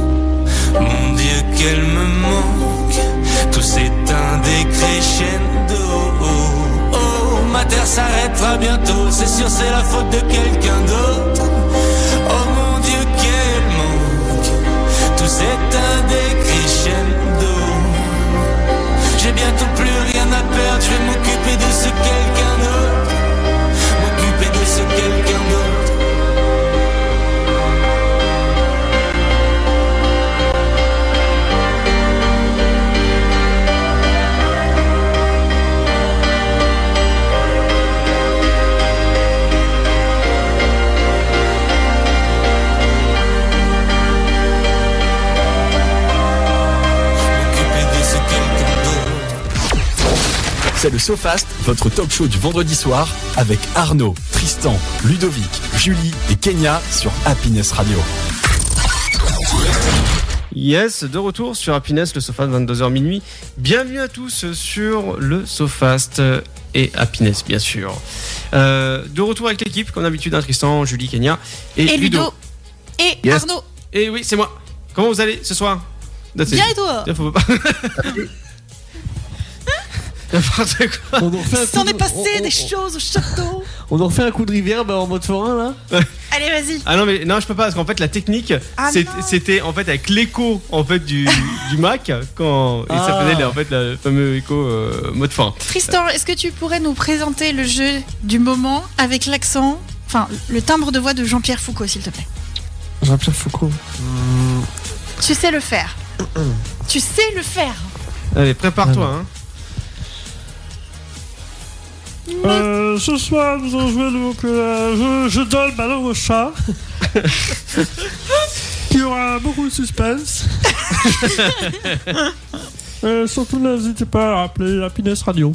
Speaker 10: Mon Dieu, qu'elle me manque. Tout c'est un décrescendo. Oh, oh, ma terre s'arrêtera bientôt, c'est sûr, c'est la faute de quelqu'un d'autre. Oh mon Dieu, qu'elle manque. Tout c'est un décrescendo. J'ai bientôt plus rien à perdre, je vais m'occuper de ce quelqu'un d'autre. M'occuper de ce quelqu'un d'autre.
Speaker 1: C'est le SoFast, votre talk show du vendredi soir avec Arnaud, Tristan, Ludovic, Julie et Kenya sur Happiness Radio.
Speaker 2: Yes, de retour sur Happiness, le Sofast 22h minuit. Bienvenue à tous sur le Sofast euh, et Happiness, bien sûr. Euh, de retour avec l'équipe, comme d'habitude, hein, Tristan, Julie, Kenya et,
Speaker 3: Et Ludo.
Speaker 6: euh,
Speaker 3: Et
Speaker 2: Yes.
Speaker 3: Arnaud.
Speaker 2: Et oui, c'est moi. Comment vous allez ce soir That's it.
Speaker 3: Bien et toi
Speaker 2: Tiens, faut pas- *laughs* N'importe quoi.
Speaker 4: On en refait un
Speaker 6: S'en
Speaker 4: coup
Speaker 6: est
Speaker 4: de-
Speaker 6: passé
Speaker 4: on- on-
Speaker 6: des choses au château. *laughs*
Speaker 4: On en refait un coup de rivière bah, en mode forain là
Speaker 6: Allez, vas-y.
Speaker 2: Ah non mais non je peux pas parce qu'en fait la technique
Speaker 6: Ah
Speaker 2: c'est-
Speaker 6: non.
Speaker 2: c'était en fait avec l'écho en fait du, du Mac quand et ça
Speaker 4: Ah.
Speaker 2: faisait en fait le fameux écho euh, mot de fin.
Speaker 6: Tristan, est-ce que tu pourrais nous présenter le jeu du moment avec l'accent, enfin le timbre de voix de Jean-Pierre Foucault, s'il te plaît
Speaker 4: Jean-Pierre Foucault.
Speaker 6: Tu sais le faire. tu sais le faire.
Speaker 2: Allez prépare-toi hein.
Speaker 11: Euh, ce soir, nous allons jouer donc, euh, je, je donne
Speaker 4: Ah
Speaker 11: ma langue au chat. Il y aura beaucoup de suspense. Euh, surtout, n'hésitez pas à appeler Happiness Radio.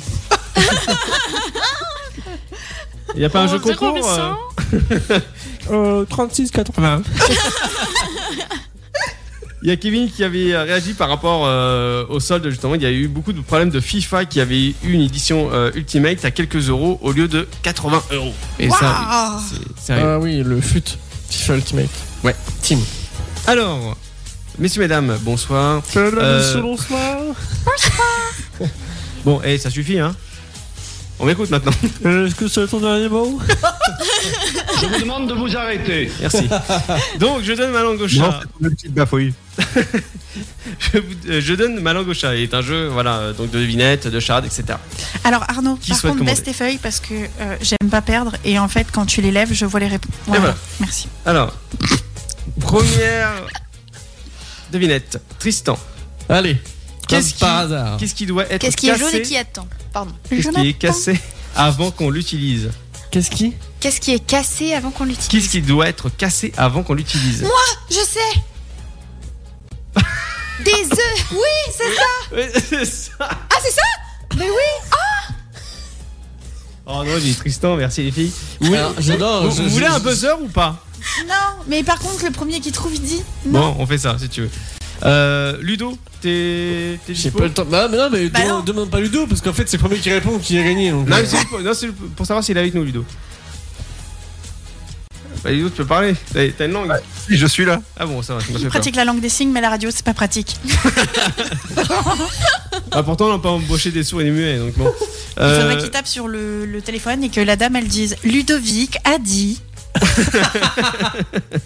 Speaker 2: Il y a pas
Speaker 3: Oh,
Speaker 2: un jeu concours euh,
Speaker 11: euh, 36 80.
Speaker 2: Il y a Kevin qui avait euh, réagi par rapport euh, au solde justement. Il y a eu beaucoup de problèmes de FIFA qui avait eu une édition euh, Ultimate à quelques euros au lieu de 80 euros. Et ça,
Speaker 4: Waouh.
Speaker 2: oui, c'est sérieux.
Speaker 4: Ah oui, le fut. FIFA Ultimate.
Speaker 2: Ouais.
Speaker 4: Team.
Speaker 2: Alors, messieurs mesdames, bonsoir.
Speaker 11: La
Speaker 2: Euh,
Speaker 11: mission, bonsoir.
Speaker 2: eh, bon, et ça suffit hein. On m'écoute maintenant.
Speaker 11: Est-ce que c'est ton dernier mot
Speaker 2: Je vous demande de vous arrêter. Merci. Donc, je donne ma langue au chat. je, vous- euh, je donne ma langue au chat. Il est un jeu, voilà, euh, donc de devinettes, de charades, etc.
Speaker 6: Alors Arnaud,
Speaker 2: Qui
Speaker 6: par
Speaker 2: souhaite
Speaker 6: contre, baisse
Speaker 2: commander
Speaker 6: tes feuilles parce que euh, j'aime pas perdre et en fait, quand tu les lèves, je vois les réponses.
Speaker 2: Et voilà.
Speaker 6: Merci.
Speaker 2: Alors, première devinette. Tristan.
Speaker 4: Allez.
Speaker 2: Qu'est-ce qui,
Speaker 4: par hasard.
Speaker 2: Qu'est-ce qui doit être
Speaker 3: Qu'est-ce qui est jaune
Speaker 2: cassé-
Speaker 3: et qui attend Pardon.
Speaker 2: Qu'est-ce qui est cassé avant qu'on l'utilise
Speaker 4: Qu'est-ce qui
Speaker 3: Qu'est-ce qui est cassé avant qu'on l'utilise
Speaker 2: Qu'est-ce qui doit être cassé avant qu'on l'utilise
Speaker 3: Moi, je sais Des œufs Oui, c'est ça
Speaker 2: *laughs* Ouais, c'est ça.
Speaker 3: Ah, c'est ça Mais oui Ah
Speaker 2: Oh non, j'ai dit Tristan, merci les filles. Oui,
Speaker 4: Alors, Ah, j'adore,
Speaker 2: Vous,
Speaker 4: Oh, je-
Speaker 2: vous
Speaker 4: je-
Speaker 2: voulez un
Speaker 4: je-
Speaker 2: buzzer ou pas
Speaker 6: Non, mais par contre, le premier qui trouve, il dit.
Speaker 2: Bon, on fait ça si tu veux. Euh, Ludo, t'es. t'es
Speaker 4: J'ai
Speaker 2: dispo
Speaker 4: pas le temps. Bah, mais non, mais
Speaker 6: Bah
Speaker 4: demande,
Speaker 6: non.
Speaker 4: demande pas Ludo parce qu'en fait, c'est le premier qui répond qui a gagné. donc,
Speaker 2: Non,
Speaker 4: euh,
Speaker 2: mais c'est pour- non, c'est pour savoir s'il est avec nous, Ludo. Bah, Ludo, tu peux parler. T'as t'as une langue
Speaker 8: Si, je
Speaker 4: *laughs*
Speaker 8: suis là.
Speaker 2: Ah bon, ça va, tu m'as
Speaker 6: Il
Speaker 2: fait peur.
Speaker 6: pratique la langue des signes, mais la radio, c'est pas pratique.
Speaker 2: Ah, pourtant, on n'a pas embauché des sourds et des muets, donc bon.
Speaker 6: *laughs* Il
Speaker 2: Euh,
Speaker 6: faudrait qu'il tape sur le, le téléphone et que la dame, elle dise Ludovic a dit.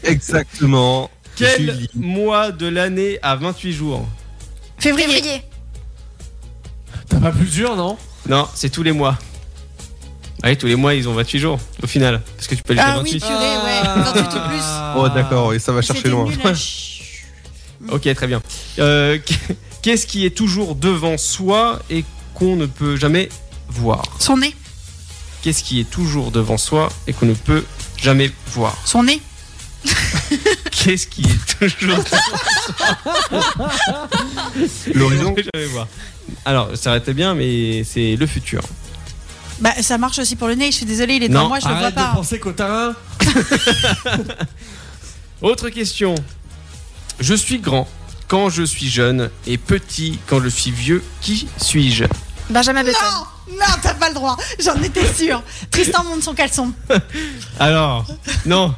Speaker 8: Exactement. Je
Speaker 2: quel
Speaker 8: suis-
Speaker 2: mois de l'année à 28 jours
Speaker 6: Février.
Speaker 3: Février
Speaker 4: T'as pas plus dur, non
Speaker 2: Non, c'est tous les mois. Ouais, tous les mois, ils ont 28 jours, au final. Parce que tu peux les faire
Speaker 6: Ah oui,
Speaker 2: 28.
Speaker 6: purée, ouais.
Speaker 4: Ah.
Speaker 6: 28 ou plus.
Speaker 8: Oh, d'accord, et ça va chercher
Speaker 6: C'était
Speaker 8: loin.
Speaker 6: nul. hein.
Speaker 2: Ok, très bien. Euh, Qu'est-ce qui est toujours devant soi et qu'on ne peut jamais voir
Speaker 6: Son nez.
Speaker 2: Qu'est-ce qui est toujours devant soi et qu'on ne peut jamais voir
Speaker 6: Son nez.
Speaker 2: Qu'est-ce qui est toujours devant *laughs* soi
Speaker 8: L'horizon.
Speaker 2: qu'on ne peut jamais voir Alors, ça aurait été bien, mais c'est le futur.
Speaker 6: Bah, ça marche aussi pour le nez, je suis désolée, il est
Speaker 2: Non,
Speaker 6: devant moi, je le vois
Speaker 4: Arrête de
Speaker 6: pas.
Speaker 4: penser qu'au terrain.
Speaker 2: Autre question. Je suis grand quand je suis jeune et petit quand je suis vieux. Qui suis-je
Speaker 3: Benjamin Button.
Speaker 6: Non, t'as pas le droit, j'en étais sûre. Tristan monte son caleçon.
Speaker 2: Alors, non.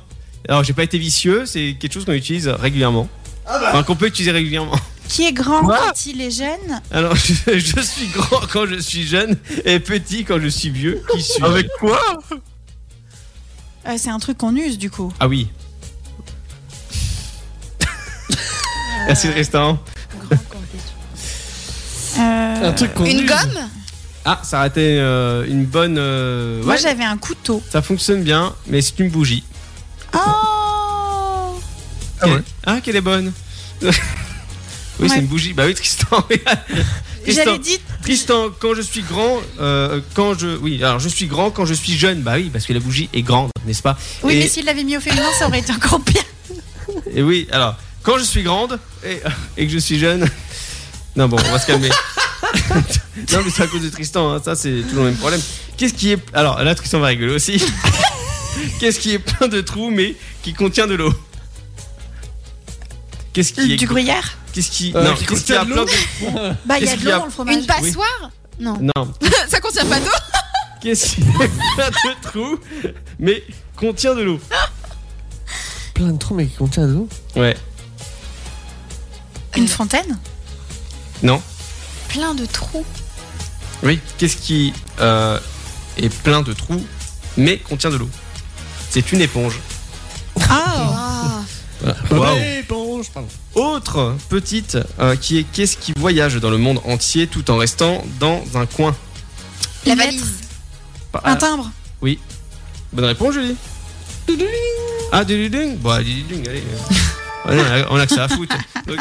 Speaker 2: Alors, j'ai pas été vicieux, c'est quelque chose qu'on utilise régulièrement. Enfin, qu'on peut utiliser régulièrement.
Speaker 6: Qui est grand
Speaker 2: Quoi
Speaker 6: quand il est jeune
Speaker 2: Alors, *laughs* je, je suis grand quand je suis jeune et petit quand je suis vieux. Qui suis-je
Speaker 8: Avec quoi
Speaker 6: Euh, C'est un truc qu'on use du coup.
Speaker 2: Ah oui. Merci Tristan.
Speaker 6: Euh,
Speaker 4: Un truc qu'on
Speaker 3: Une
Speaker 4: use.
Speaker 3: gomme
Speaker 2: Ah, ça a été euh, une bonne. euh,
Speaker 6: Moi
Speaker 2: ouais,
Speaker 6: j'avais un couteau.
Speaker 2: ça fonctionne bien, mais c'est une bougie.
Speaker 6: Oh
Speaker 2: Ah,
Speaker 8: ouais.
Speaker 2: ah qu'elle est bonne. *laughs* oui, c'est
Speaker 6: Ouais.
Speaker 2: une bougie. Bah oui, Tristan. *laughs* Tristan,
Speaker 6: J'allais dire.
Speaker 2: Tristan, quand je suis grand, euh, quand je, oui, alors je suis grand quand je suis jeune, bah oui, parce que la bougie est grande, n'est-ce pas
Speaker 6: Oui,
Speaker 2: et,
Speaker 6: mais s'il l'avait mis au féminin, ça aurait été encore pire.
Speaker 2: et oui, alors quand je suis grande et, et que je suis jeune, non bon, on va se *laughs* calmer. non mais c'est à cause de Tristan, hein, ça c'est toujours le même problème. Qu'est-ce qui est, alors là Tristan va rigoler *laughs* aussi. Qu'est-ce qui est plein de trous mais qui contient de l'eau Qu'est-ce qui est
Speaker 6: Du gruyère
Speaker 2: Qu'est-ce qui,
Speaker 4: Euh,
Speaker 2: non,
Speaker 4: qui
Speaker 2: qu'est-ce qui
Speaker 4: contient
Speaker 2: a
Speaker 4: de
Speaker 2: plein
Speaker 4: l'eau
Speaker 2: de
Speaker 6: Bah, il y
Speaker 2: Qu'est-ce
Speaker 6: a de
Speaker 2: qu'il y a
Speaker 6: l'eau dans le fromage.
Speaker 3: Une passoire Non.
Speaker 2: non
Speaker 3: *laughs* ça contient pas d'eau
Speaker 2: Qu'est-ce qui est plein de trous mais contient de l'eau
Speaker 4: Plein de trous, mais qui contient de l'eau.
Speaker 2: Ouais.
Speaker 6: Une fontaine
Speaker 2: Non.
Speaker 3: Plein de trous.
Speaker 2: Oui. Qu'est-ce qui euh, est plein de trous mais contient de l'eau C'est une éponge.
Speaker 3: Oh,
Speaker 6: Ah
Speaker 2: Waouh.
Speaker 4: Éponge, pardon.
Speaker 2: Autre petite euh, qui est qu'est-ce qui voyage dans le monde entier tout en restant dans un coin
Speaker 3: La
Speaker 6: Une
Speaker 3: valise.
Speaker 2: Pas- ah,
Speaker 6: Un timbre
Speaker 2: Bonne réponse, Julie. Ah, du Bon, du allez. Ouais, non, on a- on a que ça à foutre. Donc-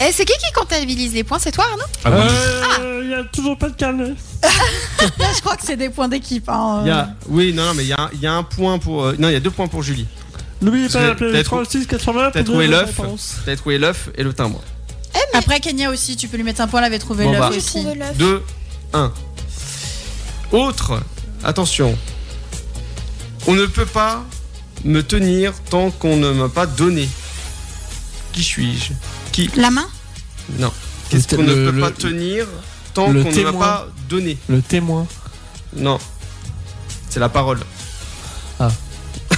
Speaker 3: Eh, c'est qui qui comptabilise les points C'est toi, Arnaud
Speaker 2: Ah bon
Speaker 11: Euh, Il y a toujours pas de carnet.
Speaker 6: Là,
Speaker 12: Ah,
Speaker 6: je crois que c'est des points d'équipe. hein, euh.
Speaker 2: Il y a- oui, non, non, mais il y a, un- il y a un point pour. euh, non, il y a deux points pour Julie.
Speaker 11: N'oubliez
Speaker 2: Vous
Speaker 11: pas d'appeler
Speaker 2: avez-
Speaker 11: le 36 80
Speaker 2: t'as
Speaker 11: pour
Speaker 2: trouvé
Speaker 11: donner vos
Speaker 2: l'œuf
Speaker 11: réponses.
Speaker 2: T'as trouvé l'œuf et le timbre.
Speaker 12: Eh,
Speaker 6: Après, Kenya aussi, tu peux lui mettre un point, elle avait trouvé
Speaker 2: Bon,
Speaker 6: l'œuf
Speaker 2: bah.
Speaker 6: aussi.
Speaker 2: 2, 1. Autre, attention. On ne peut pas me tenir tant qu'on ne m'a pas donné. Qui suis-je Qui
Speaker 6: La main
Speaker 2: Non. Qu'est-ce
Speaker 4: Le-
Speaker 2: qu'on ne peut
Speaker 4: le-
Speaker 2: pas
Speaker 4: le-
Speaker 2: tenir tant
Speaker 4: le
Speaker 2: qu'on ne m'a
Speaker 4: témoin.
Speaker 2: pas donné
Speaker 4: Le témoin.
Speaker 2: Non. C'est la parole.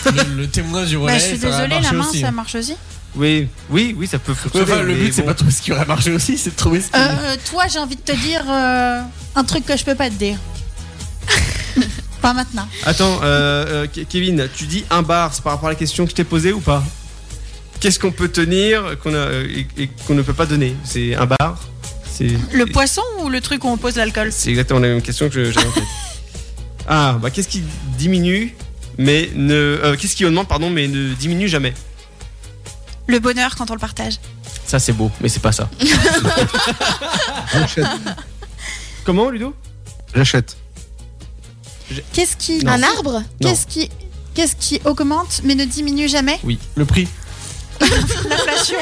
Speaker 4: le, le témoin du relais.
Speaker 6: bah, je suis
Speaker 4: ça va
Speaker 6: désolée, la
Speaker 4: marcher
Speaker 6: main,
Speaker 4: aussi.
Speaker 6: ça marche aussi.
Speaker 2: Oui, oui, oui, ça peut fonctionner.
Speaker 4: Enfin, le
Speaker 2: mais
Speaker 4: but, c'est
Speaker 2: bon.
Speaker 4: pas de trouver ce qui aurait marché aussi, c'est de trouver ce qui.
Speaker 12: Euh, toi, j'ai envie de te dire euh, un truc que je peux pas te
Speaker 6: *laughs*
Speaker 12: dire. pas maintenant.
Speaker 2: Attends, euh, euh, Ke- Kevin, tu dis un bar, c'est par rapport à la question que je t'ai posée ou pas Qu'est-ce qu'on peut tenir qu'on a- et, et qu'on ne peut pas donner C'est un bar C'est
Speaker 6: Le poisson ou le truc où on pose l'alcool
Speaker 2: c'est exactement la même question que je- j'avais en tête. Ah, bah qu'est-ce qui diminue mais ne euh, qu'est-ce qui augmente pardon mais ne diminue jamais
Speaker 6: Le bonheur quand on le partage.
Speaker 2: Ça c'est beau, mais c'est pas ça. Comment Ludo
Speaker 8: J'achète.
Speaker 12: Qu'est-ce qui.
Speaker 2: Non.
Speaker 12: Un arbre
Speaker 2: Non.
Speaker 12: Qu'est-ce qui. Qu'est-ce qui augmente mais ne diminue jamais
Speaker 2: Oui.
Speaker 4: Le prix.
Speaker 12: *laughs* L'inflation.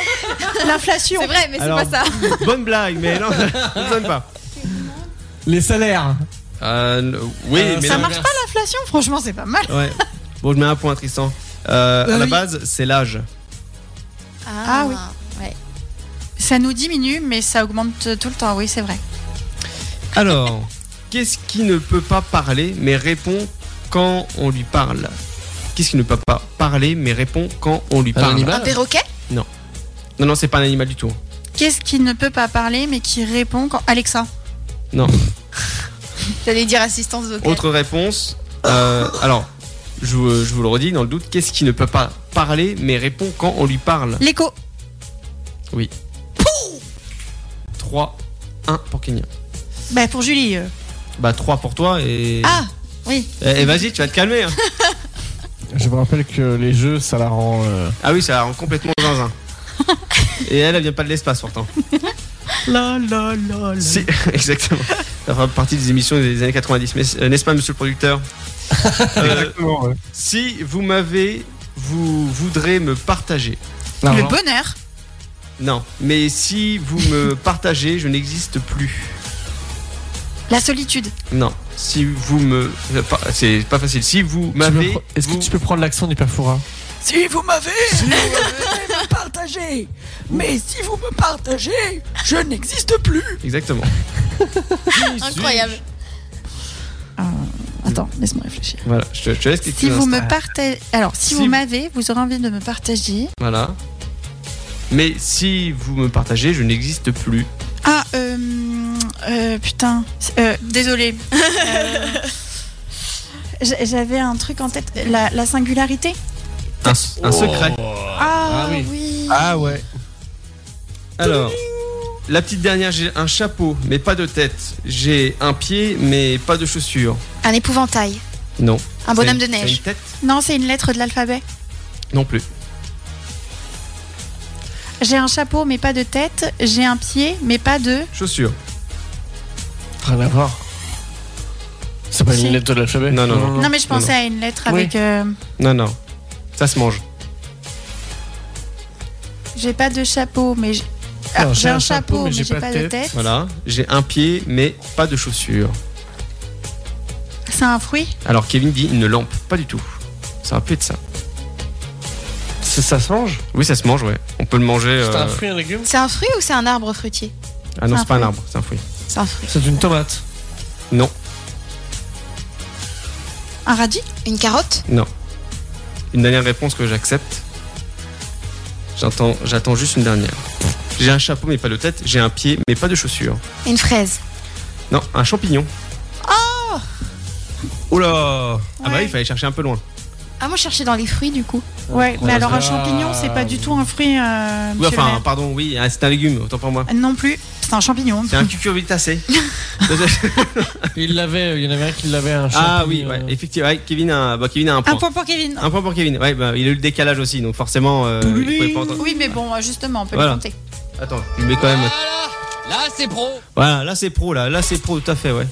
Speaker 12: L'inflation. Ah,
Speaker 3: C'est vrai, mais c'est pas ça.
Speaker 2: Bonne blague, mais non, ne donne pas.
Speaker 4: Les salaires.
Speaker 2: Euh, oui, mais
Speaker 6: ça
Speaker 2: non.
Speaker 6: marche pas l'inflation, franchement, c'est pas mal.
Speaker 2: Ouais. Bon, je mets un point Tristan. Euh,
Speaker 6: Bah
Speaker 2: à la
Speaker 6: oui.
Speaker 2: base, c'est l'âge.
Speaker 6: Ah, oui. Ça nous diminue, mais ça augmente tout le temps, oui, c'est vrai.
Speaker 2: Alors, qu'est-ce qui ne peut pas parler mais répond quand on lui parle Qu'est-ce qui ne peut pas parler mais répond quand on lui
Speaker 4: Un
Speaker 2: parle
Speaker 4: animal Un
Speaker 3: perroquet
Speaker 2: Non. Non, non, c'est pas un animal du tout.
Speaker 6: Qu'est-ce qui ne peut pas parler, mais qui répond quand. Alexa
Speaker 2: Non.
Speaker 3: J'allais dire assistance vocale.
Speaker 2: Autre réponse. euh, alors, je, vous- je vous le redis, dans le doute, qu'est-ce qui ne peut pas parler mais répond quand on lui parle
Speaker 6: L'écho.
Speaker 2: Oui. 3, 1 pour Kenya.
Speaker 6: Bah, pour Julie. euh.
Speaker 2: Bah, 3 pour toi et.
Speaker 6: Ah Oui.
Speaker 2: Eh, eh, vas-y, tu vas te calmer.
Speaker 6: *laughs*
Speaker 2: hein.
Speaker 4: Je me rappelle que les jeux, ça la rend. euh,
Speaker 2: Ah oui, ça rend complètement
Speaker 6: *laughs*
Speaker 2: zinzin. Et elle, elle vient pas de l'espace pourtant.
Speaker 6: La la la la.
Speaker 2: Si, *laughs* exactement. Ça fera partie des émissions des années 90, mais euh, n'est-ce pas, monsieur le producteur Euh,
Speaker 8: Exactement, ouais.
Speaker 2: Si vous m'avez, vous voudrez me partager.
Speaker 6: Le bonheur.
Speaker 2: Non, mais si vous me partagez, je n'existe plus.
Speaker 6: La solitude.
Speaker 2: Non, si vous me. euh, pas- C'est pas facile. Si vous
Speaker 4: tu peux
Speaker 2: m'avez.
Speaker 4: pre- Est-ce
Speaker 2: vous-
Speaker 4: que tu peux prendre l'accent du Perfoura
Speaker 7: Si vous m'avez, vous me partagez. Mais si vous me partagez, je n'existe plus.
Speaker 2: Exactement.
Speaker 3: *laughs* Incroyable.
Speaker 6: Attends, laisse-moi réfléchir.
Speaker 2: Voilà, je te, je te laisse
Speaker 6: Si
Speaker 2: quelques
Speaker 6: vous me
Speaker 2: instants.
Speaker 6: partagez. Alors, si,
Speaker 2: Si
Speaker 6: vous
Speaker 2: vous-
Speaker 6: m'avez, vous aurez envie de me partager.
Speaker 2: Voilà. Mais si vous me partagez, je n'existe plus.
Speaker 6: Ah, euh. euh, putain. Euh, désolé. *laughs* Euh, j'a- J'avais un truc en tête. La, la singularité
Speaker 2: Un,
Speaker 3: Oh.
Speaker 2: un secret.
Speaker 6: Ah, oui.
Speaker 8: Ah ouais.
Speaker 2: Alors, la petite dernière, j'ai un chapeau, mais pas de tête. J'ai un pied, mais pas de chaussures.
Speaker 3: Un épouvantail.
Speaker 2: Non.
Speaker 3: Un bonhomme
Speaker 2: C'est-
Speaker 3: de neige.
Speaker 2: c'est une tête
Speaker 6: Non, c'est une lettre de l'alphabet.
Speaker 2: Non plus.
Speaker 6: J'ai un chapeau, mais pas de tête. J'ai un pied, mais pas de.
Speaker 2: Chaussures.
Speaker 4: Rien à voir. C'est pas
Speaker 6: Si.
Speaker 4: une lettre de l'alphabet
Speaker 2: Non, non, non.
Speaker 6: Oh. Non, mais je
Speaker 2: non,
Speaker 6: pensais à une lettre
Speaker 4: Oui.
Speaker 6: avec. euh,
Speaker 2: Non, non. Ça se mange.
Speaker 6: J'ai pas de chapeau, mais. j'- Ah, j'ai un chapeau, mais j'ai pas de tête.
Speaker 2: Voilà. J'ai un pied, mais pas de chaussures.
Speaker 6: C'est un fruit
Speaker 2: Alors, Kevin dit une lampe. Pas du tout. Ça aurait pu être ça.
Speaker 4: Ça, ça se mange
Speaker 2: Oui, ça se mange, ouais. On peut le manger.
Speaker 4: C'est un
Speaker 2: euh,
Speaker 4: fruit, un légume
Speaker 3: C'est un fruit ou c'est un arbre fruitier
Speaker 2: Ah non,
Speaker 3: c'est un
Speaker 2: c'est pas un
Speaker 3: fruit.
Speaker 2: arbre, c'est un fruit.
Speaker 3: C'est un fruit.
Speaker 4: C'est une tomate.
Speaker 2: Non,
Speaker 6: Un radis
Speaker 3: Une carotte
Speaker 2: non. Une dernière réponse que j'accepte. J'attends, j'attends juste une dernière. J'ai un chapeau mais pas de tête, j'ai un pied mais pas de chaussures.
Speaker 3: Une fraise.
Speaker 2: Non, un champignon. Oh là Ah bah
Speaker 6: Ouais.
Speaker 2: oui, il fallait chercher un peu loin.
Speaker 3: Ah, moi, je cherchais dans les fruits du coup.
Speaker 6: Ouais, mais
Speaker 2: Ah.
Speaker 6: alors un champignon, c'est pas du tout un fruit. euh,
Speaker 2: Oui,
Speaker 6: monsieur le
Speaker 2: enfin,
Speaker 6: maire.
Speaker 2: pardon, oui, ah, c'est un légume, autant pour moi.
Speaker 6: Non plus, c'est un champignon.
Speaker 2: C'est *laughs* un cucurbitacé.
Speaker 4: Il l'avait, euh, il y en avait un qui l'avait, un euh. chapeau.
Speaker 2: ah oui, ouais, effectivement. ouais, Kevin, a, bah, Kevin a un point.
Speaker 6: Un point pour Kevin.
Speaker 2: Un point pour Kevin. Ouais, bah, il a eu le décalage aussi, donc forcément, euh, il pouvait pas entendre.
Speaker 6: Oui, mais bon, euh, justement, on peut
Speaker 2: Voilà.
Speaker 6: le compter.
Speaker 2: Attends, je mets quand même.
Speaker 10: Ah Là, c'est pro.
Speaker 2: Voilà, là c'est pro, là, là c'est pro, tout à fait, ouais.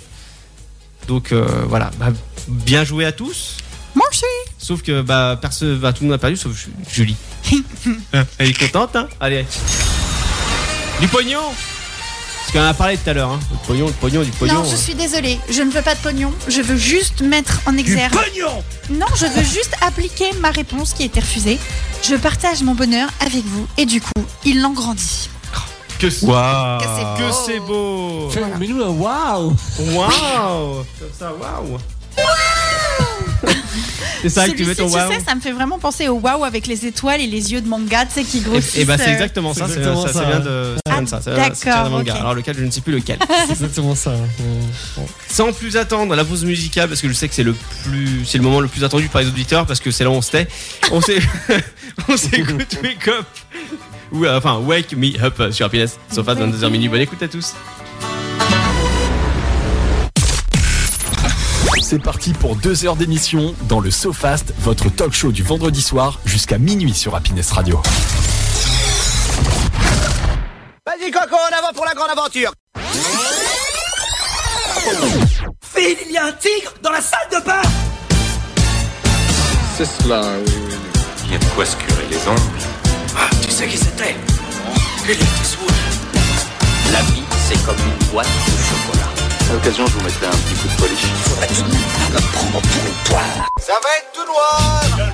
Speaker 2: Donc euh, voilà, bah, bien joué à tous.
Speaker 6: Merci.
Speaker 2: Sauf que bah, perce, bah, tout le monde a perdu, sauf Ju-
Speaker 10: *laughs*
Speaker 2: Julie. *laughs* Hein, Elle est contente, hein Allez. Du pognon Parce qu'on en a parlé tout à l'heure, hein. Le pognon, le pognon, du pognon. hein.
Speaker 12: non, je suis désolée, je ne veux pas de pognon, je veux juste mettre en exergue.
Speaker 2: pognon
Speaker 6: Non, je veux juste appliquer ma réponse qui a été refusée. Je partage mon bonheur avec vous et du coup, il l'engrandit.
Speaker 2: Que c'est
Speaker 8: Waouh.
Speaker 3: Que c'est
Speaker 2: que
Speaker 3: beau.
Speaker 2: c'est beau
Speaker 6: euh,
Speaker 4: Fais- Mais nous, waouh
Speaker 2: Waouh Comme ça, waouh C'est ça que tu mets
Speaker 6: Celui-ci,
Speaker 2: ton waouh.
Speaker 6: sais, ça me fait vraiment penser au waouh avec les étoiles et les yeux de manga, tu sais, qui grossissent.
Speaker 2: Et, bah c'est
Speaker 6: euh,
Speaker 2: exactement ça,
Speaker 4: C'est
Speaker 2: c'est
Speaker 4: exactement
Speaker 2: ça,
Speaker 4: ça,
Speaker 2: ça vient
Speaker 4: ouais.
Speaker 2: de ça. vient de ça, ça vient- ça
Speaker 6: Ah,
Speaker 2: vient
Speaker 6: D'accord,
Speaker 2: d'un manga.
Speaker 6: ok.
Speaker 2: Alors lequel, je ne sais plus lequel.
Speaker 4: C'est exactement ça. hein.
Speaker 6: *laughs*
Speaker 2: Sans plus attendre, la pause musicale, parce que je sais que c'est le plus, c'est le moment le plus attendu par les auditeurs, parce que c'est là où on se tait. On s'est, *laughs* on s'écoute Wake Up. Ou, euh, enfin, Wake Me Up euh, sur Happiness. Sauf à 22h minuit. Bonne écoute à tous.
Speaker 1: C'est parti pour deux heures d'émission dans le SoFast, votre talk show du vendredi soir jusqu'à minuit sur Happiness Radio.
Speaker 13: Vas-y Coco, en avant pour la grande aventure
Speaker 7: Phil, il y a un tigre dans la salle de bain
Speaker 14: C'est cela, oui. Il y a de quoi se curer les ongles.
Speaker 7: Ah, tu sais qui c'était Clint Eastwood. La vie, c'est comme une boîte de chocolat.
Speaker 14: À l'occasion, je vous mettrai un petit coup de polish.
Speaker 7: La prendre pour une poire. Ça va être tout noir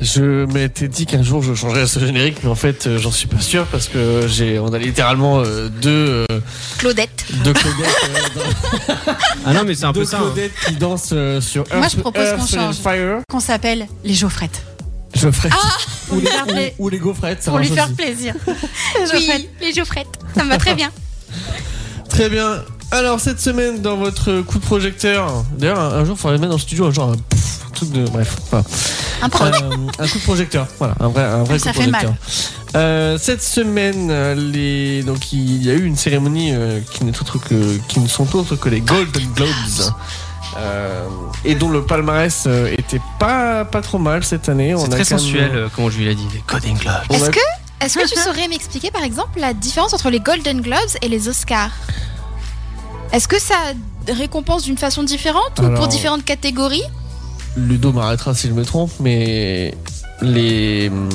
Speaker 4: Je m'étais dit qu'un jour je changerais ce générique, mais en fait euh, j'en suis pas sûr parce que j'ai on a littéralement euh, deux euh,
Speaker 3: Claudette.
Speaker 4: deux Claudettes,
Speaker 2: Ah non, mais c'est un peu
Speaker 4: deux
Speaker 2: ça, hein.
Speaker 4: Claudettes qui dansent euh, sur Earth,
Speaker 6: Moi, je propose qu'on
Speaker 4: Earth and
Speaker 6: change. Ah
Speaker 4: Fire.
Speaker 6: Qu'on s'appelle les gaufrettes.
Speaker 4: Geoffrey.
Speaker 6: Pour
Speaker 4: ou,
Speaker 6: lui
Speaker 4: les,
Speaker 6: faire, pla-
Speaker 4: ou, ou les gaufrettes. ça
Speaker 6: pour lui
Speaker 4: marche
Speaker 6: faire
Speaker 4: aussi.
Speaker 6: plaisir.
Speaker 3: *laughs* Oui, les gaufrettes. Ça me va très bien.
Speaker 4: Très bien. Alors cette semaine dans votre coup de projecteur, d'ailleurs un, un jour il faudrait le mettre dans le studio, un genre un, pff, un truc de bref, enfin,
Speaker 6: Un pro-
Speaker 4: un coup de projecteur, voilà, un vrai, un vrai
Speaker 6: Ça
Speaker 4: coup de
Speaker 6: fait mal.
Speaker 4: projecteur. Euh, cette semaine, euh, les... donc il y a eu une cérémonie euh, qui n'est autre que qui ne sont autres que les Golden Globes. Euh, et dont le palmarès euh, était pas pas trop mal cette année.
Speaker 2: C'est
Speaker 4: On a
Speaker 2: très
Speaker 4: quand même-
Speaker 2: sensuel, euh, comme je lui l'ai dit. Les Golden Globes.
Speaker 4: On
Speaker 3: Est-ce
Speaker 4: a-
Speaker 3: que, *laughs* est-ce que tu saurais m'expliquer par exemple la différence entre les Golden Globes et les Oscars Est-ce que ça récompense d'une façon différente ou pour
Speaker 4: Alors-
Speaker 3: différentes catégories
Speaker 4: Ludo m'arrêtera si je me trompe, mais les. hum,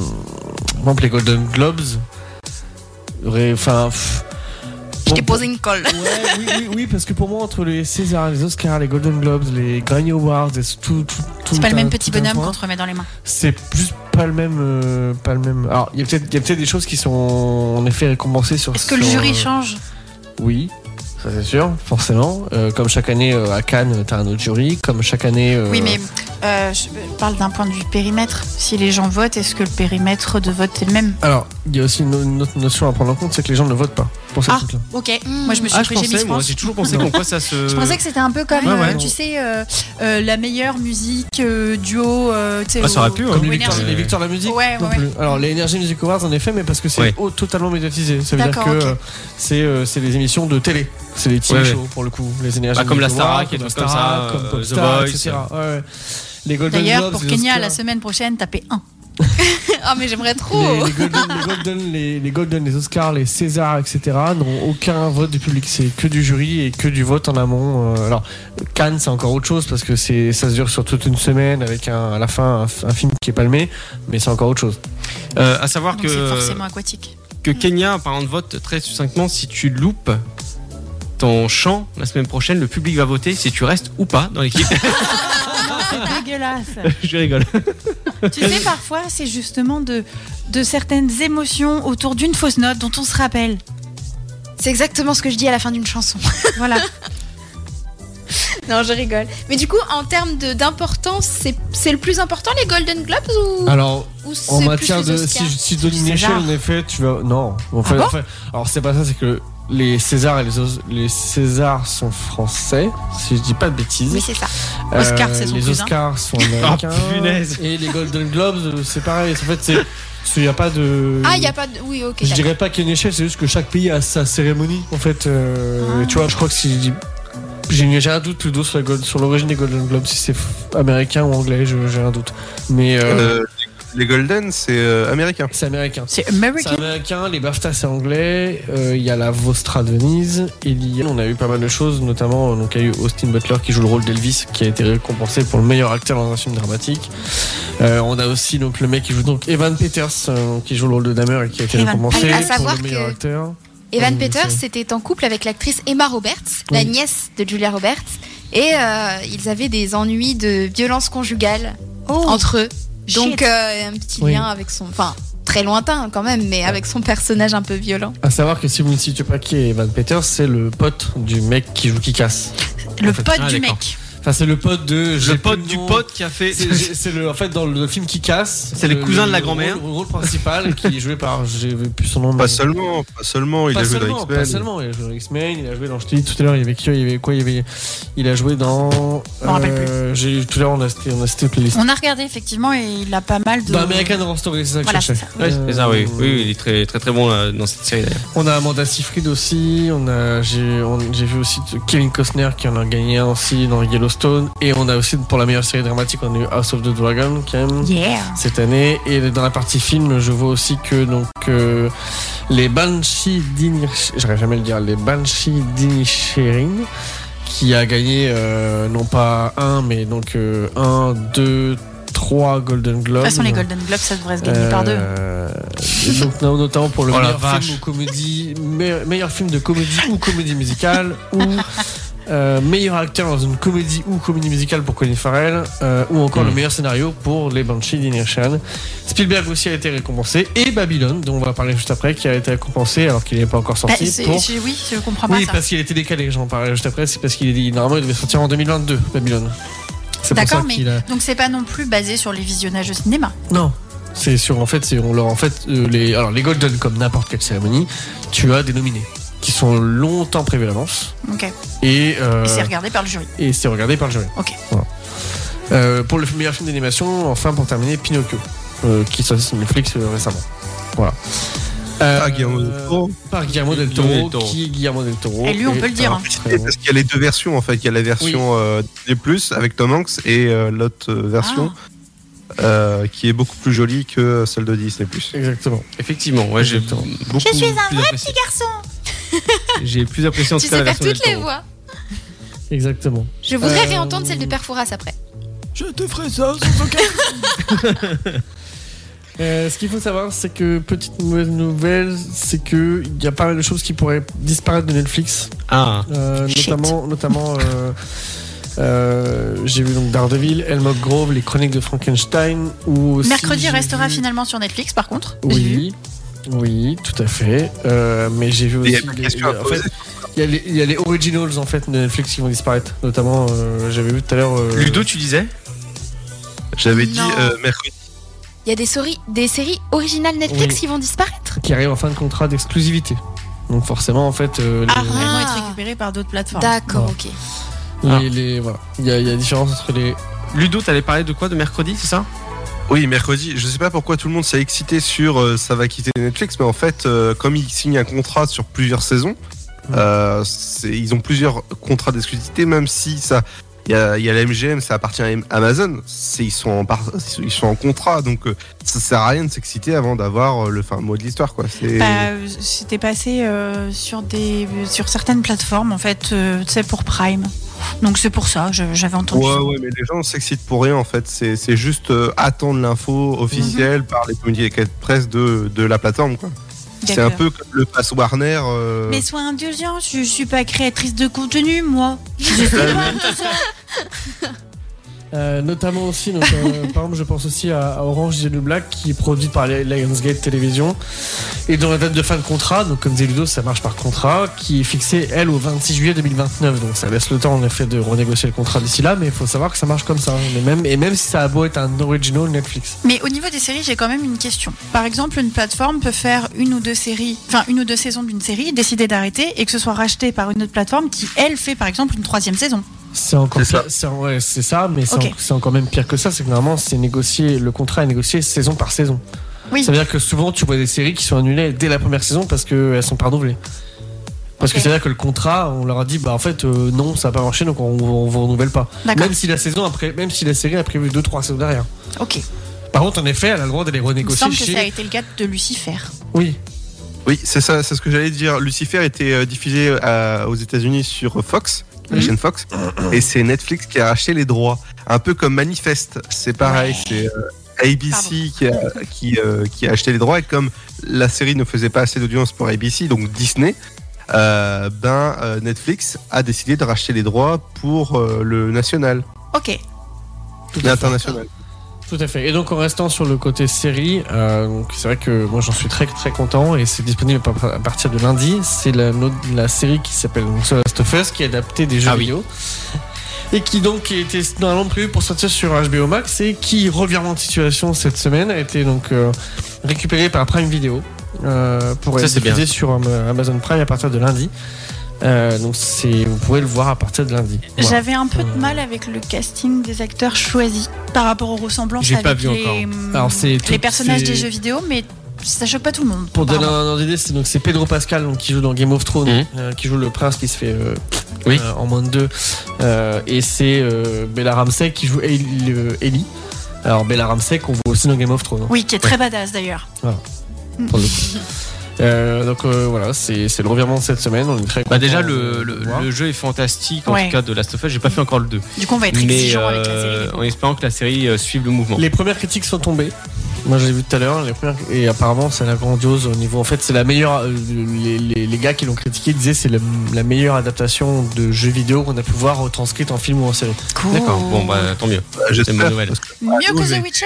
Speaker 4: Par exemple, les Golden Globes. ré- Enfin. pff,
Speaker 3: Je t'ai
Speaker 4: bon,
Speaker 3: posé une colle.
Speaker 4: *laughs* oui, oui, oui, parce que pour moi, entre les Césars, les Oscars, les Golden Globes, les Grammy Awards, et tout. tout-
Speaker 6: C'est
Speaker 4: tout
Speaker 6: pas le
Speaker 4: un-
Speaker 6: même petit
Speaker 4: tout un
Speaker 6: bonhomme
Speaker 4: point,
Speaker 6: qu'on te remet dans les mains.
Speaker 4: C'est juste pas le même. euh, pas le même. Alors, il y a peut-être peut des choses qui sont en effet récompensées sur.
Speaker 6: Est-ce que le
Speaker 4: sur,
Speaker 6: jury
Speaker 4: euh,
Speaker 6: change
Speaker 4: oui, ça c'est sûr, forcément. Euh, comme chaque année euh, à Cannes, t'as un autre jury. Comme chaque année. euh,
Speaker 6: Oui, mais euh, je parle d'un point de vue périmètre. Si les gens votent, est-ce que le périmètre de vote est le même
Speaker 4: Alors, il y a aussi une, une autre notion à prendre en compte, c'est que les gens ne votent pas pour cette
Speaker 6: Ah,
Speaker 4: truc-là.
Speaker 6: ok. Moi, je me suis
Speaker 2: Ah, je
Speaker 6: pris j'ai
Speaker 2: pensais,
Speaker 6: Miss
Speaker 2: moi,
Speaker 6: France.
Speaker 2: j'ai toujours pensé qu'on quoi ça se.
Speaker 6: Je pensais que c'était un peu comme,
Speaker 2: Ouais,
Speaker 6: euh,
Speaker 2: ouais.
Speaker 6: tu sais, euh, euh, la meilleure musique euh, duo. euh, tu sais,
Speaker 2: Ah, ça
Speaker 6: au-
Speaker 2: aurait pu, hein.
Speaker 6: au
Speaker 2: Comme les
Speaker 6: Winner.
Speaker 4: Victoires- les victoires de la musique
Speaker 6: Ouais, ouais,
Speaker 4: non
Speaker 6: ouais.
Speaker 4: plus. Alors les Energy Music Awards en effet, mais parce que c'est
Speaker 2: Ouais.
Speaker 4: haut- totalement médiatisé. Ça veut dire
Speaker 6: D'accord,
Speaker 4: que
Speaker 6: ok.
Speaker 4: euh, c'est euh, c'est les émissions de télé, c'est les TV
Speaker 2: Ouais, ouais.
Speaker 4: shows pour le coup, les Energy
Speaker 2: Bah, comme la
Speaker 4: Music Awards,
Speaker 2: Starac et
Speaker 4: comme
Speaker 2: tout
Speaker 4: la
Speaker 2: comme ça,
Speaker 4: Starac,
Speaker 2: euh,
Speaker 4: comme
Speaker 2: The
Speaker 4: Popstar,
Speaker 2: Voice.
Speaker 4: etc. Ouais, ouais. Les Golden
Speaker 6: D'ailleurs,
Speaker 4: Globes,
Speaker 6: pour
Speaker 4: les
Speaker 6: Kenya,
Speaker 4: Oscars.
Speaker 6: la semaine prochaine, tapez
Speaker 2: *laughs*
Speaker 6: 1.
Speaker 3: Ah, mais j'aimerais
Speaker 4: Les, les Golden, les, Golden, les, les Golden, les Oscars, les Césars, etc. n'ont aucun vote du public. C'est que du jury et que du vote en amont. Euh, Alors, Cannes, c'est encore autre chose parce que c'est, ça se dure sur toute une semaine avec un, à la fin un, f- un film qui est palmé, mais c'est encore autre chose.
Speaker 2: Euh, à savoir
Speaker 6: Donc,
Speaker 2: que.
Speaker 6: c'est forcément aquatique.
Speaker 2: que Kenya, parlant de vote, très succinctement, si tu loupes ton champ la semaine prochaine, le public va voter si tu restes ou pas dans l'équipe.
Speaker 6: C'est dégueulasse.
Speaker 2: *laughs* Je rigole.
Speaker 6: *laughs* Tu sais, parfois, c'est justement de, de certaines émotions autour d'une fausse note dont on se rappelle.
Speaker 3: C'est exactement ce que je dis à la fin d'une chanson.
Speaker 6: Voilà.
Speaker 3: *laughs*
Speaker 2: *laughs*
Speaker 3: Non, je rigole. Mais du coup, en termes de- d'importance, c'est- c'est le plus important les Golden Globes ou
Speaker 4: Alors,
Speaker 3: ou c'est
Speaker 4: en
Speaker 3: plus
Speaker 4: matière
Speaker 3: les
Speaker 4: de.
Speaker 3: Oscars
Speaker 4: Si, je- si je donne une
Speaker 3: C'est
Speaker 4: échelle,
Speaker 3: bizarre.
Speaker 4: en effet, tu vas. Non. Enfin,
Speaker 3: bon
Speaker 4: enfin, alors, c'est pas ça, c'est que les Césars et les, Os- les Césars sont français, si je dis pas de bêtises.
Speaker 3: Oui, c'est ça.
Speaker 4: Euh,
Speaker 3: Oscar, c'est son
Speaker 4: Les
Speaker 3: cousin. Oh, *laughs*
Speaker 4: Oscars sont
Speaker 2: Ah,
Speaker 4: américains.
Speaker 2: punaise.
Speaker 4: et les Golden Globes, euh, c'est pareil. En fait, c'est. Il n'y a pas de.
Speaker 3: Ah, il y a pas de. Oui, ok.
Speaker 4: Je
Speaker 3: d'accord.
Speaker 4: dirais pas qu'il y a une échelle, c'est juste que chaque pays a sa cérémonie. En fait,
Speaker 3: Ah.
Speaker 4: Euh, tu vois, je crois que si. J'ai j'ai un doute plutôt sur la Gold- sur l'origine des Golden Globes, si c'est f- américain ou anglais, je- j'ai un doute. Mais. euh,
Speaker 8: Euh, les Golden, c'est euh, américain.
Speaker 4: C'est américain.
Speaker 6: C'est américain.
Speaker 4: C'est américain, les BAFTA c'est anglais, euh, il y a la Vostra de Venise, et il y a- on a eu pas mal de choses, notamment euh, donc, il y a eu Austin Butler qui joue le rôle d'Elvis, qui a été récompensé pour le meilleur acteur dans un film dramatique. Euh, on a aussi donc, le mec qui joue donc Evan Peters, euh, qui joue le rôle de Dahmer et qui a été
Speaker 3: Evan
Speaker 4: récompensé
Speaker 3: Peters. À
Speaker 4: pour
Speaker 3: savoir
Speaker 4: le meilleur
Speaker 3: que-
Speaker 4: acteur.
Speaker 3: Evan
Speaker 4: Euh,
Speaker 3: Peters
Speaker 4: c'est-
Speaker 3: était en couple avec l'actrice Emma Roberts, la
Speaker 4: Oui.
Speaker 3: nièce de Julia Roberts, et euh, ils avaient des ennuis de violence conjugale entre eux. Donc
Speaker 6: Shit.
Speaker 3: euh, un petit
Speaker 4: Oui.
Speaker 3: lien avec son, enfin très lointain hein, quand même, mais avec son personnage un peu violent.
Speaker 4: À savoir que si vous ne situez pas qui est Evan Peters, c'est le pote du mec qui joue qui casse.
Speaker 6: Oh, Le
Speaker 4: en fait.
Speaker 2: ah,
Speaker 6: pote du mec.
Speaker 4: Enfin, c'est le pote de. j'ai plus
Speaker 2: pote du
Speaker 4: nom.
Speaker 2: pote qui a fait-
Speaker 4: C'est- j'ai- C'est le. En fait, dans le film qui casse. euh,
Speaker 2: C'est les cousins de la grand-mère.
Speaker 4: Le rôle- le rôle principal qui est joué par. J'ai plus son nom.
Speaker 8: Pas
Speaker 4: mais-
Speaker 8: seulement, pas seulement, il
Speaker 4: Pas
Speaker 8: a joué
Speaker 4: seulement,
Speaker 8: dans X-Men.
Speaker 4: Pas seulement, il a joué dans X-Men, il a joué dans. Je te dis tout à l'heure, il y avait qui Il y avait quoi Il y avait. Il a joué dans.
Speaker 6: Je m'en rappelle
Speaker 4: euh, J'ai tout à l'heure, on a cité, on a cité playlist.
Speaker 6: On a regardé effectivement et il a pas mal de.
Speaker 2: Bah,
Speaker 4: Dans American Horror Story, c'est ça que
Speaker 6: Ah, Voilà,
Speaker 4: je cherchais. Euh,
Speaker 2: Ouais, c'est ça, oui. oui. oui, il est très très très bon euh, dans cette série d'ailleurs.
Speaker 4: On a Amanda Seyfried aussi, on a j'ai on- j'ai vu aussi Kevin Costner qui en a gagné un aussi dans Yellowstone et on a aussi pour la meilleure série dramatique on a eu House of the Dragon quand même
Speaker 6: Yeah.
Speaker 4: cette année et dans la partie film je vois aussi que donc euh, les Banshee d'Inisherin j'arrive jamais à le dire les Banshee d'Inisherin qui a gagné euh, non pas un mais donc euh, un deux trois Golden
Speaker 6: De
Speaker 4: Globes
Speaker 6: toute façon, Ah,
Speaker 2: Mmh.
Speaker 6: les Golden Globes, ça devrait se gagner par deux.
Speaker 4: euh, Donc no- notamment pour le
Speaker 2: Oh la
Speaker 4: meilleur,
Speaker 2: vache.
Speaker 4: film ou comédie, me- meilleur film de comédie ou comédie musicale ou euh, meilleur acteur dans une comédie ou comédie musicale pour Colin Farrell euh, ou encore
Speaker 2: Hmm.
Speaker 4: le meilleur scénario pour Les Banshees d'Inisherin. Spielberg aussi a été récompensé et Babylone dont on va parler juste après qui a été récompensé alors qu'il n'est pas encore
Speaker 6: Bah,
Speaker 4: sorti
Speaker 6: c'est-
Speaker 4: pour
Speaker 6: je- oui, je comprends pas
Speaker 4: oui,
Speaker 6: ça.
Speaker 4: parce qu'il a été décalé, j'en parlais juste après, c'est parce qu'il est dit normalement il devait sortir en 2022 Babylone. C'est pour
Speaker 6: D'accord,
Speaker 4: ça
Speaker 6: mais
Speaker 4: qu'il a-
Speaker 6: donc c'est pas non plus basé sur les visionnages au cinéma.
Speaker 4: non. C'est sur en fait, c'est- on leur en fait euh, les alors les golden comme n'importe quelle cérémonie, tu as des nominés qui sont longtemps prévus à l'avance
Speaker 6: Ok.
Speaker 4: et euh,
Speaker 6: Et c'est regardé par le jury.
Speaker 4: et c'est regardé par le jury.
Speaker 6: Ok.
Speaker 4: Voilà. Euh, pour le meilleur film d'animation, enfin pour terminer Pinocchio euh, qui est sorti sur Netflix euh, récemment. Voilà. Euh,
Speaker 8: Ah, Guillermo del Toro.
Speaker 4: Par Guillermo del Toro,
Speaker 8: Guillermo del Toro.
Speaker 4: qui est Guillermo del Toro.
Speaker 6: Et lui, on peut le dire,
Speaker 4: un
Speaker 6: hein.
Speaker 4: très bon-
Speaker 8: Parce qu'il y a les deux versions en fait. Il y a la version euh, Disney Plus avec Tom Hanks et euh, l'autre euh, version
Speaker 4: Ah.
Speaker 8: euh, qui est beaucoup plus jolie que celle de Disney Plus.
Speaker 4: Exactement.
Speaker 2: Effectivement, ouais, j'ai beaucoup
Speaker 12: Je suis un
Speaker 2: plus
Speaker 12: vrai
Speaker 2: apprécié.
Speaker 12: petit garçon.
Speaker 2: *laughs* J'ai plus apprécié en
Speaker 3: Tu
Speaker 2: tout cas
Speaker 3: sais
Speaker 2: la
Speaker 3: faire
Speaker 2: version
Speaker 3: toutes
Speaker 2: del
Speaker 3: les
Speaker 2: Toro.
Speaker 3: voix.
Speaker 4: Exactement.
Speaker 3: Je voudrais
Speaker 4: Euh,
Speaker 3: réentendre celle de Perforas après.
Speaker 7: Je te ferai ça sans aucun.
Speaker 4: Euh, ce qu'il faut savoir, c'est que petite mauvaise nouvelle, c'est que il y a pas mal de choses qui pourraient disparaître de Netflix.
Speaker 2: Ah.
Speaker 4: Euh,
Speaker 2: Shit.
Speaker 4: notamment, notamment. euh, euh, j'ai vu donc Daredevil, Elmog Grove, les Chroniques de Frankenstein ou aussi
Speaker 6: Mercredi
Speaker 4: j'ai
Speaker 6: restera
Speaker 4: vu-
Speaker 6: finalement sur Netflix, par contre.
Speaker 4: Oui, oui, tout à fait. Euh, mais j'ai vu
Speaker 8: Il
Speaker 4: aussi.
Speaker 8: y a pas de
Speaker 4: les-
Speaker 8: question à
Speaker 4: en
Speaker 8: poser.
Speaker 4: fait, il y, a les- il y a les originals en fait de Netflix qui vont disparaître. Notamment, euh, j'avais vu tout à l'heure. euh,
Speaker 2: Ludo, tu disais
Speaker 8: J'avais
Speaker 3: Non.
Speaker 8: dit euh, mercredi.
Speaker 3: Il y a des, souris- des séries originales Netflix
Speaker 4: Oui.
Speaker 3: qui vont disparaître.
Speaker 4: qui arrive en fin de contrat d'exclusivité. Donc forcément, en fait, euh, les-
Speaker 6: Ah, elles vont être récupérées par d'autres plateformes.
Speaker 3: D'accord,
Speaker 4: Bon. Ah,
Speaker 3: ok.
Speaker 4: les, les- voilà. Il y, a- il y a différence entre les.
Speaker 2: Ludo, t'allais parler de quoi De mercredi, c'est ça
Speaker 8: Oui, mercredi. Je sais pas pourquoi tout le monde s'est excité sur euh, ça va quitter Netflix, mais en fait, euh, comme ils signent un contrat sur plusieurs saisons, euh, c'est- ils ont plusieurs contrats d'exclusivité, même si ça. Il y, a, il y a la MGM, ça appartient à M- Amazon. C'est- Ils sont, en par- ils sont- ils sont en contrat, donc euh, ça sert à rien de s'exciter avant d'avoir euh, le fin mot de l'histoire. quoi. C'est-
Speaker 6: Bah, euh, c'était passé euh, sur des sur certaines plateformes en fait, euh, tu sais pour Prime. Donc c'est pour ça, je- j'avais entendu.
Speaker 8: Ouais,
Speaker 6: ça.
Speaker 8: ouais, mais les gens s'excitent pour rien en fait. C'est c'est juste euh, attendre l'info
Speaker 6: Mmh.
Speaker 8: officielle par les communiqués de presse de, de la plateforme. quoi. C'est un
Speaker 6: D'accord.
Speaker 8: peu comme le pass Warner. euh,
Speaker 6: Mais sois indulgent, je, je suis pas créatrice de contenu moi. *laughs*
Speaker 4: Euh, notamment aussi, donc, *laughs* euh, par exemple, je pense aussi à, à Orange is the New Black qui est produit par les Lionsgate Télévision et dont la date de fin de contrat, donc comme disait Ludo, ça marche par contrat, qui est fixée elle au 26 juillet 2029. Donc ça laisse le temps en effet de renégocier le contrat d'ici là, mais il faut savoir que ça marche comme ça. hein. Mais même, et même si ça a beau être un original Netflix.
Speaker 6: Mais au niveau des séries, j'ai quand même une question. Par exemple, une plateforme peut faire une ou deux séries, enfin une ou deux saisons d'une série, décider d'arrêter et que ce soit racheté par une autre plateforme qui elle fait par exemple une troisième saison.
Speaker 4: C'est encore
Speaker 8: C'est
Speaker 4: pire- c'est ouais, c'est ça, mais c'est
Speaker 6: Ok.
Speaker 4: en- c'est encore même pire que ça. C'est que normalement, c'est négocié, le contrat est négocié saison par saison.
Speaker 6: Oui.
Speaker 4: Ça veut dire que souvent, tu vois des séries qui sont annulées dès la première saison parce qu'elles sont pas renouvelées. Parce que c'est-à-dire que le contrat, on leur a dit, bah en fait, euh, non, ça n'a pas marché, donc on, on vous renouvelle pas.
Speaker 6: D'accord.
Speaker 4: Même si la saison après, même si la série a prévu 2-3 saisons derrière.
Speaker 6: Ok.
Speaker 4: Par contre, en effet, elle a le droit d'aller
Speaker 6: Il me
Speaker 4: renégocier
Speaker 6: semble que
Speaker 4: chez.
Speaker 6: ça a été le cas de Lucifer.
Speaker 4: Oui.
Speaker 8: Oui, c'est ça, c'est ce que j'allais dire. Lucifer était euh, diffusé euh, aux États-Unis sur Fox, la
Speaker 6: Mhm.
Speaker 8: chaîne Fox, et c'est Netflix qui a racheté les droits. Un peu comme Manifest, c'est pareil, c'est euh, ABC qui a, qui, euh, qui a acheté les droits. Et comme la série ne faisait pas assez d'audience pour ABC, donc Disney, euh, ben euh, Netflix a décidé de racheter les droits pour euh, le national,
Speaker 6: Ok.
Speaker 8: l'international.
Speaker 4: Tout à fait. Et donc en restant sur le côté série, euh, donc c'est vrai que moi j'en suis très très content et c'est disponible à à partir de lundi. C'est la, no- la série qui s'appelle donc The Last of Us qui est adaptée des
Speaker 2: Ah
Speaker 4: jeux vidéo. Et qui donc était normalement prévu pour sortir sur HBO Max et qui, revirement de situation cette semaine, a été donc euh, récupéré par Prime Video euh, pour
Speaker 2: Ça,
Speaker 4: être
Speaker 2: c'est bien.
Speaker 4: diffusé sur Am- Amazon Prime à partir de lundi. Euh, donc c'est, vous pourrez le voir à partir de lundi. Voilà.
Speaker 6: J'avais un peu de mal avec le casting des acteurs choisis par rapport aux ressemblances
Speaker 4: J'ai
Speaker 6: avec
Speaker 4: pas vu
Speaker 6: les, hum,
Speaker 4: encore. Alors, c'est
Speaker 6: les
Speaker 4: tout-
Speaker 6: personnages
Speaker 4: c'est-
Speaker 6: des jeux vidéo, mais ça choque pas tout le monde.
Speaker 4: Pour donner
Speaker 6: Pardon.
Speaker 4: un ordre d'idée, c'est donc c'est Pedro Pascal donc, qui joue dans Game of Thrones,
Speaker 2: Mhm.
Speaker 4: euh, qui joue le prince qui se fait euh, euh, en moins de deux, Euh, et c'est euh, Bella Ramsey qui joue Ellie. euh, Ellie. Alors Bella Ramsey qu'on voit aussi dans Game of Thrones. hein.
Speaker 6: Oui, qui est très
Speaker 4: Ouais.
Speaker 6: badass d'ailleurs.
Speaker 4: Voilà. Pour le coup. Euh, donc euh, voilà, c'est c'est le revirement de cette semaine. On est très
Speaker 2: Bah déjà
Speaker 4: contents
Speaker 2: le,
Speaker 4: de-
Speaker 2: le-
Speaker 4: de voir.
Speaker 2: le jeu est fantastique en
Speaker 4: Ouais.
Speaker 2: tout cas de Last of Us. J'ai pas fait encore le 2.
Speaker 6: Du coup, on va être
Speaker 2: Mais
Speaker 6: exigeant avec la
Speaker 2: euh, en espérant que la série euh, suive le mouvement.
Speaker 4: Les premières critiques sont tombées. Moi, je l'ai vu tout à l'heure. les premières- Et apparemment, c'est la grandiose au niveau. En fait, c'est la meilleure. euh, Les, les- les gars qui l'ont critiqué disaient c'est la, la meilleure adaptation de jeu vidéo qu'on a pu voir retranscrite en film ou en série.
Speaker 2: D'accord. Bon bah tant mieux. C'est ma nouvelle.
Speaker 6: Mieux que
Speaker 4: Oui.
Speaker 6: The Witcher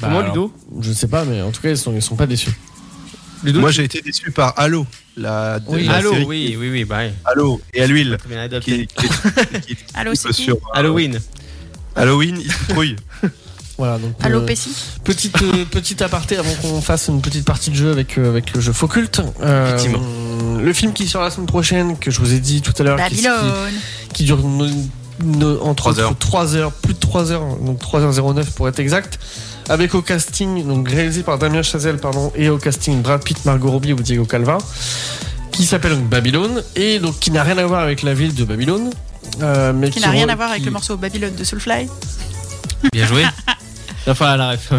Speaker 4: Bah,
Speaker 2: Comment,
Speaker 4: alors,
Speaker 2: Ludo
Speaker 4: Je sais pas, mais en tout cas, ils sont, ils sont pas déçus.
Speaker 8: Moi, j'ai été déçu par Halo. La,
Speaker 2: Oui.
Speaker 8: la
Speaker 2: Halo,
Speaker 8: série
Speaker 2: oui, oui, oui, bah, ouais.
Speaker 8: Halo et à l'huile.
Speaker 2: Très bien adapté.
Speaker 8: Qui, qui, qui-
Speaker 6: Halo,
Speaker 8: qui-
Speaker 6: c'est qui
Speaker 8: sur, euh,
Speaker 2: Halloween.
Speaker 8: Halloween, il se trouille.
Speaker 4: Voilà, donc,
Speaker 6: Allô,
Speaker 4: euh,
Speaker 6: Pessi
Speaker 4: Petite, euh, petite aparté avant qu'on fasse une petite partie de jeu avec, euh, avec le jeu Focult. Euh,
Speaker 2: Effectivement.
Speaker 4: Le film qui sort la semaine prochaine, que je vous ai dit tout à l'heure, qui,
Speaker 6: Babylone.
Speaker 4: qui- qui dure no- no- entre
Speaker 2: Trois heures.
Speaker 4: 3 heures, plus de 3 heures, donc 3h09 pour être exact, avec au casting, donc réalisé par Damien Chazelle, pardon, et au casting Brad Pitt, Margot Robbie ou Diego Calva, qui s'appelle donc Babylone, et donc qui n'a rien à voir avec la ville de Babylone. euh, mais
Speaker 6: Qui n'a rien
Speaker 4: re-
Speaker 6: à voir avec
Speaker 4: qui-
Speaker 6: le morceau Babylone de Soulfly.
Speaker 2: Bien joué. *laughs* Enfin la *laughs* ref.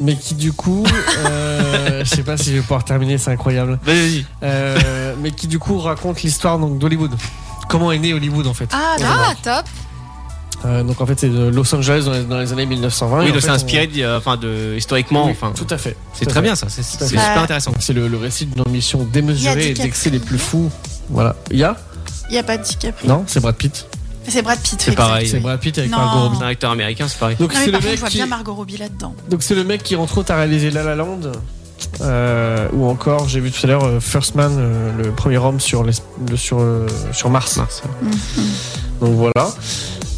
Speaker 4: mais qui du coup,
Speaker 2: *laughs*
Speaker 4: euh, je sais pas si je vais pouvoir terminer, c'est incroyable.
Speaker 2: Vas-y.
Speaker 4: Euh, mais qui du coup raconte l'histoire donc d'Hollywood. Comment est né Hollywood en fait
Speaker 3: Ah,
Speaker 4: Au départ.
Speaker 3: top.
Speaker 4: Euh, Donc en fait c'est de Los Angeles dans les, dans les années 1920.
Speaker 2: Oui,
Speaker 4: Et en
Speaker 2: donc
Speaker 4: fait,
Speaker 2: c'est
Speaker 4: on-
Speaker 2: inspiré de- euh, enfin de historiquement
Speaker 4: Oui,
Speaker 2: enfin.
Speaker 4: Tout à fait.
Speaker 2: C'est
Speaker 4: Tout à
Speaker 2: très
Speaker 4: fait.
Speaker 2: bien ça, c'est
Speaker 4: Tout à
Speaker 2: c'est
Speaker 4: fait.
Speaker 2: super intéressant.
Speaker 4: C'est le, le récit d'une ambition
Speaker 6: Il y a
Speaker 4: démesurée et
Speaker 6: DiCaprio.
Speaker 4: d'excès les plus fous. Voilà. Il y a
Speaker 6: Il n'y a pas de DiCaprio.
Speaker 4: Non, c'est Brad Pitt.
Speaker 2: Ah,
Speaker 6: C'est Brad Pitt.
Speaker 4: C'est
Speaker 6: oui,
Speaker 4: pareil.
Speaker 6: exact.
Speaker 4: C'est Brad Pitt avec
Speaker 6: Non.
Speaker 4: Margot Robbie.
Speaker 2: C'est un acteur américain, c'est pareil.
Speaker 4: Donc
Speaker 6: Non, mais
Speaker 4: c'est le
Speaker 6: par contre,
Speaker 4: mec
Speaker 6: je vois
Speaker 4: qui
Speaker 6: bien Margot Robbie là-dedans.
Speaker 4: donc c'est le mec qui entre autres a réalisé La La Land euh, ou encore j'ai vu tout à l'heure euh, First Man euh, le premier homme sur l'es- le- sur euh, sur Mars. Donc voilà.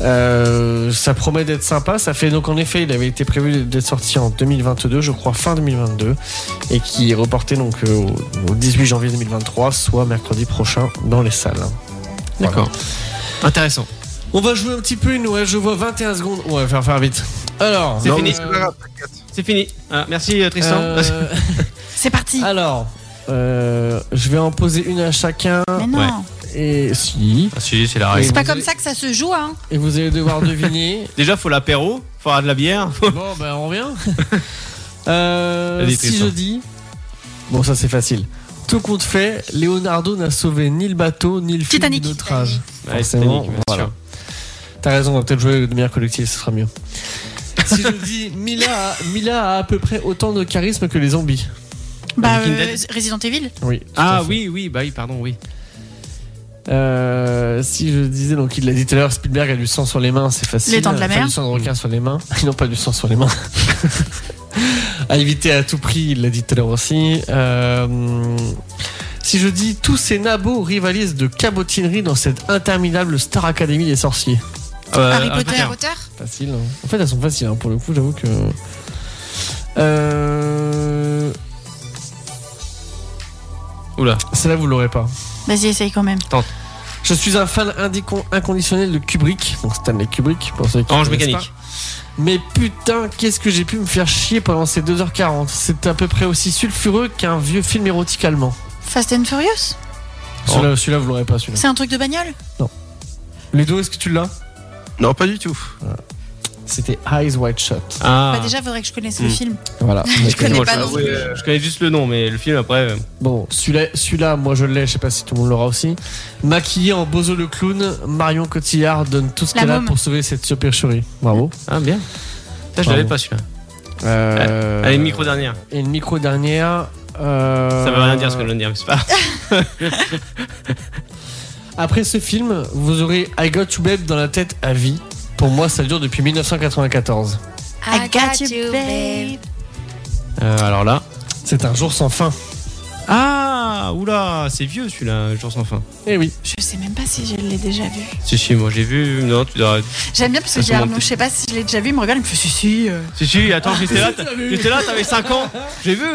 Speaker 4: Euh, ça promet d'être sympa. Ça fait donc en effet, il avait été prévu d'être sorti en 2022, je crois fin 2022, et qui est reporté donc euh, au au 18 janvier 2023, soit mercredi prochain dans les salles. Voilà.
Speaker 2: D'accord. Intéressant.
Speaker 4: On va jouer un petit peu. Une, ouais, je vois 21 secondes. On va faire faire vite. Alors,
Speaker 2: C'est
Speaker 4: non,
Speaker 2: fini.
Speaker 4: euh,
Speaker 2: C'est fini. Ah, merci euh, Tristan. *laughs*
Speaker 4: Euh,
Speaker 6: C'est parti.
Speaker 4: Alors, euh, je vais en poser une à chacun.
Speaker 6: Mais non.
Speaker 4: Et si.
Speaker 2: Ah, si, c'est la
Speaker 4: Et
Speaker 2: règle.
Speaker 12: C'est pas
Speaker 4: vous
Speaker 12: comme
Speaker 4: allez-
Speaker 12: ça que ça se joue, hein.
Speaker 4: Et vous allez devoir deviner.
Speaker 2: Déjà, faut l'apéro, faut avoir de la bière.
Speaker 4: bon, ben on revient. Euh,
Speaker 2: Vas-y,
Speaker 4: si
Speaker 2: Tristan.
Speaker 4: je dis. Bon, ça c'est facile. Tout compte fait, Leonardo n'a sauvé ni le bateau, ni le film,
Speaker 6: Titanic.
Speaker 4: ni l'outrage.
Speaker 2: Ouais,
Speaker 4: Forcément,
Speaker 2: Titanic, bien
Speaker 4: voilà.
Speaker 2: sûr.
Speaker 4: T'as raison, on va peut-être jouer de manière collective, ce sera mieux. si je dis Mila a, Mila a à peu près autant de charisme que les zombies.
Speaker 6: Bah,
Speaker 2: Walking
Speaker 6: euh,
Speaker 2: Dead.
Speaker 6: Resident Evil.
Speaker 4: Oui. tout à
Speaker 2: Ah
Speaker 4: fait.
Speaker 2: oui, oui, bah oui, pardon, oui.
Speaker 4: Euh, si je disais, donc il l'a dit tout à l'heure, Spielberg a du sang sur les mains, c'est facile.
Speaker 6: Les dents de la
Speaker 4: Enfin,
Speaker 6: mer.
Speaker 4: Du sang de requin sur les mains. *laughs* Ils n'ont pas du sang sur les mains. *laughs* à éviter à tout prix, il l'a dit tout à l'heure aussi. Euh, si je dis, tous ces nabots rivalisent de cabotinerie dans cette interminable Star Academy des sorciers.
Speaker 2: Euh,
Speaker 6: Harry Potter.
Speaker 3: Harry Potter
Speaker 4: Facile. hein. En fait, elles sont faciles hein, pour le coup, j'avoue que. Euh,
Speaker 2: Oula.
Speaker 4: Celle-là, vous l'aurez pas.
Speaker 6: Vas-y, essaye quand même.
Speaker 4: Je suis un fan indécon- inconditionnel de Kubrick, donc Stanley Kubrick pour ceux qui
Speaker 2: Orange
Speaker 4: ne connaissent
Speaker 2: mécanique.
Speaker 4: pas. Mais putain, qu'est-ce que j'ai pu me faire chier pendant ces 2h40. C'est à peu près aussi sulfureux qu'un vieux film érotique allemand.
Speaker 6: Fast and Furious
Speaker 2: Oh.
Speaker 4: Celui-là, celui-là, vous l'aurez pas, celui-là.
Speaker 6: C'est un truc de bagnole
Speaker 4: Ludo, est-ce que tu l'as
Speaker 8: Non, pas du tout.
Speaker 4: C'était Eyes Wide Shut.
Speaker 2: Ah.
Speaker 6: Bah, Déjà, faudrait que je connaisse
Speaker 2: Mm.
Speaker 6: le film.
Speaker 4: *laughs* Voilà.
Speaker 3: Je connais
Speaker 2: Moi,
Speaker 3: pas non
Speaker 2: je, je connais juste le nom, mais le film après. euh,
Speaker 4: Bon, celui-là, celui-là, moi je l'ai, je sais pas si tout le monde l'aura aussi. Maquillé en Bozo le clown, Marion Cotillard donne tout ce
Speaker 6: La
Speaker 4: qu'elle a
Speaker 6: môme.
Speaker 4: pour sauver cette supercherie. Bravo.
Speaker 2: Ah bien. Ça, je
Speaker 4: Bravo.
Speaker 2: l'avais pas celui-là.
Speaker 4: Euh,
Speaker 2: Allez, micro dernière.
Speaker 4: Et une micro dernière. euh,
Speaker 2: Ça veut rien dire ce que je viens de dire, mais c'est pas.
Speaker 4: Après ce film, vous aurez I Got You Babe dans la tête à vie. Pour moi, ça dure depuis 1994.
Speaker 3: I got you, babe.
Speaker 4: euh,
Speaker 2: alors là.
Speaker 4: C'est un jour sans fin.
Speaker 2: Ah, oula, c'est vieux celui-là, Jour sans fin.
Speaker 4: Eh oui.
Speaker 6: Je sais même pas si je l'ai déjà vu.
Speaker 2: Si, si, moi j'ai vu. Non, tu dois.
Speaker 6: J'aime bien parce que
Speaker 2: Ça se
Speaker 6: j'ai Arnaud,
Speaker 2: monte.
Speaker 6: je sais pas si je l'ai déjà vu, il me regarde, il me fait si si. euh.
Speaker 2: Si, si, attends, j'étais *laughs* là,
Speaker 6: Ah,
Speaker 2: t'as-
Speaker 6: tu l'as vu.
Speaker 2: j'étais là, t'avais 5 ans, j'ai vu.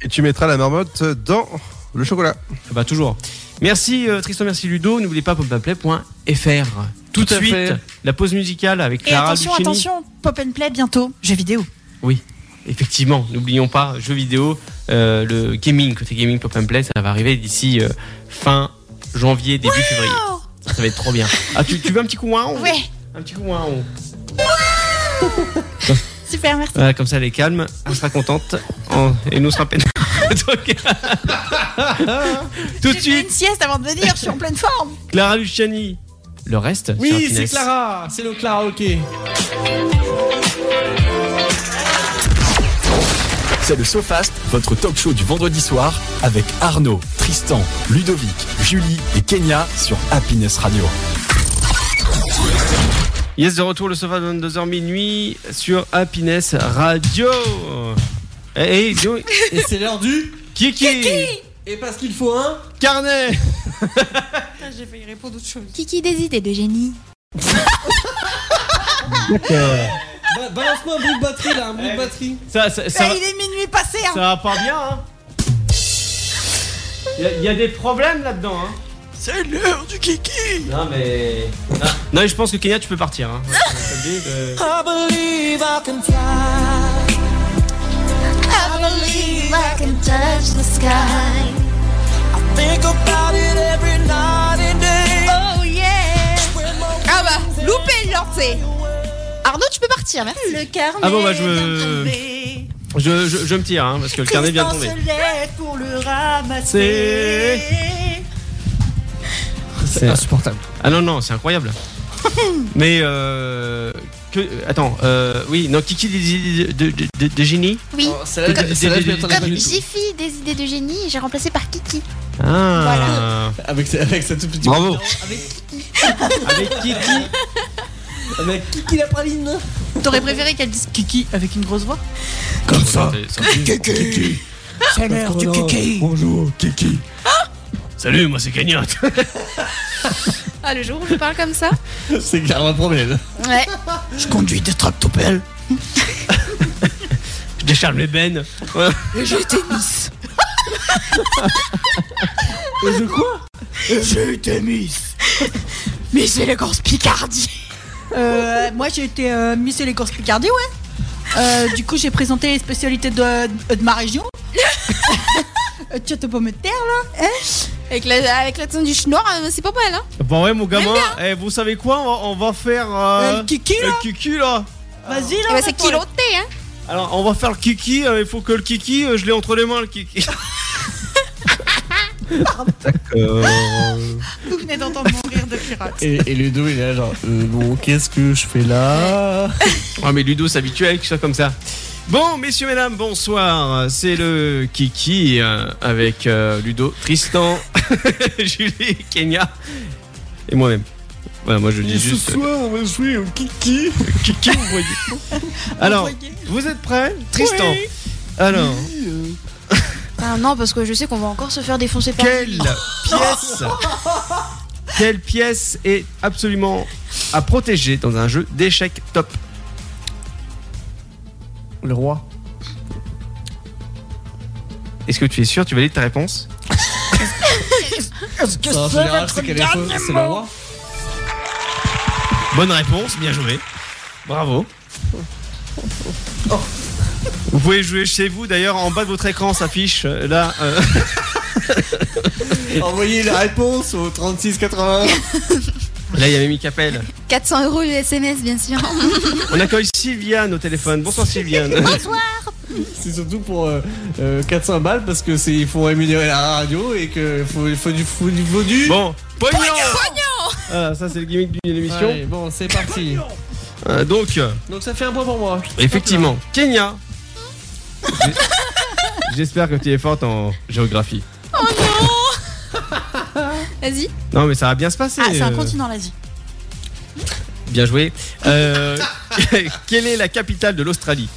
Speaker 8: Et tu mettras la marmotte dans le chocolat.
Speaker 2: Bah, toujours. Merci euh, Tristan, merci Ludo. N'oubliez pas popandplay.fr. Tout de
Speaker 4: à
Speaker 2: suite,
Speaker 4: fait.
Speaker 2: la pause musicale avec
Speaker 6: Et
Speaker 2: Clara
Speaker 6: attention,
Speaker 2: Luciani.
Speaker 6: attention, Pop and Play bientôt, jeux vidéo.
Speaker 2: Oui, effectivement, n'oublions pas, jeux vidéo, euh, le gaming, côté gaming pop and play, ça va arriver d'ici euh, fin janvier, début février. Ça va être trop bien. Ah, tu, tu veux un petit coup waouh
Speaker 6: Ouais.
Speaker 2: Un petit coup waouh.
Speaker 6: Super, merci.
Speaker 2: Voilà, Euh, comme ça, elle est calme, elle sera contente en- et nous on sera peinards. *laughs* Donc, Tout de
Speaker 6: J'ai fait une sieste avant de venir, je suis en pleine forme.
Speaker 2: Clara Luciani, le reste sur
Speaker 4: Oui, c'est
Speaker 2: Happiness.
Speaker 4: Clara, c'est le Clara, ok.
Speaker 1: C'est le SoFast, votre talk show du vendredi soir avec Arnaud, Tristan, Ludovic, Julie et Kenya sur Happiness Radio.
Speaker 2: Yes, de retour le sofa de 22h minuit sur Happiness Radio. Eh, Et,
Speaker 4: Et c'est l'heure du
Speaker 2: Kiki.
Speaker 4: Et parce qu'il faut hein, un
Speaker 2: carnet
Speaker 6: J'ai failli répondre autre chose.
Speaker 3: Kiki des idées de génie.
Speaker 4: Ba- Balance-moi un bout de batterie là, un bout de batterie.
Speaker 2: Ça, ça, ça,
Speaker 6: Eh, il est minuit passé. hein.
Speaker 2: ça va pas bien, hein Il y a- il y, a des problèmes là-dedans, hein
Speaker 7: C'est l'heure du kiki
Speaker 2: Non, mais. Non, mais je pense que Kenya, tu peux partir. Hein.
Speaker 7: I believe I can fly.
Speaker 15: I believe I can touch the sky.
Speaker 7: Think about it every night and day.
Speaker 3: Oh yeah Ah bah, loupé le lancer Arnaud, tu peux partir, merci. Le carnet.
Speaker 2: Ah bon, bah, je me. Je, je, je me tire, hein, parce que le carnet vient de tomber.
Speaker 7: pour le
Speaker 2: C'est. C'est
Speaker 4: insupportable.
Speaker 2: Ah non, non, c'est incroyable. Mais euh. Que, attends, euh, oui, non, Kiki des idées de, de, de- de génie
Speaker 3: Oui.
Speaker 4: Oh, celle-là, je- celle-là, je m'y attendais pas
Speaker 3: Comme
Speaker 4: du tout.
Speaker 3: Jiffy des idées de génie, j'ai remplacé par Kiki.
Speaker 2: Ah.
Speaker 4: Avec, avec sa toute petite.
Speaker 2: Bravo.
Speaker 4: Avec Kiki. Avec Kiki la praline.
Speaker 6: T'aurais préféré qu'elle dise Kiki avec une grosse voix
Speaker 4: Comme ça.
Speaker 7: Kiki C'est l'heure du kiki
Speaker 4: Bonjour, Kiki.
Speaker 2: Salut, moi c'est Cagnotte. *laughs*
Speaker 3: Ah, le jour où je parle comme ça
Speaker 4: C'est clairement un problème.
Speaker 3: Ouais.
Speaker 7: Je conduis des tractopelles.
Speaker 2: Je décharge mes bennes.
Speaker 7: Et j'ai été
Speaker 6: *laughs*
Speaker 7: Miss.
Speaker 4: Et je quoi
Speaker 7: Et j'ai été Miss. Miss Élégance Picardie.
Speaker 6: Euh, moi j'ai été euh, Miss Élégance Picardie, ouais. Euh, du coup, j'ai présenté les spécialités de, de ma
Speaker 2: *laughs*
Speaker 6: région. Euh, tu as ta pomme de terre là hein
Speaker 3: Avec la- avec l'accent du schnorr, euh, c'est pas mal, hein
Speaker 2: Bon ouais mon gamin, eh, vous savez quoi on va, on va faire euh,
Speaker 3: Euh, le kiki, là
Speaker 2: le kiki, là.
Speaker 6: Vas-y,
Speaker 3: Eh ben, c'est culotté, hein
Speaker 2: Alors on va faire le kiki, euh, il faut que le kiki, euh, je l'ai entre les mains le kiki.
Speaker 6: Vous venez d'entendre mon rire de pirate.
Speaker 2: *laughs*
Speaker 4: Et, et Ludo, il est là, genre, euh, bon, qu'est-ce que je fais là
Speaker 2: Ah mais Ludo s'habitue à quelque chose comme ça. Bon messieurs mesdames, bonsoir, c'est le kiki euh, avec euh, Ludo, Tristan, *laughs* Julie, Kenya et moi-même. Voilà, moi je dis juste euh,
Speaker 4: soir, on va jouer au Kiki.
Speaker 2: Kiki, vous voyez.
Speaker 4: *laughs*
Speaker 2: Alors, vous êtes prêts Tristan.
Speaker 4: Oui.
Speaker 2: Alors,
Speaker 3: Ah non, parce que je sais qu'on va encore se faire défoncer par
Speaker 2: Quelle pièce Quelle pièce est absolument à protéger dans un jeu d'échecs top
Speaker 4: Le roi.
Speaker 2: Est-ce que tu es sûr Tu valides ta réponse
Speaker 7: Est-ce que
Speaker 4: Non, en
Speaker 7: c'est
Speaker 4: général,
Speaker 7: votre
Speaker 4: c'est qu'elle est fausse,
Speaker 7: dernier
Speaker 4: c'est le
Speaker 7: mot
Speaker 4: roi.
Speaker 2: Bonne réponse, bien joué. Bravo. Vous pouvez jouer chez vous, d'ailleurs, en bas de votre écran s'affiche euh, là. euh,
Speaker 4: Envoyez la réponse au 3680.
Speaker 2: là, il y a Mimi Capel.
Speaker 3: 400 euros USMS, bien *laughs* sûr.
Speaker 2: On accueille Sylviane au téléphone. Bonsoir Sylviane.
Speaker 4: C'est surtout pour euh, euh, 400 balles parce que c'est il faut rémunérer la radio et que faut, il faut du faut du, faut du-
Speaker 2: Bon, pognon
Speaker 3: Pognon
Speaker 2: Voilà, ça c'est le gimmick de l'émission.
Speaker 4: Allez, bon, c'est parti.
Speaker 2: Euh, donc, euh,
Speaker 4: Donc ça fait un point pour moi.
Speaker 2: effectivement, Kenya. J'ai- J'espère que tu es forte en géographie.
Speaker 3: Oh non Vas-y.
Speaker 2: Non, mais ça va bien se passer.
Speaker 6: Ah, c'est un
Speaker 2: euh.
Speaker 6: continent l'Asie.
Speaker 2: Bien joué. Euh, *laughs* quelle est la capitale de l'Australie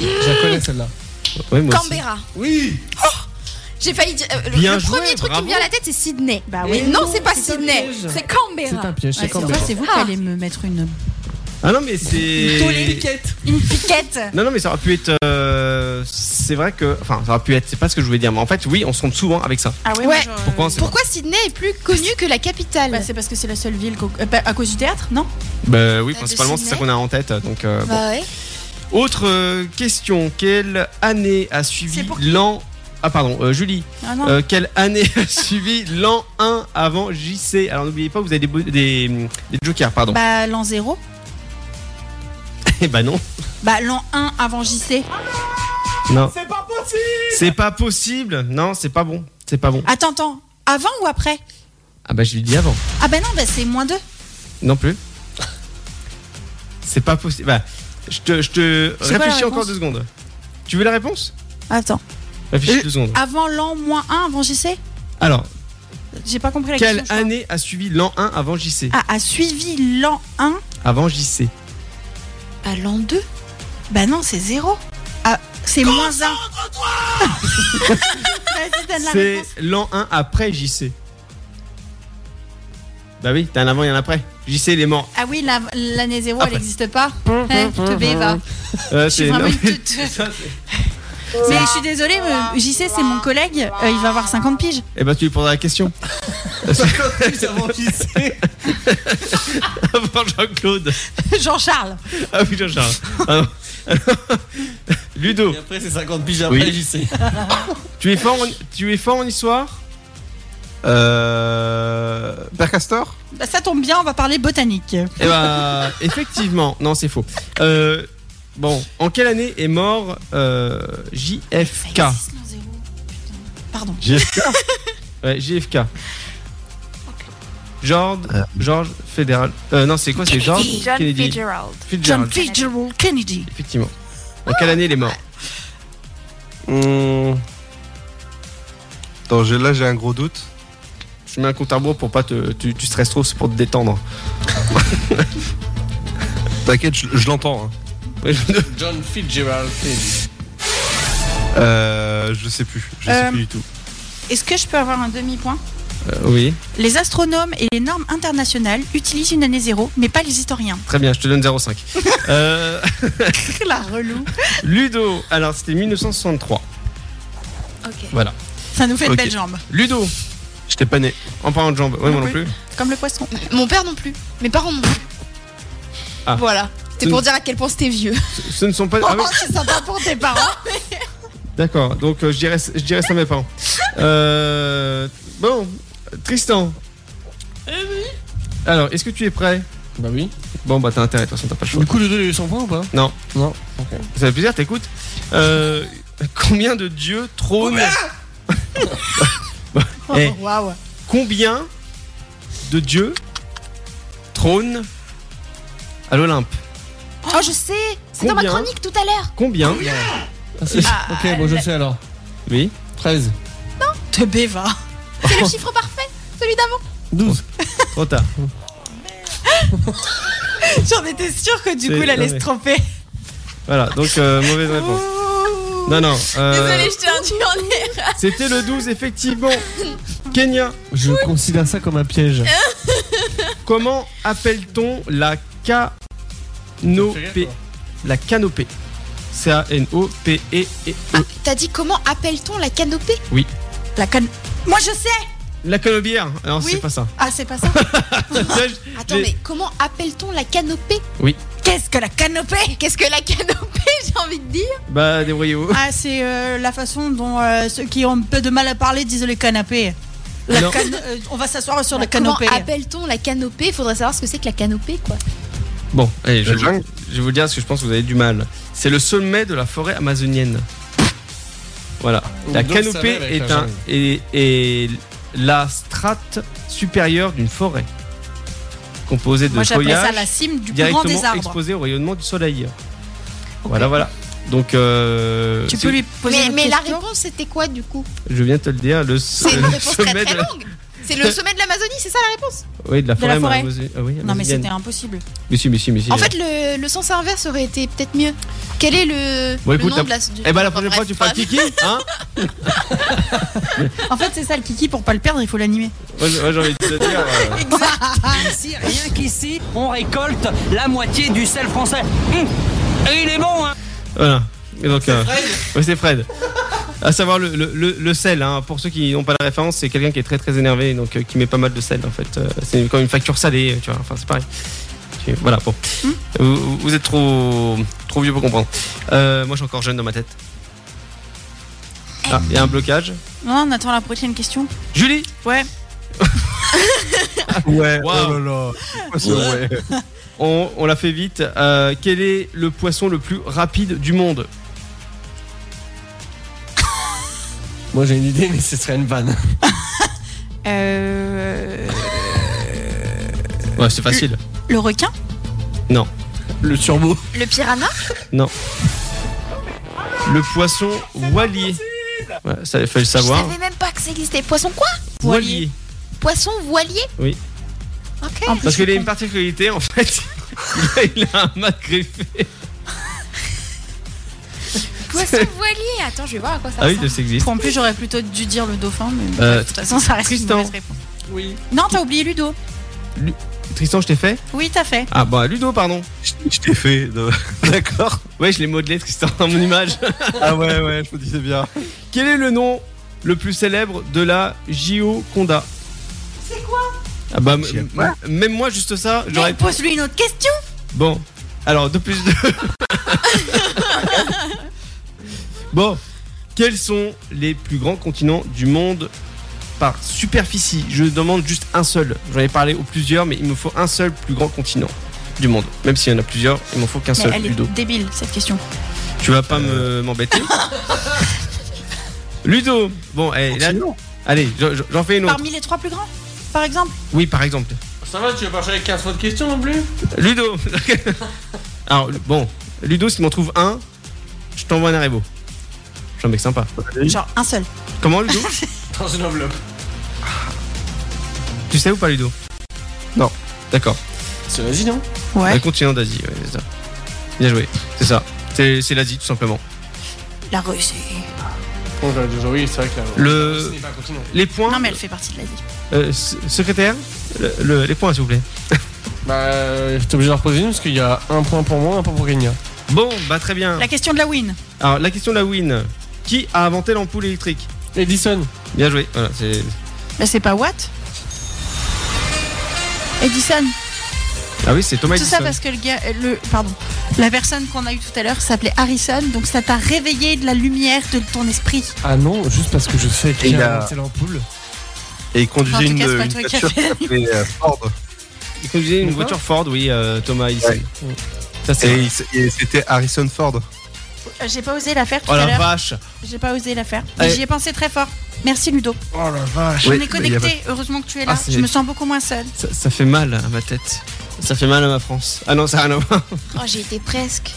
Speaker 4: Je la connais celle-là.
Speaker 2: Ouais, moi aussi.
Speaker 3: Canberra.
Speaker 4: Oui.
Speaker 3: J'ai failli dire. euh, le-
Speaker 2: Bien
Speaker 3: le
Speaker 2: joué,
Speaker 3: premier truc qui
Speaker 2: bravo.
Speaker 3: me vient à la tête, c'est Sydney. Bah
Speaker 2: ouais,
Speaker 3: non,
Speaker 6: non,
Speaker 3: c'est pas
Speaker 6: c'est un
Speaker 3: Sydney,
Speaker 6: piège.
Speaker 3: c'est Canberra.
Speaker 4: C'est un piège, Ah. c'est
Speaker 6: Ouais,
Speaker 4: Canberra.
Speaker 6: vrai, C'est vous qui
Speaker 3: Ah.
Speaker 6: allez me mettre une.
Speaker 2: Ah non, mais c'est.
Speaker 6: Une piquette.
Speaker 2: Non, non, mais ça aurait pu être. euh, C'est vrai que. Enfin, ça aurait pu être. C'est pas ce que je voulais dire, mais en fait, oui, on se trompe souvent avec ça.
Speaker 6: Ah ouais,
Speaker 3: Ouais.
Speaker 6: moi, genre,
Speaker 2: Pourquoi on sait
Speaker 3: Pourquoi Sydney est plus connue que la capitale
Speaker 6: bah, c'est parce que c'est la seule ville qu'au- euh, bah, à cause du théâtre, non
Speaker 2: pas Bah oui,
Speaker 6: de
Speaker 2: principalement, c'est ça
Speaker 6: Sydney
Speaker 2: qu'on a en tête. Donc, euh,
Speaker 3: Bah
Speaker 2: bon.
Speaker 6: ouais.
Speaker 2: Autre euh, question. Quelle année a suivi l'an. Ah, pardon, euh, Julie.
Speaker 6: Ah non.
Speaker 2: Euh, quelle année a suivi l'an 1 avant JC Alors, n'oubliez pas, vous avez des, bo- des, des jokers, pardon.
Speaker 6: Bah l'an 0.
Speaker 2: Eh *laughs* bah non.
Speaker 6: Bah l'an 1 avant JC.
Speaker 2: Non.
Speaker 6: C'est pas possible
Speaker 2: C'est pas possible. Non, c'est pas bon. C'est pas bon.
Speaker 6: Attends, attends. Avant ou après
Speaker 2: Ah bah je l'ai dit avant.
Speaker 6: Ah bah non, bah c'est moins 2.
Speaker 2: Non plus. C'est pas possible. Bah, je te, je te
Speaker 6: C'est quoi la
Speaker 2: réfléchis encore
Speaker 6: réponse
Speaker 2: deux secondes. Tu veux la réponse
Speaker 6: Attends. Euh,
Speaker 2: Réfléchis deux secondes.
Speaker 6: Avant l'an moins 1 avant JC
Speaker 2: Alors,
Speaker 6: J'ai pas compris ah, la
Speaker 2: quelle
Speaker 6: question.
Speaker 2: année a suivi l'an 1 avant JC
Speaker 6: Ah, a suivi l'an 1
Speaker 2: Avant JC.
Speaker 6: Bah l'an 2 Bah non, c'est 0. Ah, c'est moins 1. *laughs* Vas-y, donne la
Speaker 2: C'est
Speaker 6: réponse.
Speaker 2: l'an 1 après JC. Bah oui, t'as un avant et un après. JC, il est mort.
Speaker 12: Ah oui, la- l'année zéro,
Speaker 2: Après.
Speaker 12: elle n'existe pas. Hein, je te béva.
Speaker 2: Euh,
Speaker 6: Je suis
Speaker 2: c'est-
Speaker 6: vraiment
Speaker 2: non,
Speaker 6: une
Speaker 2: mais-
Speaker 6: toute. euh,
Speaker 2: c'est *laughs* ça, c'est-
Speaker 6: Mais je suis désolée, mais JC, c'est mon collègue. euh, il va avoir 50 piges. *laughs*
Speaker 2: Eh ben, tu lui poseras la question. avant JC. avant Jean-Claude.
Speaker 6: Jean-Charles.
Speaker 2: Ah oui, Jean-Charles. Ah non. Alors, *laughs* Ludo.
Speaker 4: Après, c'est 50 piges
Speaker 2: après,
Speaker 4: après
Speaker 2: Oui.
Speaker 4: JC.
Speaker 2: *laughs* Tu es fort en, tu es fort en histoire
Speaker 8: Euh. Père Castor
Speaker 6: Bah, ça tombe bien, on va parler botanique. Bah,
Speaker 2: Eh ben, effectivement, non, c'est faux. Euh, bon, en quelle année est mort euh, JFK
Speaker 6: Pardon.
Speaker 2: JFK Ouais, JFK. George, George Federal. Euh, non, c'est quoi C'est George Kennedy. Fitzgerald.
Speaker 6: John Fitzgerald Kennedy.
Speaker 2: Effectivement. En quelle année il est mort
Speaker 8: Attends, j'ai- là j'ai un gros doute.
Speaker 2: Je mets un compte à rebours pour pas te. Tu, tu stresses trop, c'est pour te détendre.
Speaker 8: T'inquiète, je, je l'entends.
Speaker 2: hein.
Speaker 4: *laughs* John Fitzgerald Kennedy.
Speaker 8: Euh. Je sais plus. Je sais
Speaker 6: Euh,
Speaker 8: plus du tout.
Speaker 6: Est-ce que je peux avoir un demi-point
Speaker 2: oui.
Speaker 6: Les astronomes et les normes internationales utilisent une année zéro, mais pas les historiens. *laughs*
Speaker 2: Très bien, je te donne 0,5. Euh,
Speaker 6: La relou.
Speaker 2: Ludo, alors c'était 1963.
Speaker 3: Ok.
Speaker 2: Voilà.
Speaker 6: Ça nous fait une
Speaker 2: Ok.
Speaker 6: belle jambe.
Speaker 2: Ludo
Speaker 8: J'étais pas né.
Speaker 2: En parlant de jambes, ouais, moi non plus.
Speaker 6: Comme le poisson.
Speaker 3: Mon père non plus. Mes parents non plus.
Speaker 2: Ah.
Speaker 3: Voilà. C'était
Speaker 2: Ce-
Speaker 3: pour dire à quel point c'était vieux.
Speaker 2: Ce, ce ne sont pas. Ah oui,
Speaker 3: Oh, c'est sympa pour tes parents.
Speaker 2: *laughs* d'accord, donc euh, je, dirais, je dirais ça à mes parents. Euh, bon, Tristan. Alors, est-ce que tu es prêt
Speaker 4: Bah oui.
Speaker 2: Bon, bah t'as intérêt, de toute façon, t'as pas le choix.
Speaker 4: Du coup, le 2 il est sans point ou pas
Speaker 2: Non.
Speaker 4: Non. Ok.
Speaker 2: Ça fait plaisir, t'écoutes. Euh, combien de dieux trônent. Eh,
Speaker 6: Waouh.
Speaker 2: combien de dieux trônent à l'Olympe
Speaker 3: Oh, je sais. C'est dans ma
Speaker 2: Combien
Speaker 3: chronique tout à l'heure.
Speaker 2: Combien
Speaker 4: Ah, si. ok, bon, je le sais alors.
Speaker 2: Oui.
Speaker 4: 13.
Speaker 6: Te béva. *laughs*
Speaker 3: C'est le chiffre parfait. Celui d'avant.
Speaker 4: 12.
Speaker 2: Trop tard.
Speaker 6: J'en étais sûre que du
Speaker 2: C'est-
Speaker 6: coup, il allait
Speaker 2: non,
Speaker 6: se
Speaker 2: mais-
Speaker 6: tromper.
Speaker 2: Voilà, donc euh, mauvaise réponse.
Speaker 6: Oh.
Speaker 2: Non, non. euh,
Speaker 3: Désolée, je t'ai induit en erreur.
Speaker 2: C'était le 12, effectivement. Kenya,
Speaker 4: Je considère ça comme un piège.
Speaker 2: comment appelle-t-on la
Speaker 4: Ça me fait
Speaker 2: canopée
Speaker 4: rire,
Speaker 2: La canopée. C-A-N-O-P-E-E.
Speaker 3: T'as dit comment appelle-t-on la canopée
Speaker 2: Oui.
Speaker 6: La canne. Moi, je sais.
Speaker 2: La canobière. Non,
Speaker 6: Oui.
Speaker 2: c'est pas ça. *laughs*
Speaker 6: Ah, c'est *laughs* pas ça.
Speaker 3: Attends, mais comment appelle-t-on la canopée
Speaker 2: Oui.
Speaker 6: Qu'est-ce que la canopée
Speaker 3: Qu'est-ce que la canopée, j'ai envie de dire
Speaker 2: Bah, débrouillez-vous.
Speaker 6: Ah, c'est euh, la façon dont euh, ceux qui ont un peu de mal à parler disent le canapé. La
Speaker 2: Non.
Speaker 6: can- euh, on va s'asseoir sur
Speaker 3: Bah,
Speaker 6: le canapé.
Speaker 3: Comment appelle-t-on la canopée Faudrait savoir ce que c'est que la canopée, quoi.
Speaker 2: Bon, allez, je,
Speaker 8: La
Speaker 2: vais vous-
Speaker 8: jungle.
Speaker 2: je vais vous dire parce que je pense que vous avez du mal. C'est le sommet de la forêt amazonienne. Voilà. La
Speaker 4: Donc, ça va
Speaker 2: canopée
Speaker 4: avec
Speaker 2: est,
Speaker 4: la
Speaker 2: un,
Speaker 4: jungle.
Speaker 2: est, est la strate supérieure d'une forêt composée de
Speaker 6: Moi, j'appelle ça
Speaker 2: feuillage
Speaker 6: la cime du plus grand des
Speaker 2: directement
Speaker 6: arbres.
Speaker 2: exposée au rayonnement du soleil. Voilà, voilà. Donc, euh,
Speaker 6: Tu
Speaker 2: si-
Speaker 6: peux lui poser
Speaker 3: Mais,
Speaker 6: une
Speaker 3: mais la
Speaker 6: question
Speaker 3: réponse, c'était quoi, du coup
Speaker 2: je viens de te le dire, le,
Speaker 3: C'est une
Speaker 2: le
Speaker 3: réponse très
Speaker 2: sommet
Speaker 3: très
Speaker 2: de la-
Speaker 3: longue. C'est le sommet de l'Amazonie, c'est ça la réponse
Speaker 2: Oui, de la
Speaker 3: De
Speaker 2: forêt.
Speaker 3: la forêt.
Speaker 2: amazon- ah oui,
Speaker 3: Non, mais
Speaker 2: amazonienne.
Speaker 3: c'était impossible.
Speaker 2: Mais si, mais si, mais si.
Speaker 3: En fait, le, le sens inverse aurait été peut-être mieux. Quel est le,
Speaker 2: Bon,
Speaker 3: le
Speaker 2: écoute,
Speaker 3: nom
Speaker 2: la-
Speaker 3: de la. du-
Speaker 2: eh ben, la
Speaker 3: enfin,
Speaker 2: prochaine fois,
Speaker 3: bref,
Speaker 2: tu feras
Speaker 3: bref.
Speaker 2: Kiki, hein
Speaker 6: En fait, c'est ça le kiki, pour pas le perdre, il faut l'animer.
Speaker 2: Moi, j'ai moi, j'ai envie de te dire. euh,
Speaker 16: Ah, Ici, rien qu'ici, on récolte la moitié du sel français. Mmh. Et il est bon, hein
Speaker 2: Voilà. Et donc, euh, *laughs* ouais, c'est Fred. À savoir le, le, le- le sel, hein. pour ceux qui n'ont pas la référence, c'est quelqu'un qui est très très énervé, donc euh, qui met pas mal de sel en fait. Euh, c'est comme une facture salée, tu vois, enfin c'est pareil. Tu- Voilà, bon. Vous, vous êtes trop, trop vieux pour comprendre. Euh, moi je suis encore jeune dans ma tête. Ah, il y a un blocage.
Speaker 6: Non, on attend la prochaine question.
Speaker 2: Julie
Speaker 6: Ouais.
Speaker 4: Ah, oh
Speaker 8: Ouais,
Speaker 2: Waouh.
Speaker 8: Ouais.
Speaker 2: On, on l'a fait vite. Euh, quel est le poisson le plus rapide du monde
Speaker 4: Moi j'ai une idée, mais ce serait une vanne.
Speaker 6: Euh,
Speaker 2: Ouais, c'est facile.
Speaker 6: le requin
Speaker 2: Non. Le turbo
Speaker 3: Le piranha
Speaker 2: Non. Le poisson Wally. Ouais, ça, il fallait le savoir.
Speaker 3: Je savais même pas que ça existait. Poisson quoi
Speaker 2: Wally.
Speaker 3: Poisson voilier
Speaker 2: Oui.
Speaker 3: Ok.
Speaker 2: Parce qu'il a une particularité en fait. *laughs* Il a- il a un mât griffé.
Speaker 3: Poisson voilier Attends, je vais voir à quoi ça
Speaker 2: Ah oui,
Speaker 3: ressemble.
Speaker 2: ça existe.
Speaker 6: En plus, j'aurais plutôt dû dire le dauphin, mais
Speaker 2: Euh,
Speaker 6: de toute façon, ça reste
Speaker 2: Tristan.
Speaker 6: une mauvaise réponse. Oui. Non, t'as oublié Ludo.
Speaker 2: Tristan, je t'ai fait
Speaker 6: Oui, t'as fait.
Speaker 2: Ah bah Ludo, pardon.
Speaker 8: Je t'ai
Speaker 2: *laughs*
Speaker 8: fait, de- d'accord
Speaker 2: Ouais, je l'ai modelé Tristan dans mon image.
Speaker 8: Ah ouais, ouais, je me disais bien.
Speaker 2: Quel est le nom le plus célèbre de la Gioconda
Speaker 6: C'est quoi
Speaker 2: Ah bah, m- m- même moi, juste ça, j'aurais.
Speaker 6: Eh, Pose-lui une autre question
Speaker 2: Bon, alors de plus de. bon, quels sont les plus grands continents du monde par superficie Je demande juste un seul. J'en ai parlé aux plusieurs, mais il me faut un seul plus grand continent du monde. Même s'il y en a plusieurs, il m'en faut qu'un
Speaker 6: Mais
Speaker 2: seul,
Speaker 6: elle est
Speaker 2: Ludo.
Speaker 6: débile, cette question.
Speaker 2: Tu vas pas me- m'embêter. Ludo, bon, eh, là- allez, j'en- j'en fais une autre.
Speaker 6: Parmi les trois plus grands, par exemple
Speaker 2: Oui, par exemple.
Speaker 4: Ça va, tu vas pas chercher 15 fois de questions non plus
Speaker 6: *laughs*
Speaker 2: Ludo Alors, bon, Ludo, si tu m'en trouves un, je t'envoie un Haribo. Je suis un mec sympa.
Speaker 6: Genre un seul.
Speaker 2: Comment,
Speaker 6: *laughs*
Speaker 2: Ludo
Speaker 4: Dans une enveloppe.
Speaker 2: Tu sais ou pas, Ludo Non. D'accord. Bah,
Speaker 4: C'est l'Asie, non
Speaker 6: Ouais.
Speaker 2: Le continent d'Asie, ouais, c'est ça. Bien joué, c'est ça. C'est c'est l'Asie, tout simplement.
Speaker 6: La Russie.
Speaker 4: Bon, j'aurais dit, oui, c'est vrai que la
Speaker 2: Le-
Speaker 4: la Russie n'est pas un continent.
Speaker 2: Les points
Speaker 6: Non, mais elle fait partie de l'Asie.
Speaker 2: euh, s- Secrétaire le- le- Les points, s'il vous plaît.
Speaker 4: Bah, euh, j'étais obligé de reposer une parce qu'il y a un point pour moi, un point pour Kenya.
Speaker 2: Bon, bah très bien.
Speaker 6: La question de la win.
Speaker 2: Alors, la question de la win. Qui a inventé l'ampoule électrique
Speaker 4: Edison.
Speaker 2: Bien joué, voilà, c'est...
Speaker 6: Bah, c'est pas Watt Edison.
Speaker 2: Ah oui, c'est Thomas
Speaker 6: Tout
Speaker 2: Edison.
Speaker 6: ça parce que le gars, euh, le, pardon, la personne qu'on a eue tout à l'heure s'appelait Harrison, donc ça t'a réveillé de la lumière de ton esprit.
Speaker 4: Ah non, juste parce que je sais
Speaker 8: Et
Speaker 4: qu'il
Speaker 8: il
Speaker 4: y
Speaker 8: a-
Speaker 4: a inventé l'ampoule.
Speaker 8: Et il conduisait
Speaker 6: En tout
Speaker 8: une,
Speaker 6: cas, c'est pas
Speaker 8: une
Speaker 6: toi qui
Speaker 8: voiture
Speaker 6: as fait *laughs* la
Speaker 8: s'appelait, euh, Ford.
Speaker 2: Il conduisait une
Speaker 8: Pourquoi
Speaker 2: voiture Ford, oui, euh, Thomas Edison. Ça, c'est...
Speaker 8: Et, il s- et c'était Harrison Ford.
Speaker 6: Euh, J'ai pas osé la faire tout
Speaker 2: Oh
Speaker 6: à
Speaker 2: la
Speaker 6: l'heure.
Speaker 2: vache
Speaker 6: J'ai pas osé la faire. Mais
Speaker 2: Allez.
Speaker 6: J'y ai pensé très fort. Merci Ludo.
Speaker 8: Oh la vache.
Speaker 6: On est Ah, connecté. Heureusement que tu es là.
Speaker 2: Ah, c'est-
Speaker 6: Je me sens beaucoup moins seule.
Speaker 2: Ça, ça fait mal à ma tête. Ça fait mal à ma France. Ah non, ça a rien à voir.
Speaker 3: Oh, j'ai été presque.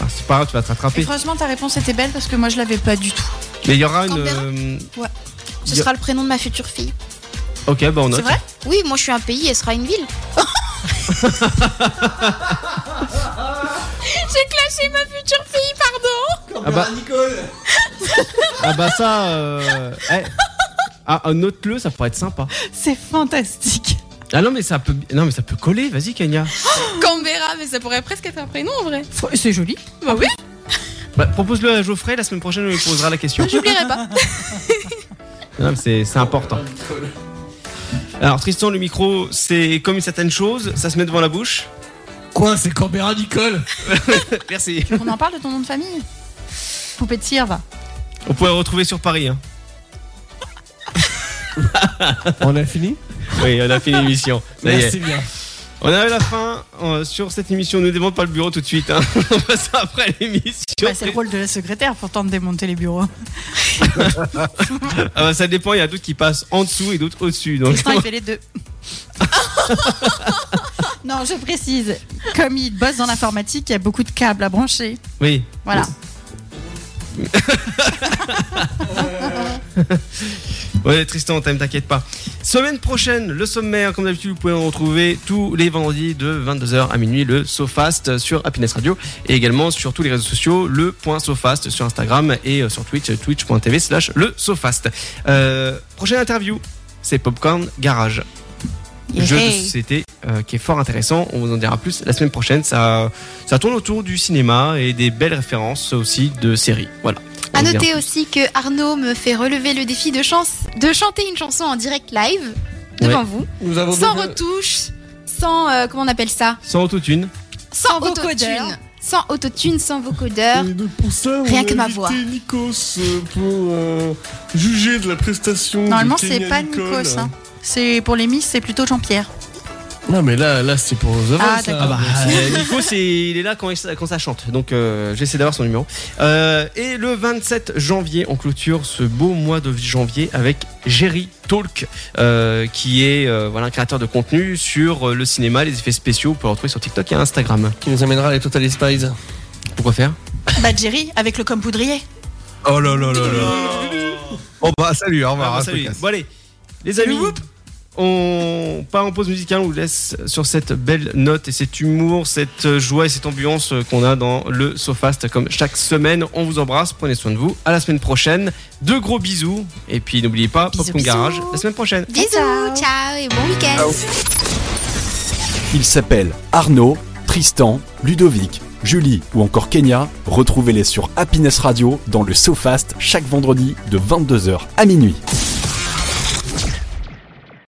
Speaker 2: Ah, c'est pas grave, tu vas te
Speaker 6: Et
Speaker 2: rattraper.
Speaker 6: franchement, ta réponse était belle parce que moi je l'avais pas du tout.
Speaker 2: Mais il y aura une.
Speaker 3: Canberra
Speaker 2: euh,
Speaker 6: Ouais.
Speaker 3: Ce
Speaker 2: Bien.
Speaker 3: sera le prénom de ma future fille.
Speaker 2: Ok, bah on note.
Speaker 3: Oui, moi je suis un pays, elle sera une *laughs* ville. J'ai clashé ma future fille, pardon.
Speaker 2: Ah bah- Ah bah ça. Euh... eh. Ah, note-le, ça pourrait être sympa.
Speaker 6: C'est fantastique.
Speaker 2: Ah non, mais ça peut, non, mais ça peut coller, vas-y, Kenya.
Speaker 3: Canberra, mais ça pourrait presque être un prénom en vrai.
Speaker 6: C'est joli.
Speaker 3: Bah oui,
Speaker 2: Bah, propose-le à Geoffrey, la semaine prochaine, on lui posera la question.
Speaker 3: j'oublierai pas.
Speaker 2: Non, mais c'est c'est important. Alors, Tristan, le micro, c'est comme une certaine chose, ça se met devant la bouche.
Speaker 4: Quoi, c'est Canberra Nicole
Speaker 2: Merci.
Speaker 6: On en parle de ton nom de famille Poupée de cire, va.
Speaker 2: On pourrait le retrouver sur Paris. Hein.
Speaker 4: On a fini
Speaker 2: Oui, on a fini l'émission. Ça y est.
Speaker 4: Merci bien.
Speaker 2: On arrive à la fin euh, sur cette émission. Ne démonte pas le bureau tout de suite. hein. *laughs* On passe après l'émission.
Speaker 6: Bah, c'est le rôle de la secrétaire pour tenter de démonter les bureaux.
Speaker 2: Ah bah, ça dépend. Il y a d'autres qui passent en dessous et d'autres au-dessus. Donc,
Speaker 6: Tristan, il fait les deux. *laughs* non, je précise, comme il bosse dans l'informatique, il y a beaucoup de câbles à brancher.
Speaker 2: *laughs* oui.
Speaker 6: Voilà.
Speaker 2: Ouais, Tristan, t'aimes, t'inquiète pas. Semaine prochaine, le sommaire, comme d'habitude, vous pouvez en retrouver tous les vendredis de 22h à minuit, le SoFast sur Happiness Radio et également sur tous les réseaux sociaux, le point SoFast sur Instagram et euh, sur Twitch, euh, twitch.tv slash le SoFast. Euh, prochaine interview, c'est Popcorn Garage. Jeu de
Speaker 17: Yay.
Speaker 2: société euh, qui est fort intéressant. On vous en dira plus la semaine prochaine. Ça, ça tourne autour du cinéma et des belles références aussi de séries. Voilà. On
Speaker 3: À
Speaker 2: vous dira
Speaker 3: noter
Speaker 2: plus.
Speaker 3: aussi que Arnaud me fait relever le défi de, chance, de chanter une chanson en direct live devant
Speaker 2: Ouais.
Speaker 3: vous,
Speaker 2: Nous avons
Speaker 3: sans
Speaker 2: donc- euh,
Speaker 3: retouche, sans euh, comment on appelle ça,
Speaker 2: Sans autotune.
Speaker 3: sans,
Speaker 12: vocodeur.
Speaker 3: autotune, sans autotune, sans vocodeur.
Speaker 6: Euh,
Speaker 11: Ça, on
Speaker 3: Rien
Speaker 11: a
Speaker 3: que ma
Speaker 11: invité
Speaker 3: voix.
Speaker 11: Nikos euh, pour euh, juger de la prestation. de
Speaker 6: Normalement,
Speaker 11: Kenya
Speaker 6: c'est pas
Speaker 11: Nicole.
Speaker 6: Nikos. hein. C'est pour les Miss, c'est plutôt Jean-Pierre.
Speaker 4: Non, mais là, là c'est pour The Voice.
Speaker 6: Ah,
Speaker 4: là.
Speaker 6: d'accord.
Speaker 2: Ah bah, euh, Nico, c'est- il est là quand, il- quand ça chante. Donc, euh, j'essaie d'avoir son numéro. Euh, et le 27 janvier, on clôture ce beau mois de janvier avec Jerry Talk, euh, qui est euh, voilà, un créateur de contenu sur euh, le cinéma, les effets spéciaux. Vous pouvez le retrouver sur TikTok et Instagram.
Speaker 4: Qui nous amènera les Total Spies.
Speaker 2: Pourquoi faire
Speaker 6: Bah, Jerry, avec le com poudrier.
Speaker 8: Oh là là là là. Bon bah salut, au revoir.
Speaker 2: Ah,
Speaker 8: hein,
Speaker 2: salut.
Speaker 8: je me casse.
Speaker 2: Bon, allez, les amis, on part en pause musicale, on vous laisse sur cette belle note et cet humour, cette joie et cette ambiance qu'on a dans le SoFast comme chaque semaine. On vous embrasse, prenez soin de vous. À la semaine prochaine. De gros bisous. Et puis n'oubliez pas, Popcorn Garage, la semaine prochaine.
Speaker 3: Bisous, ciao et bon week-end.
Speaker 1: Ils s'appellent Arnaud, Tristan, Ludovic, Julie ou encore Kenya. Retrouvez-les sur Happiness Radio dans le SoFast chaque vendredi de 22h à minuit.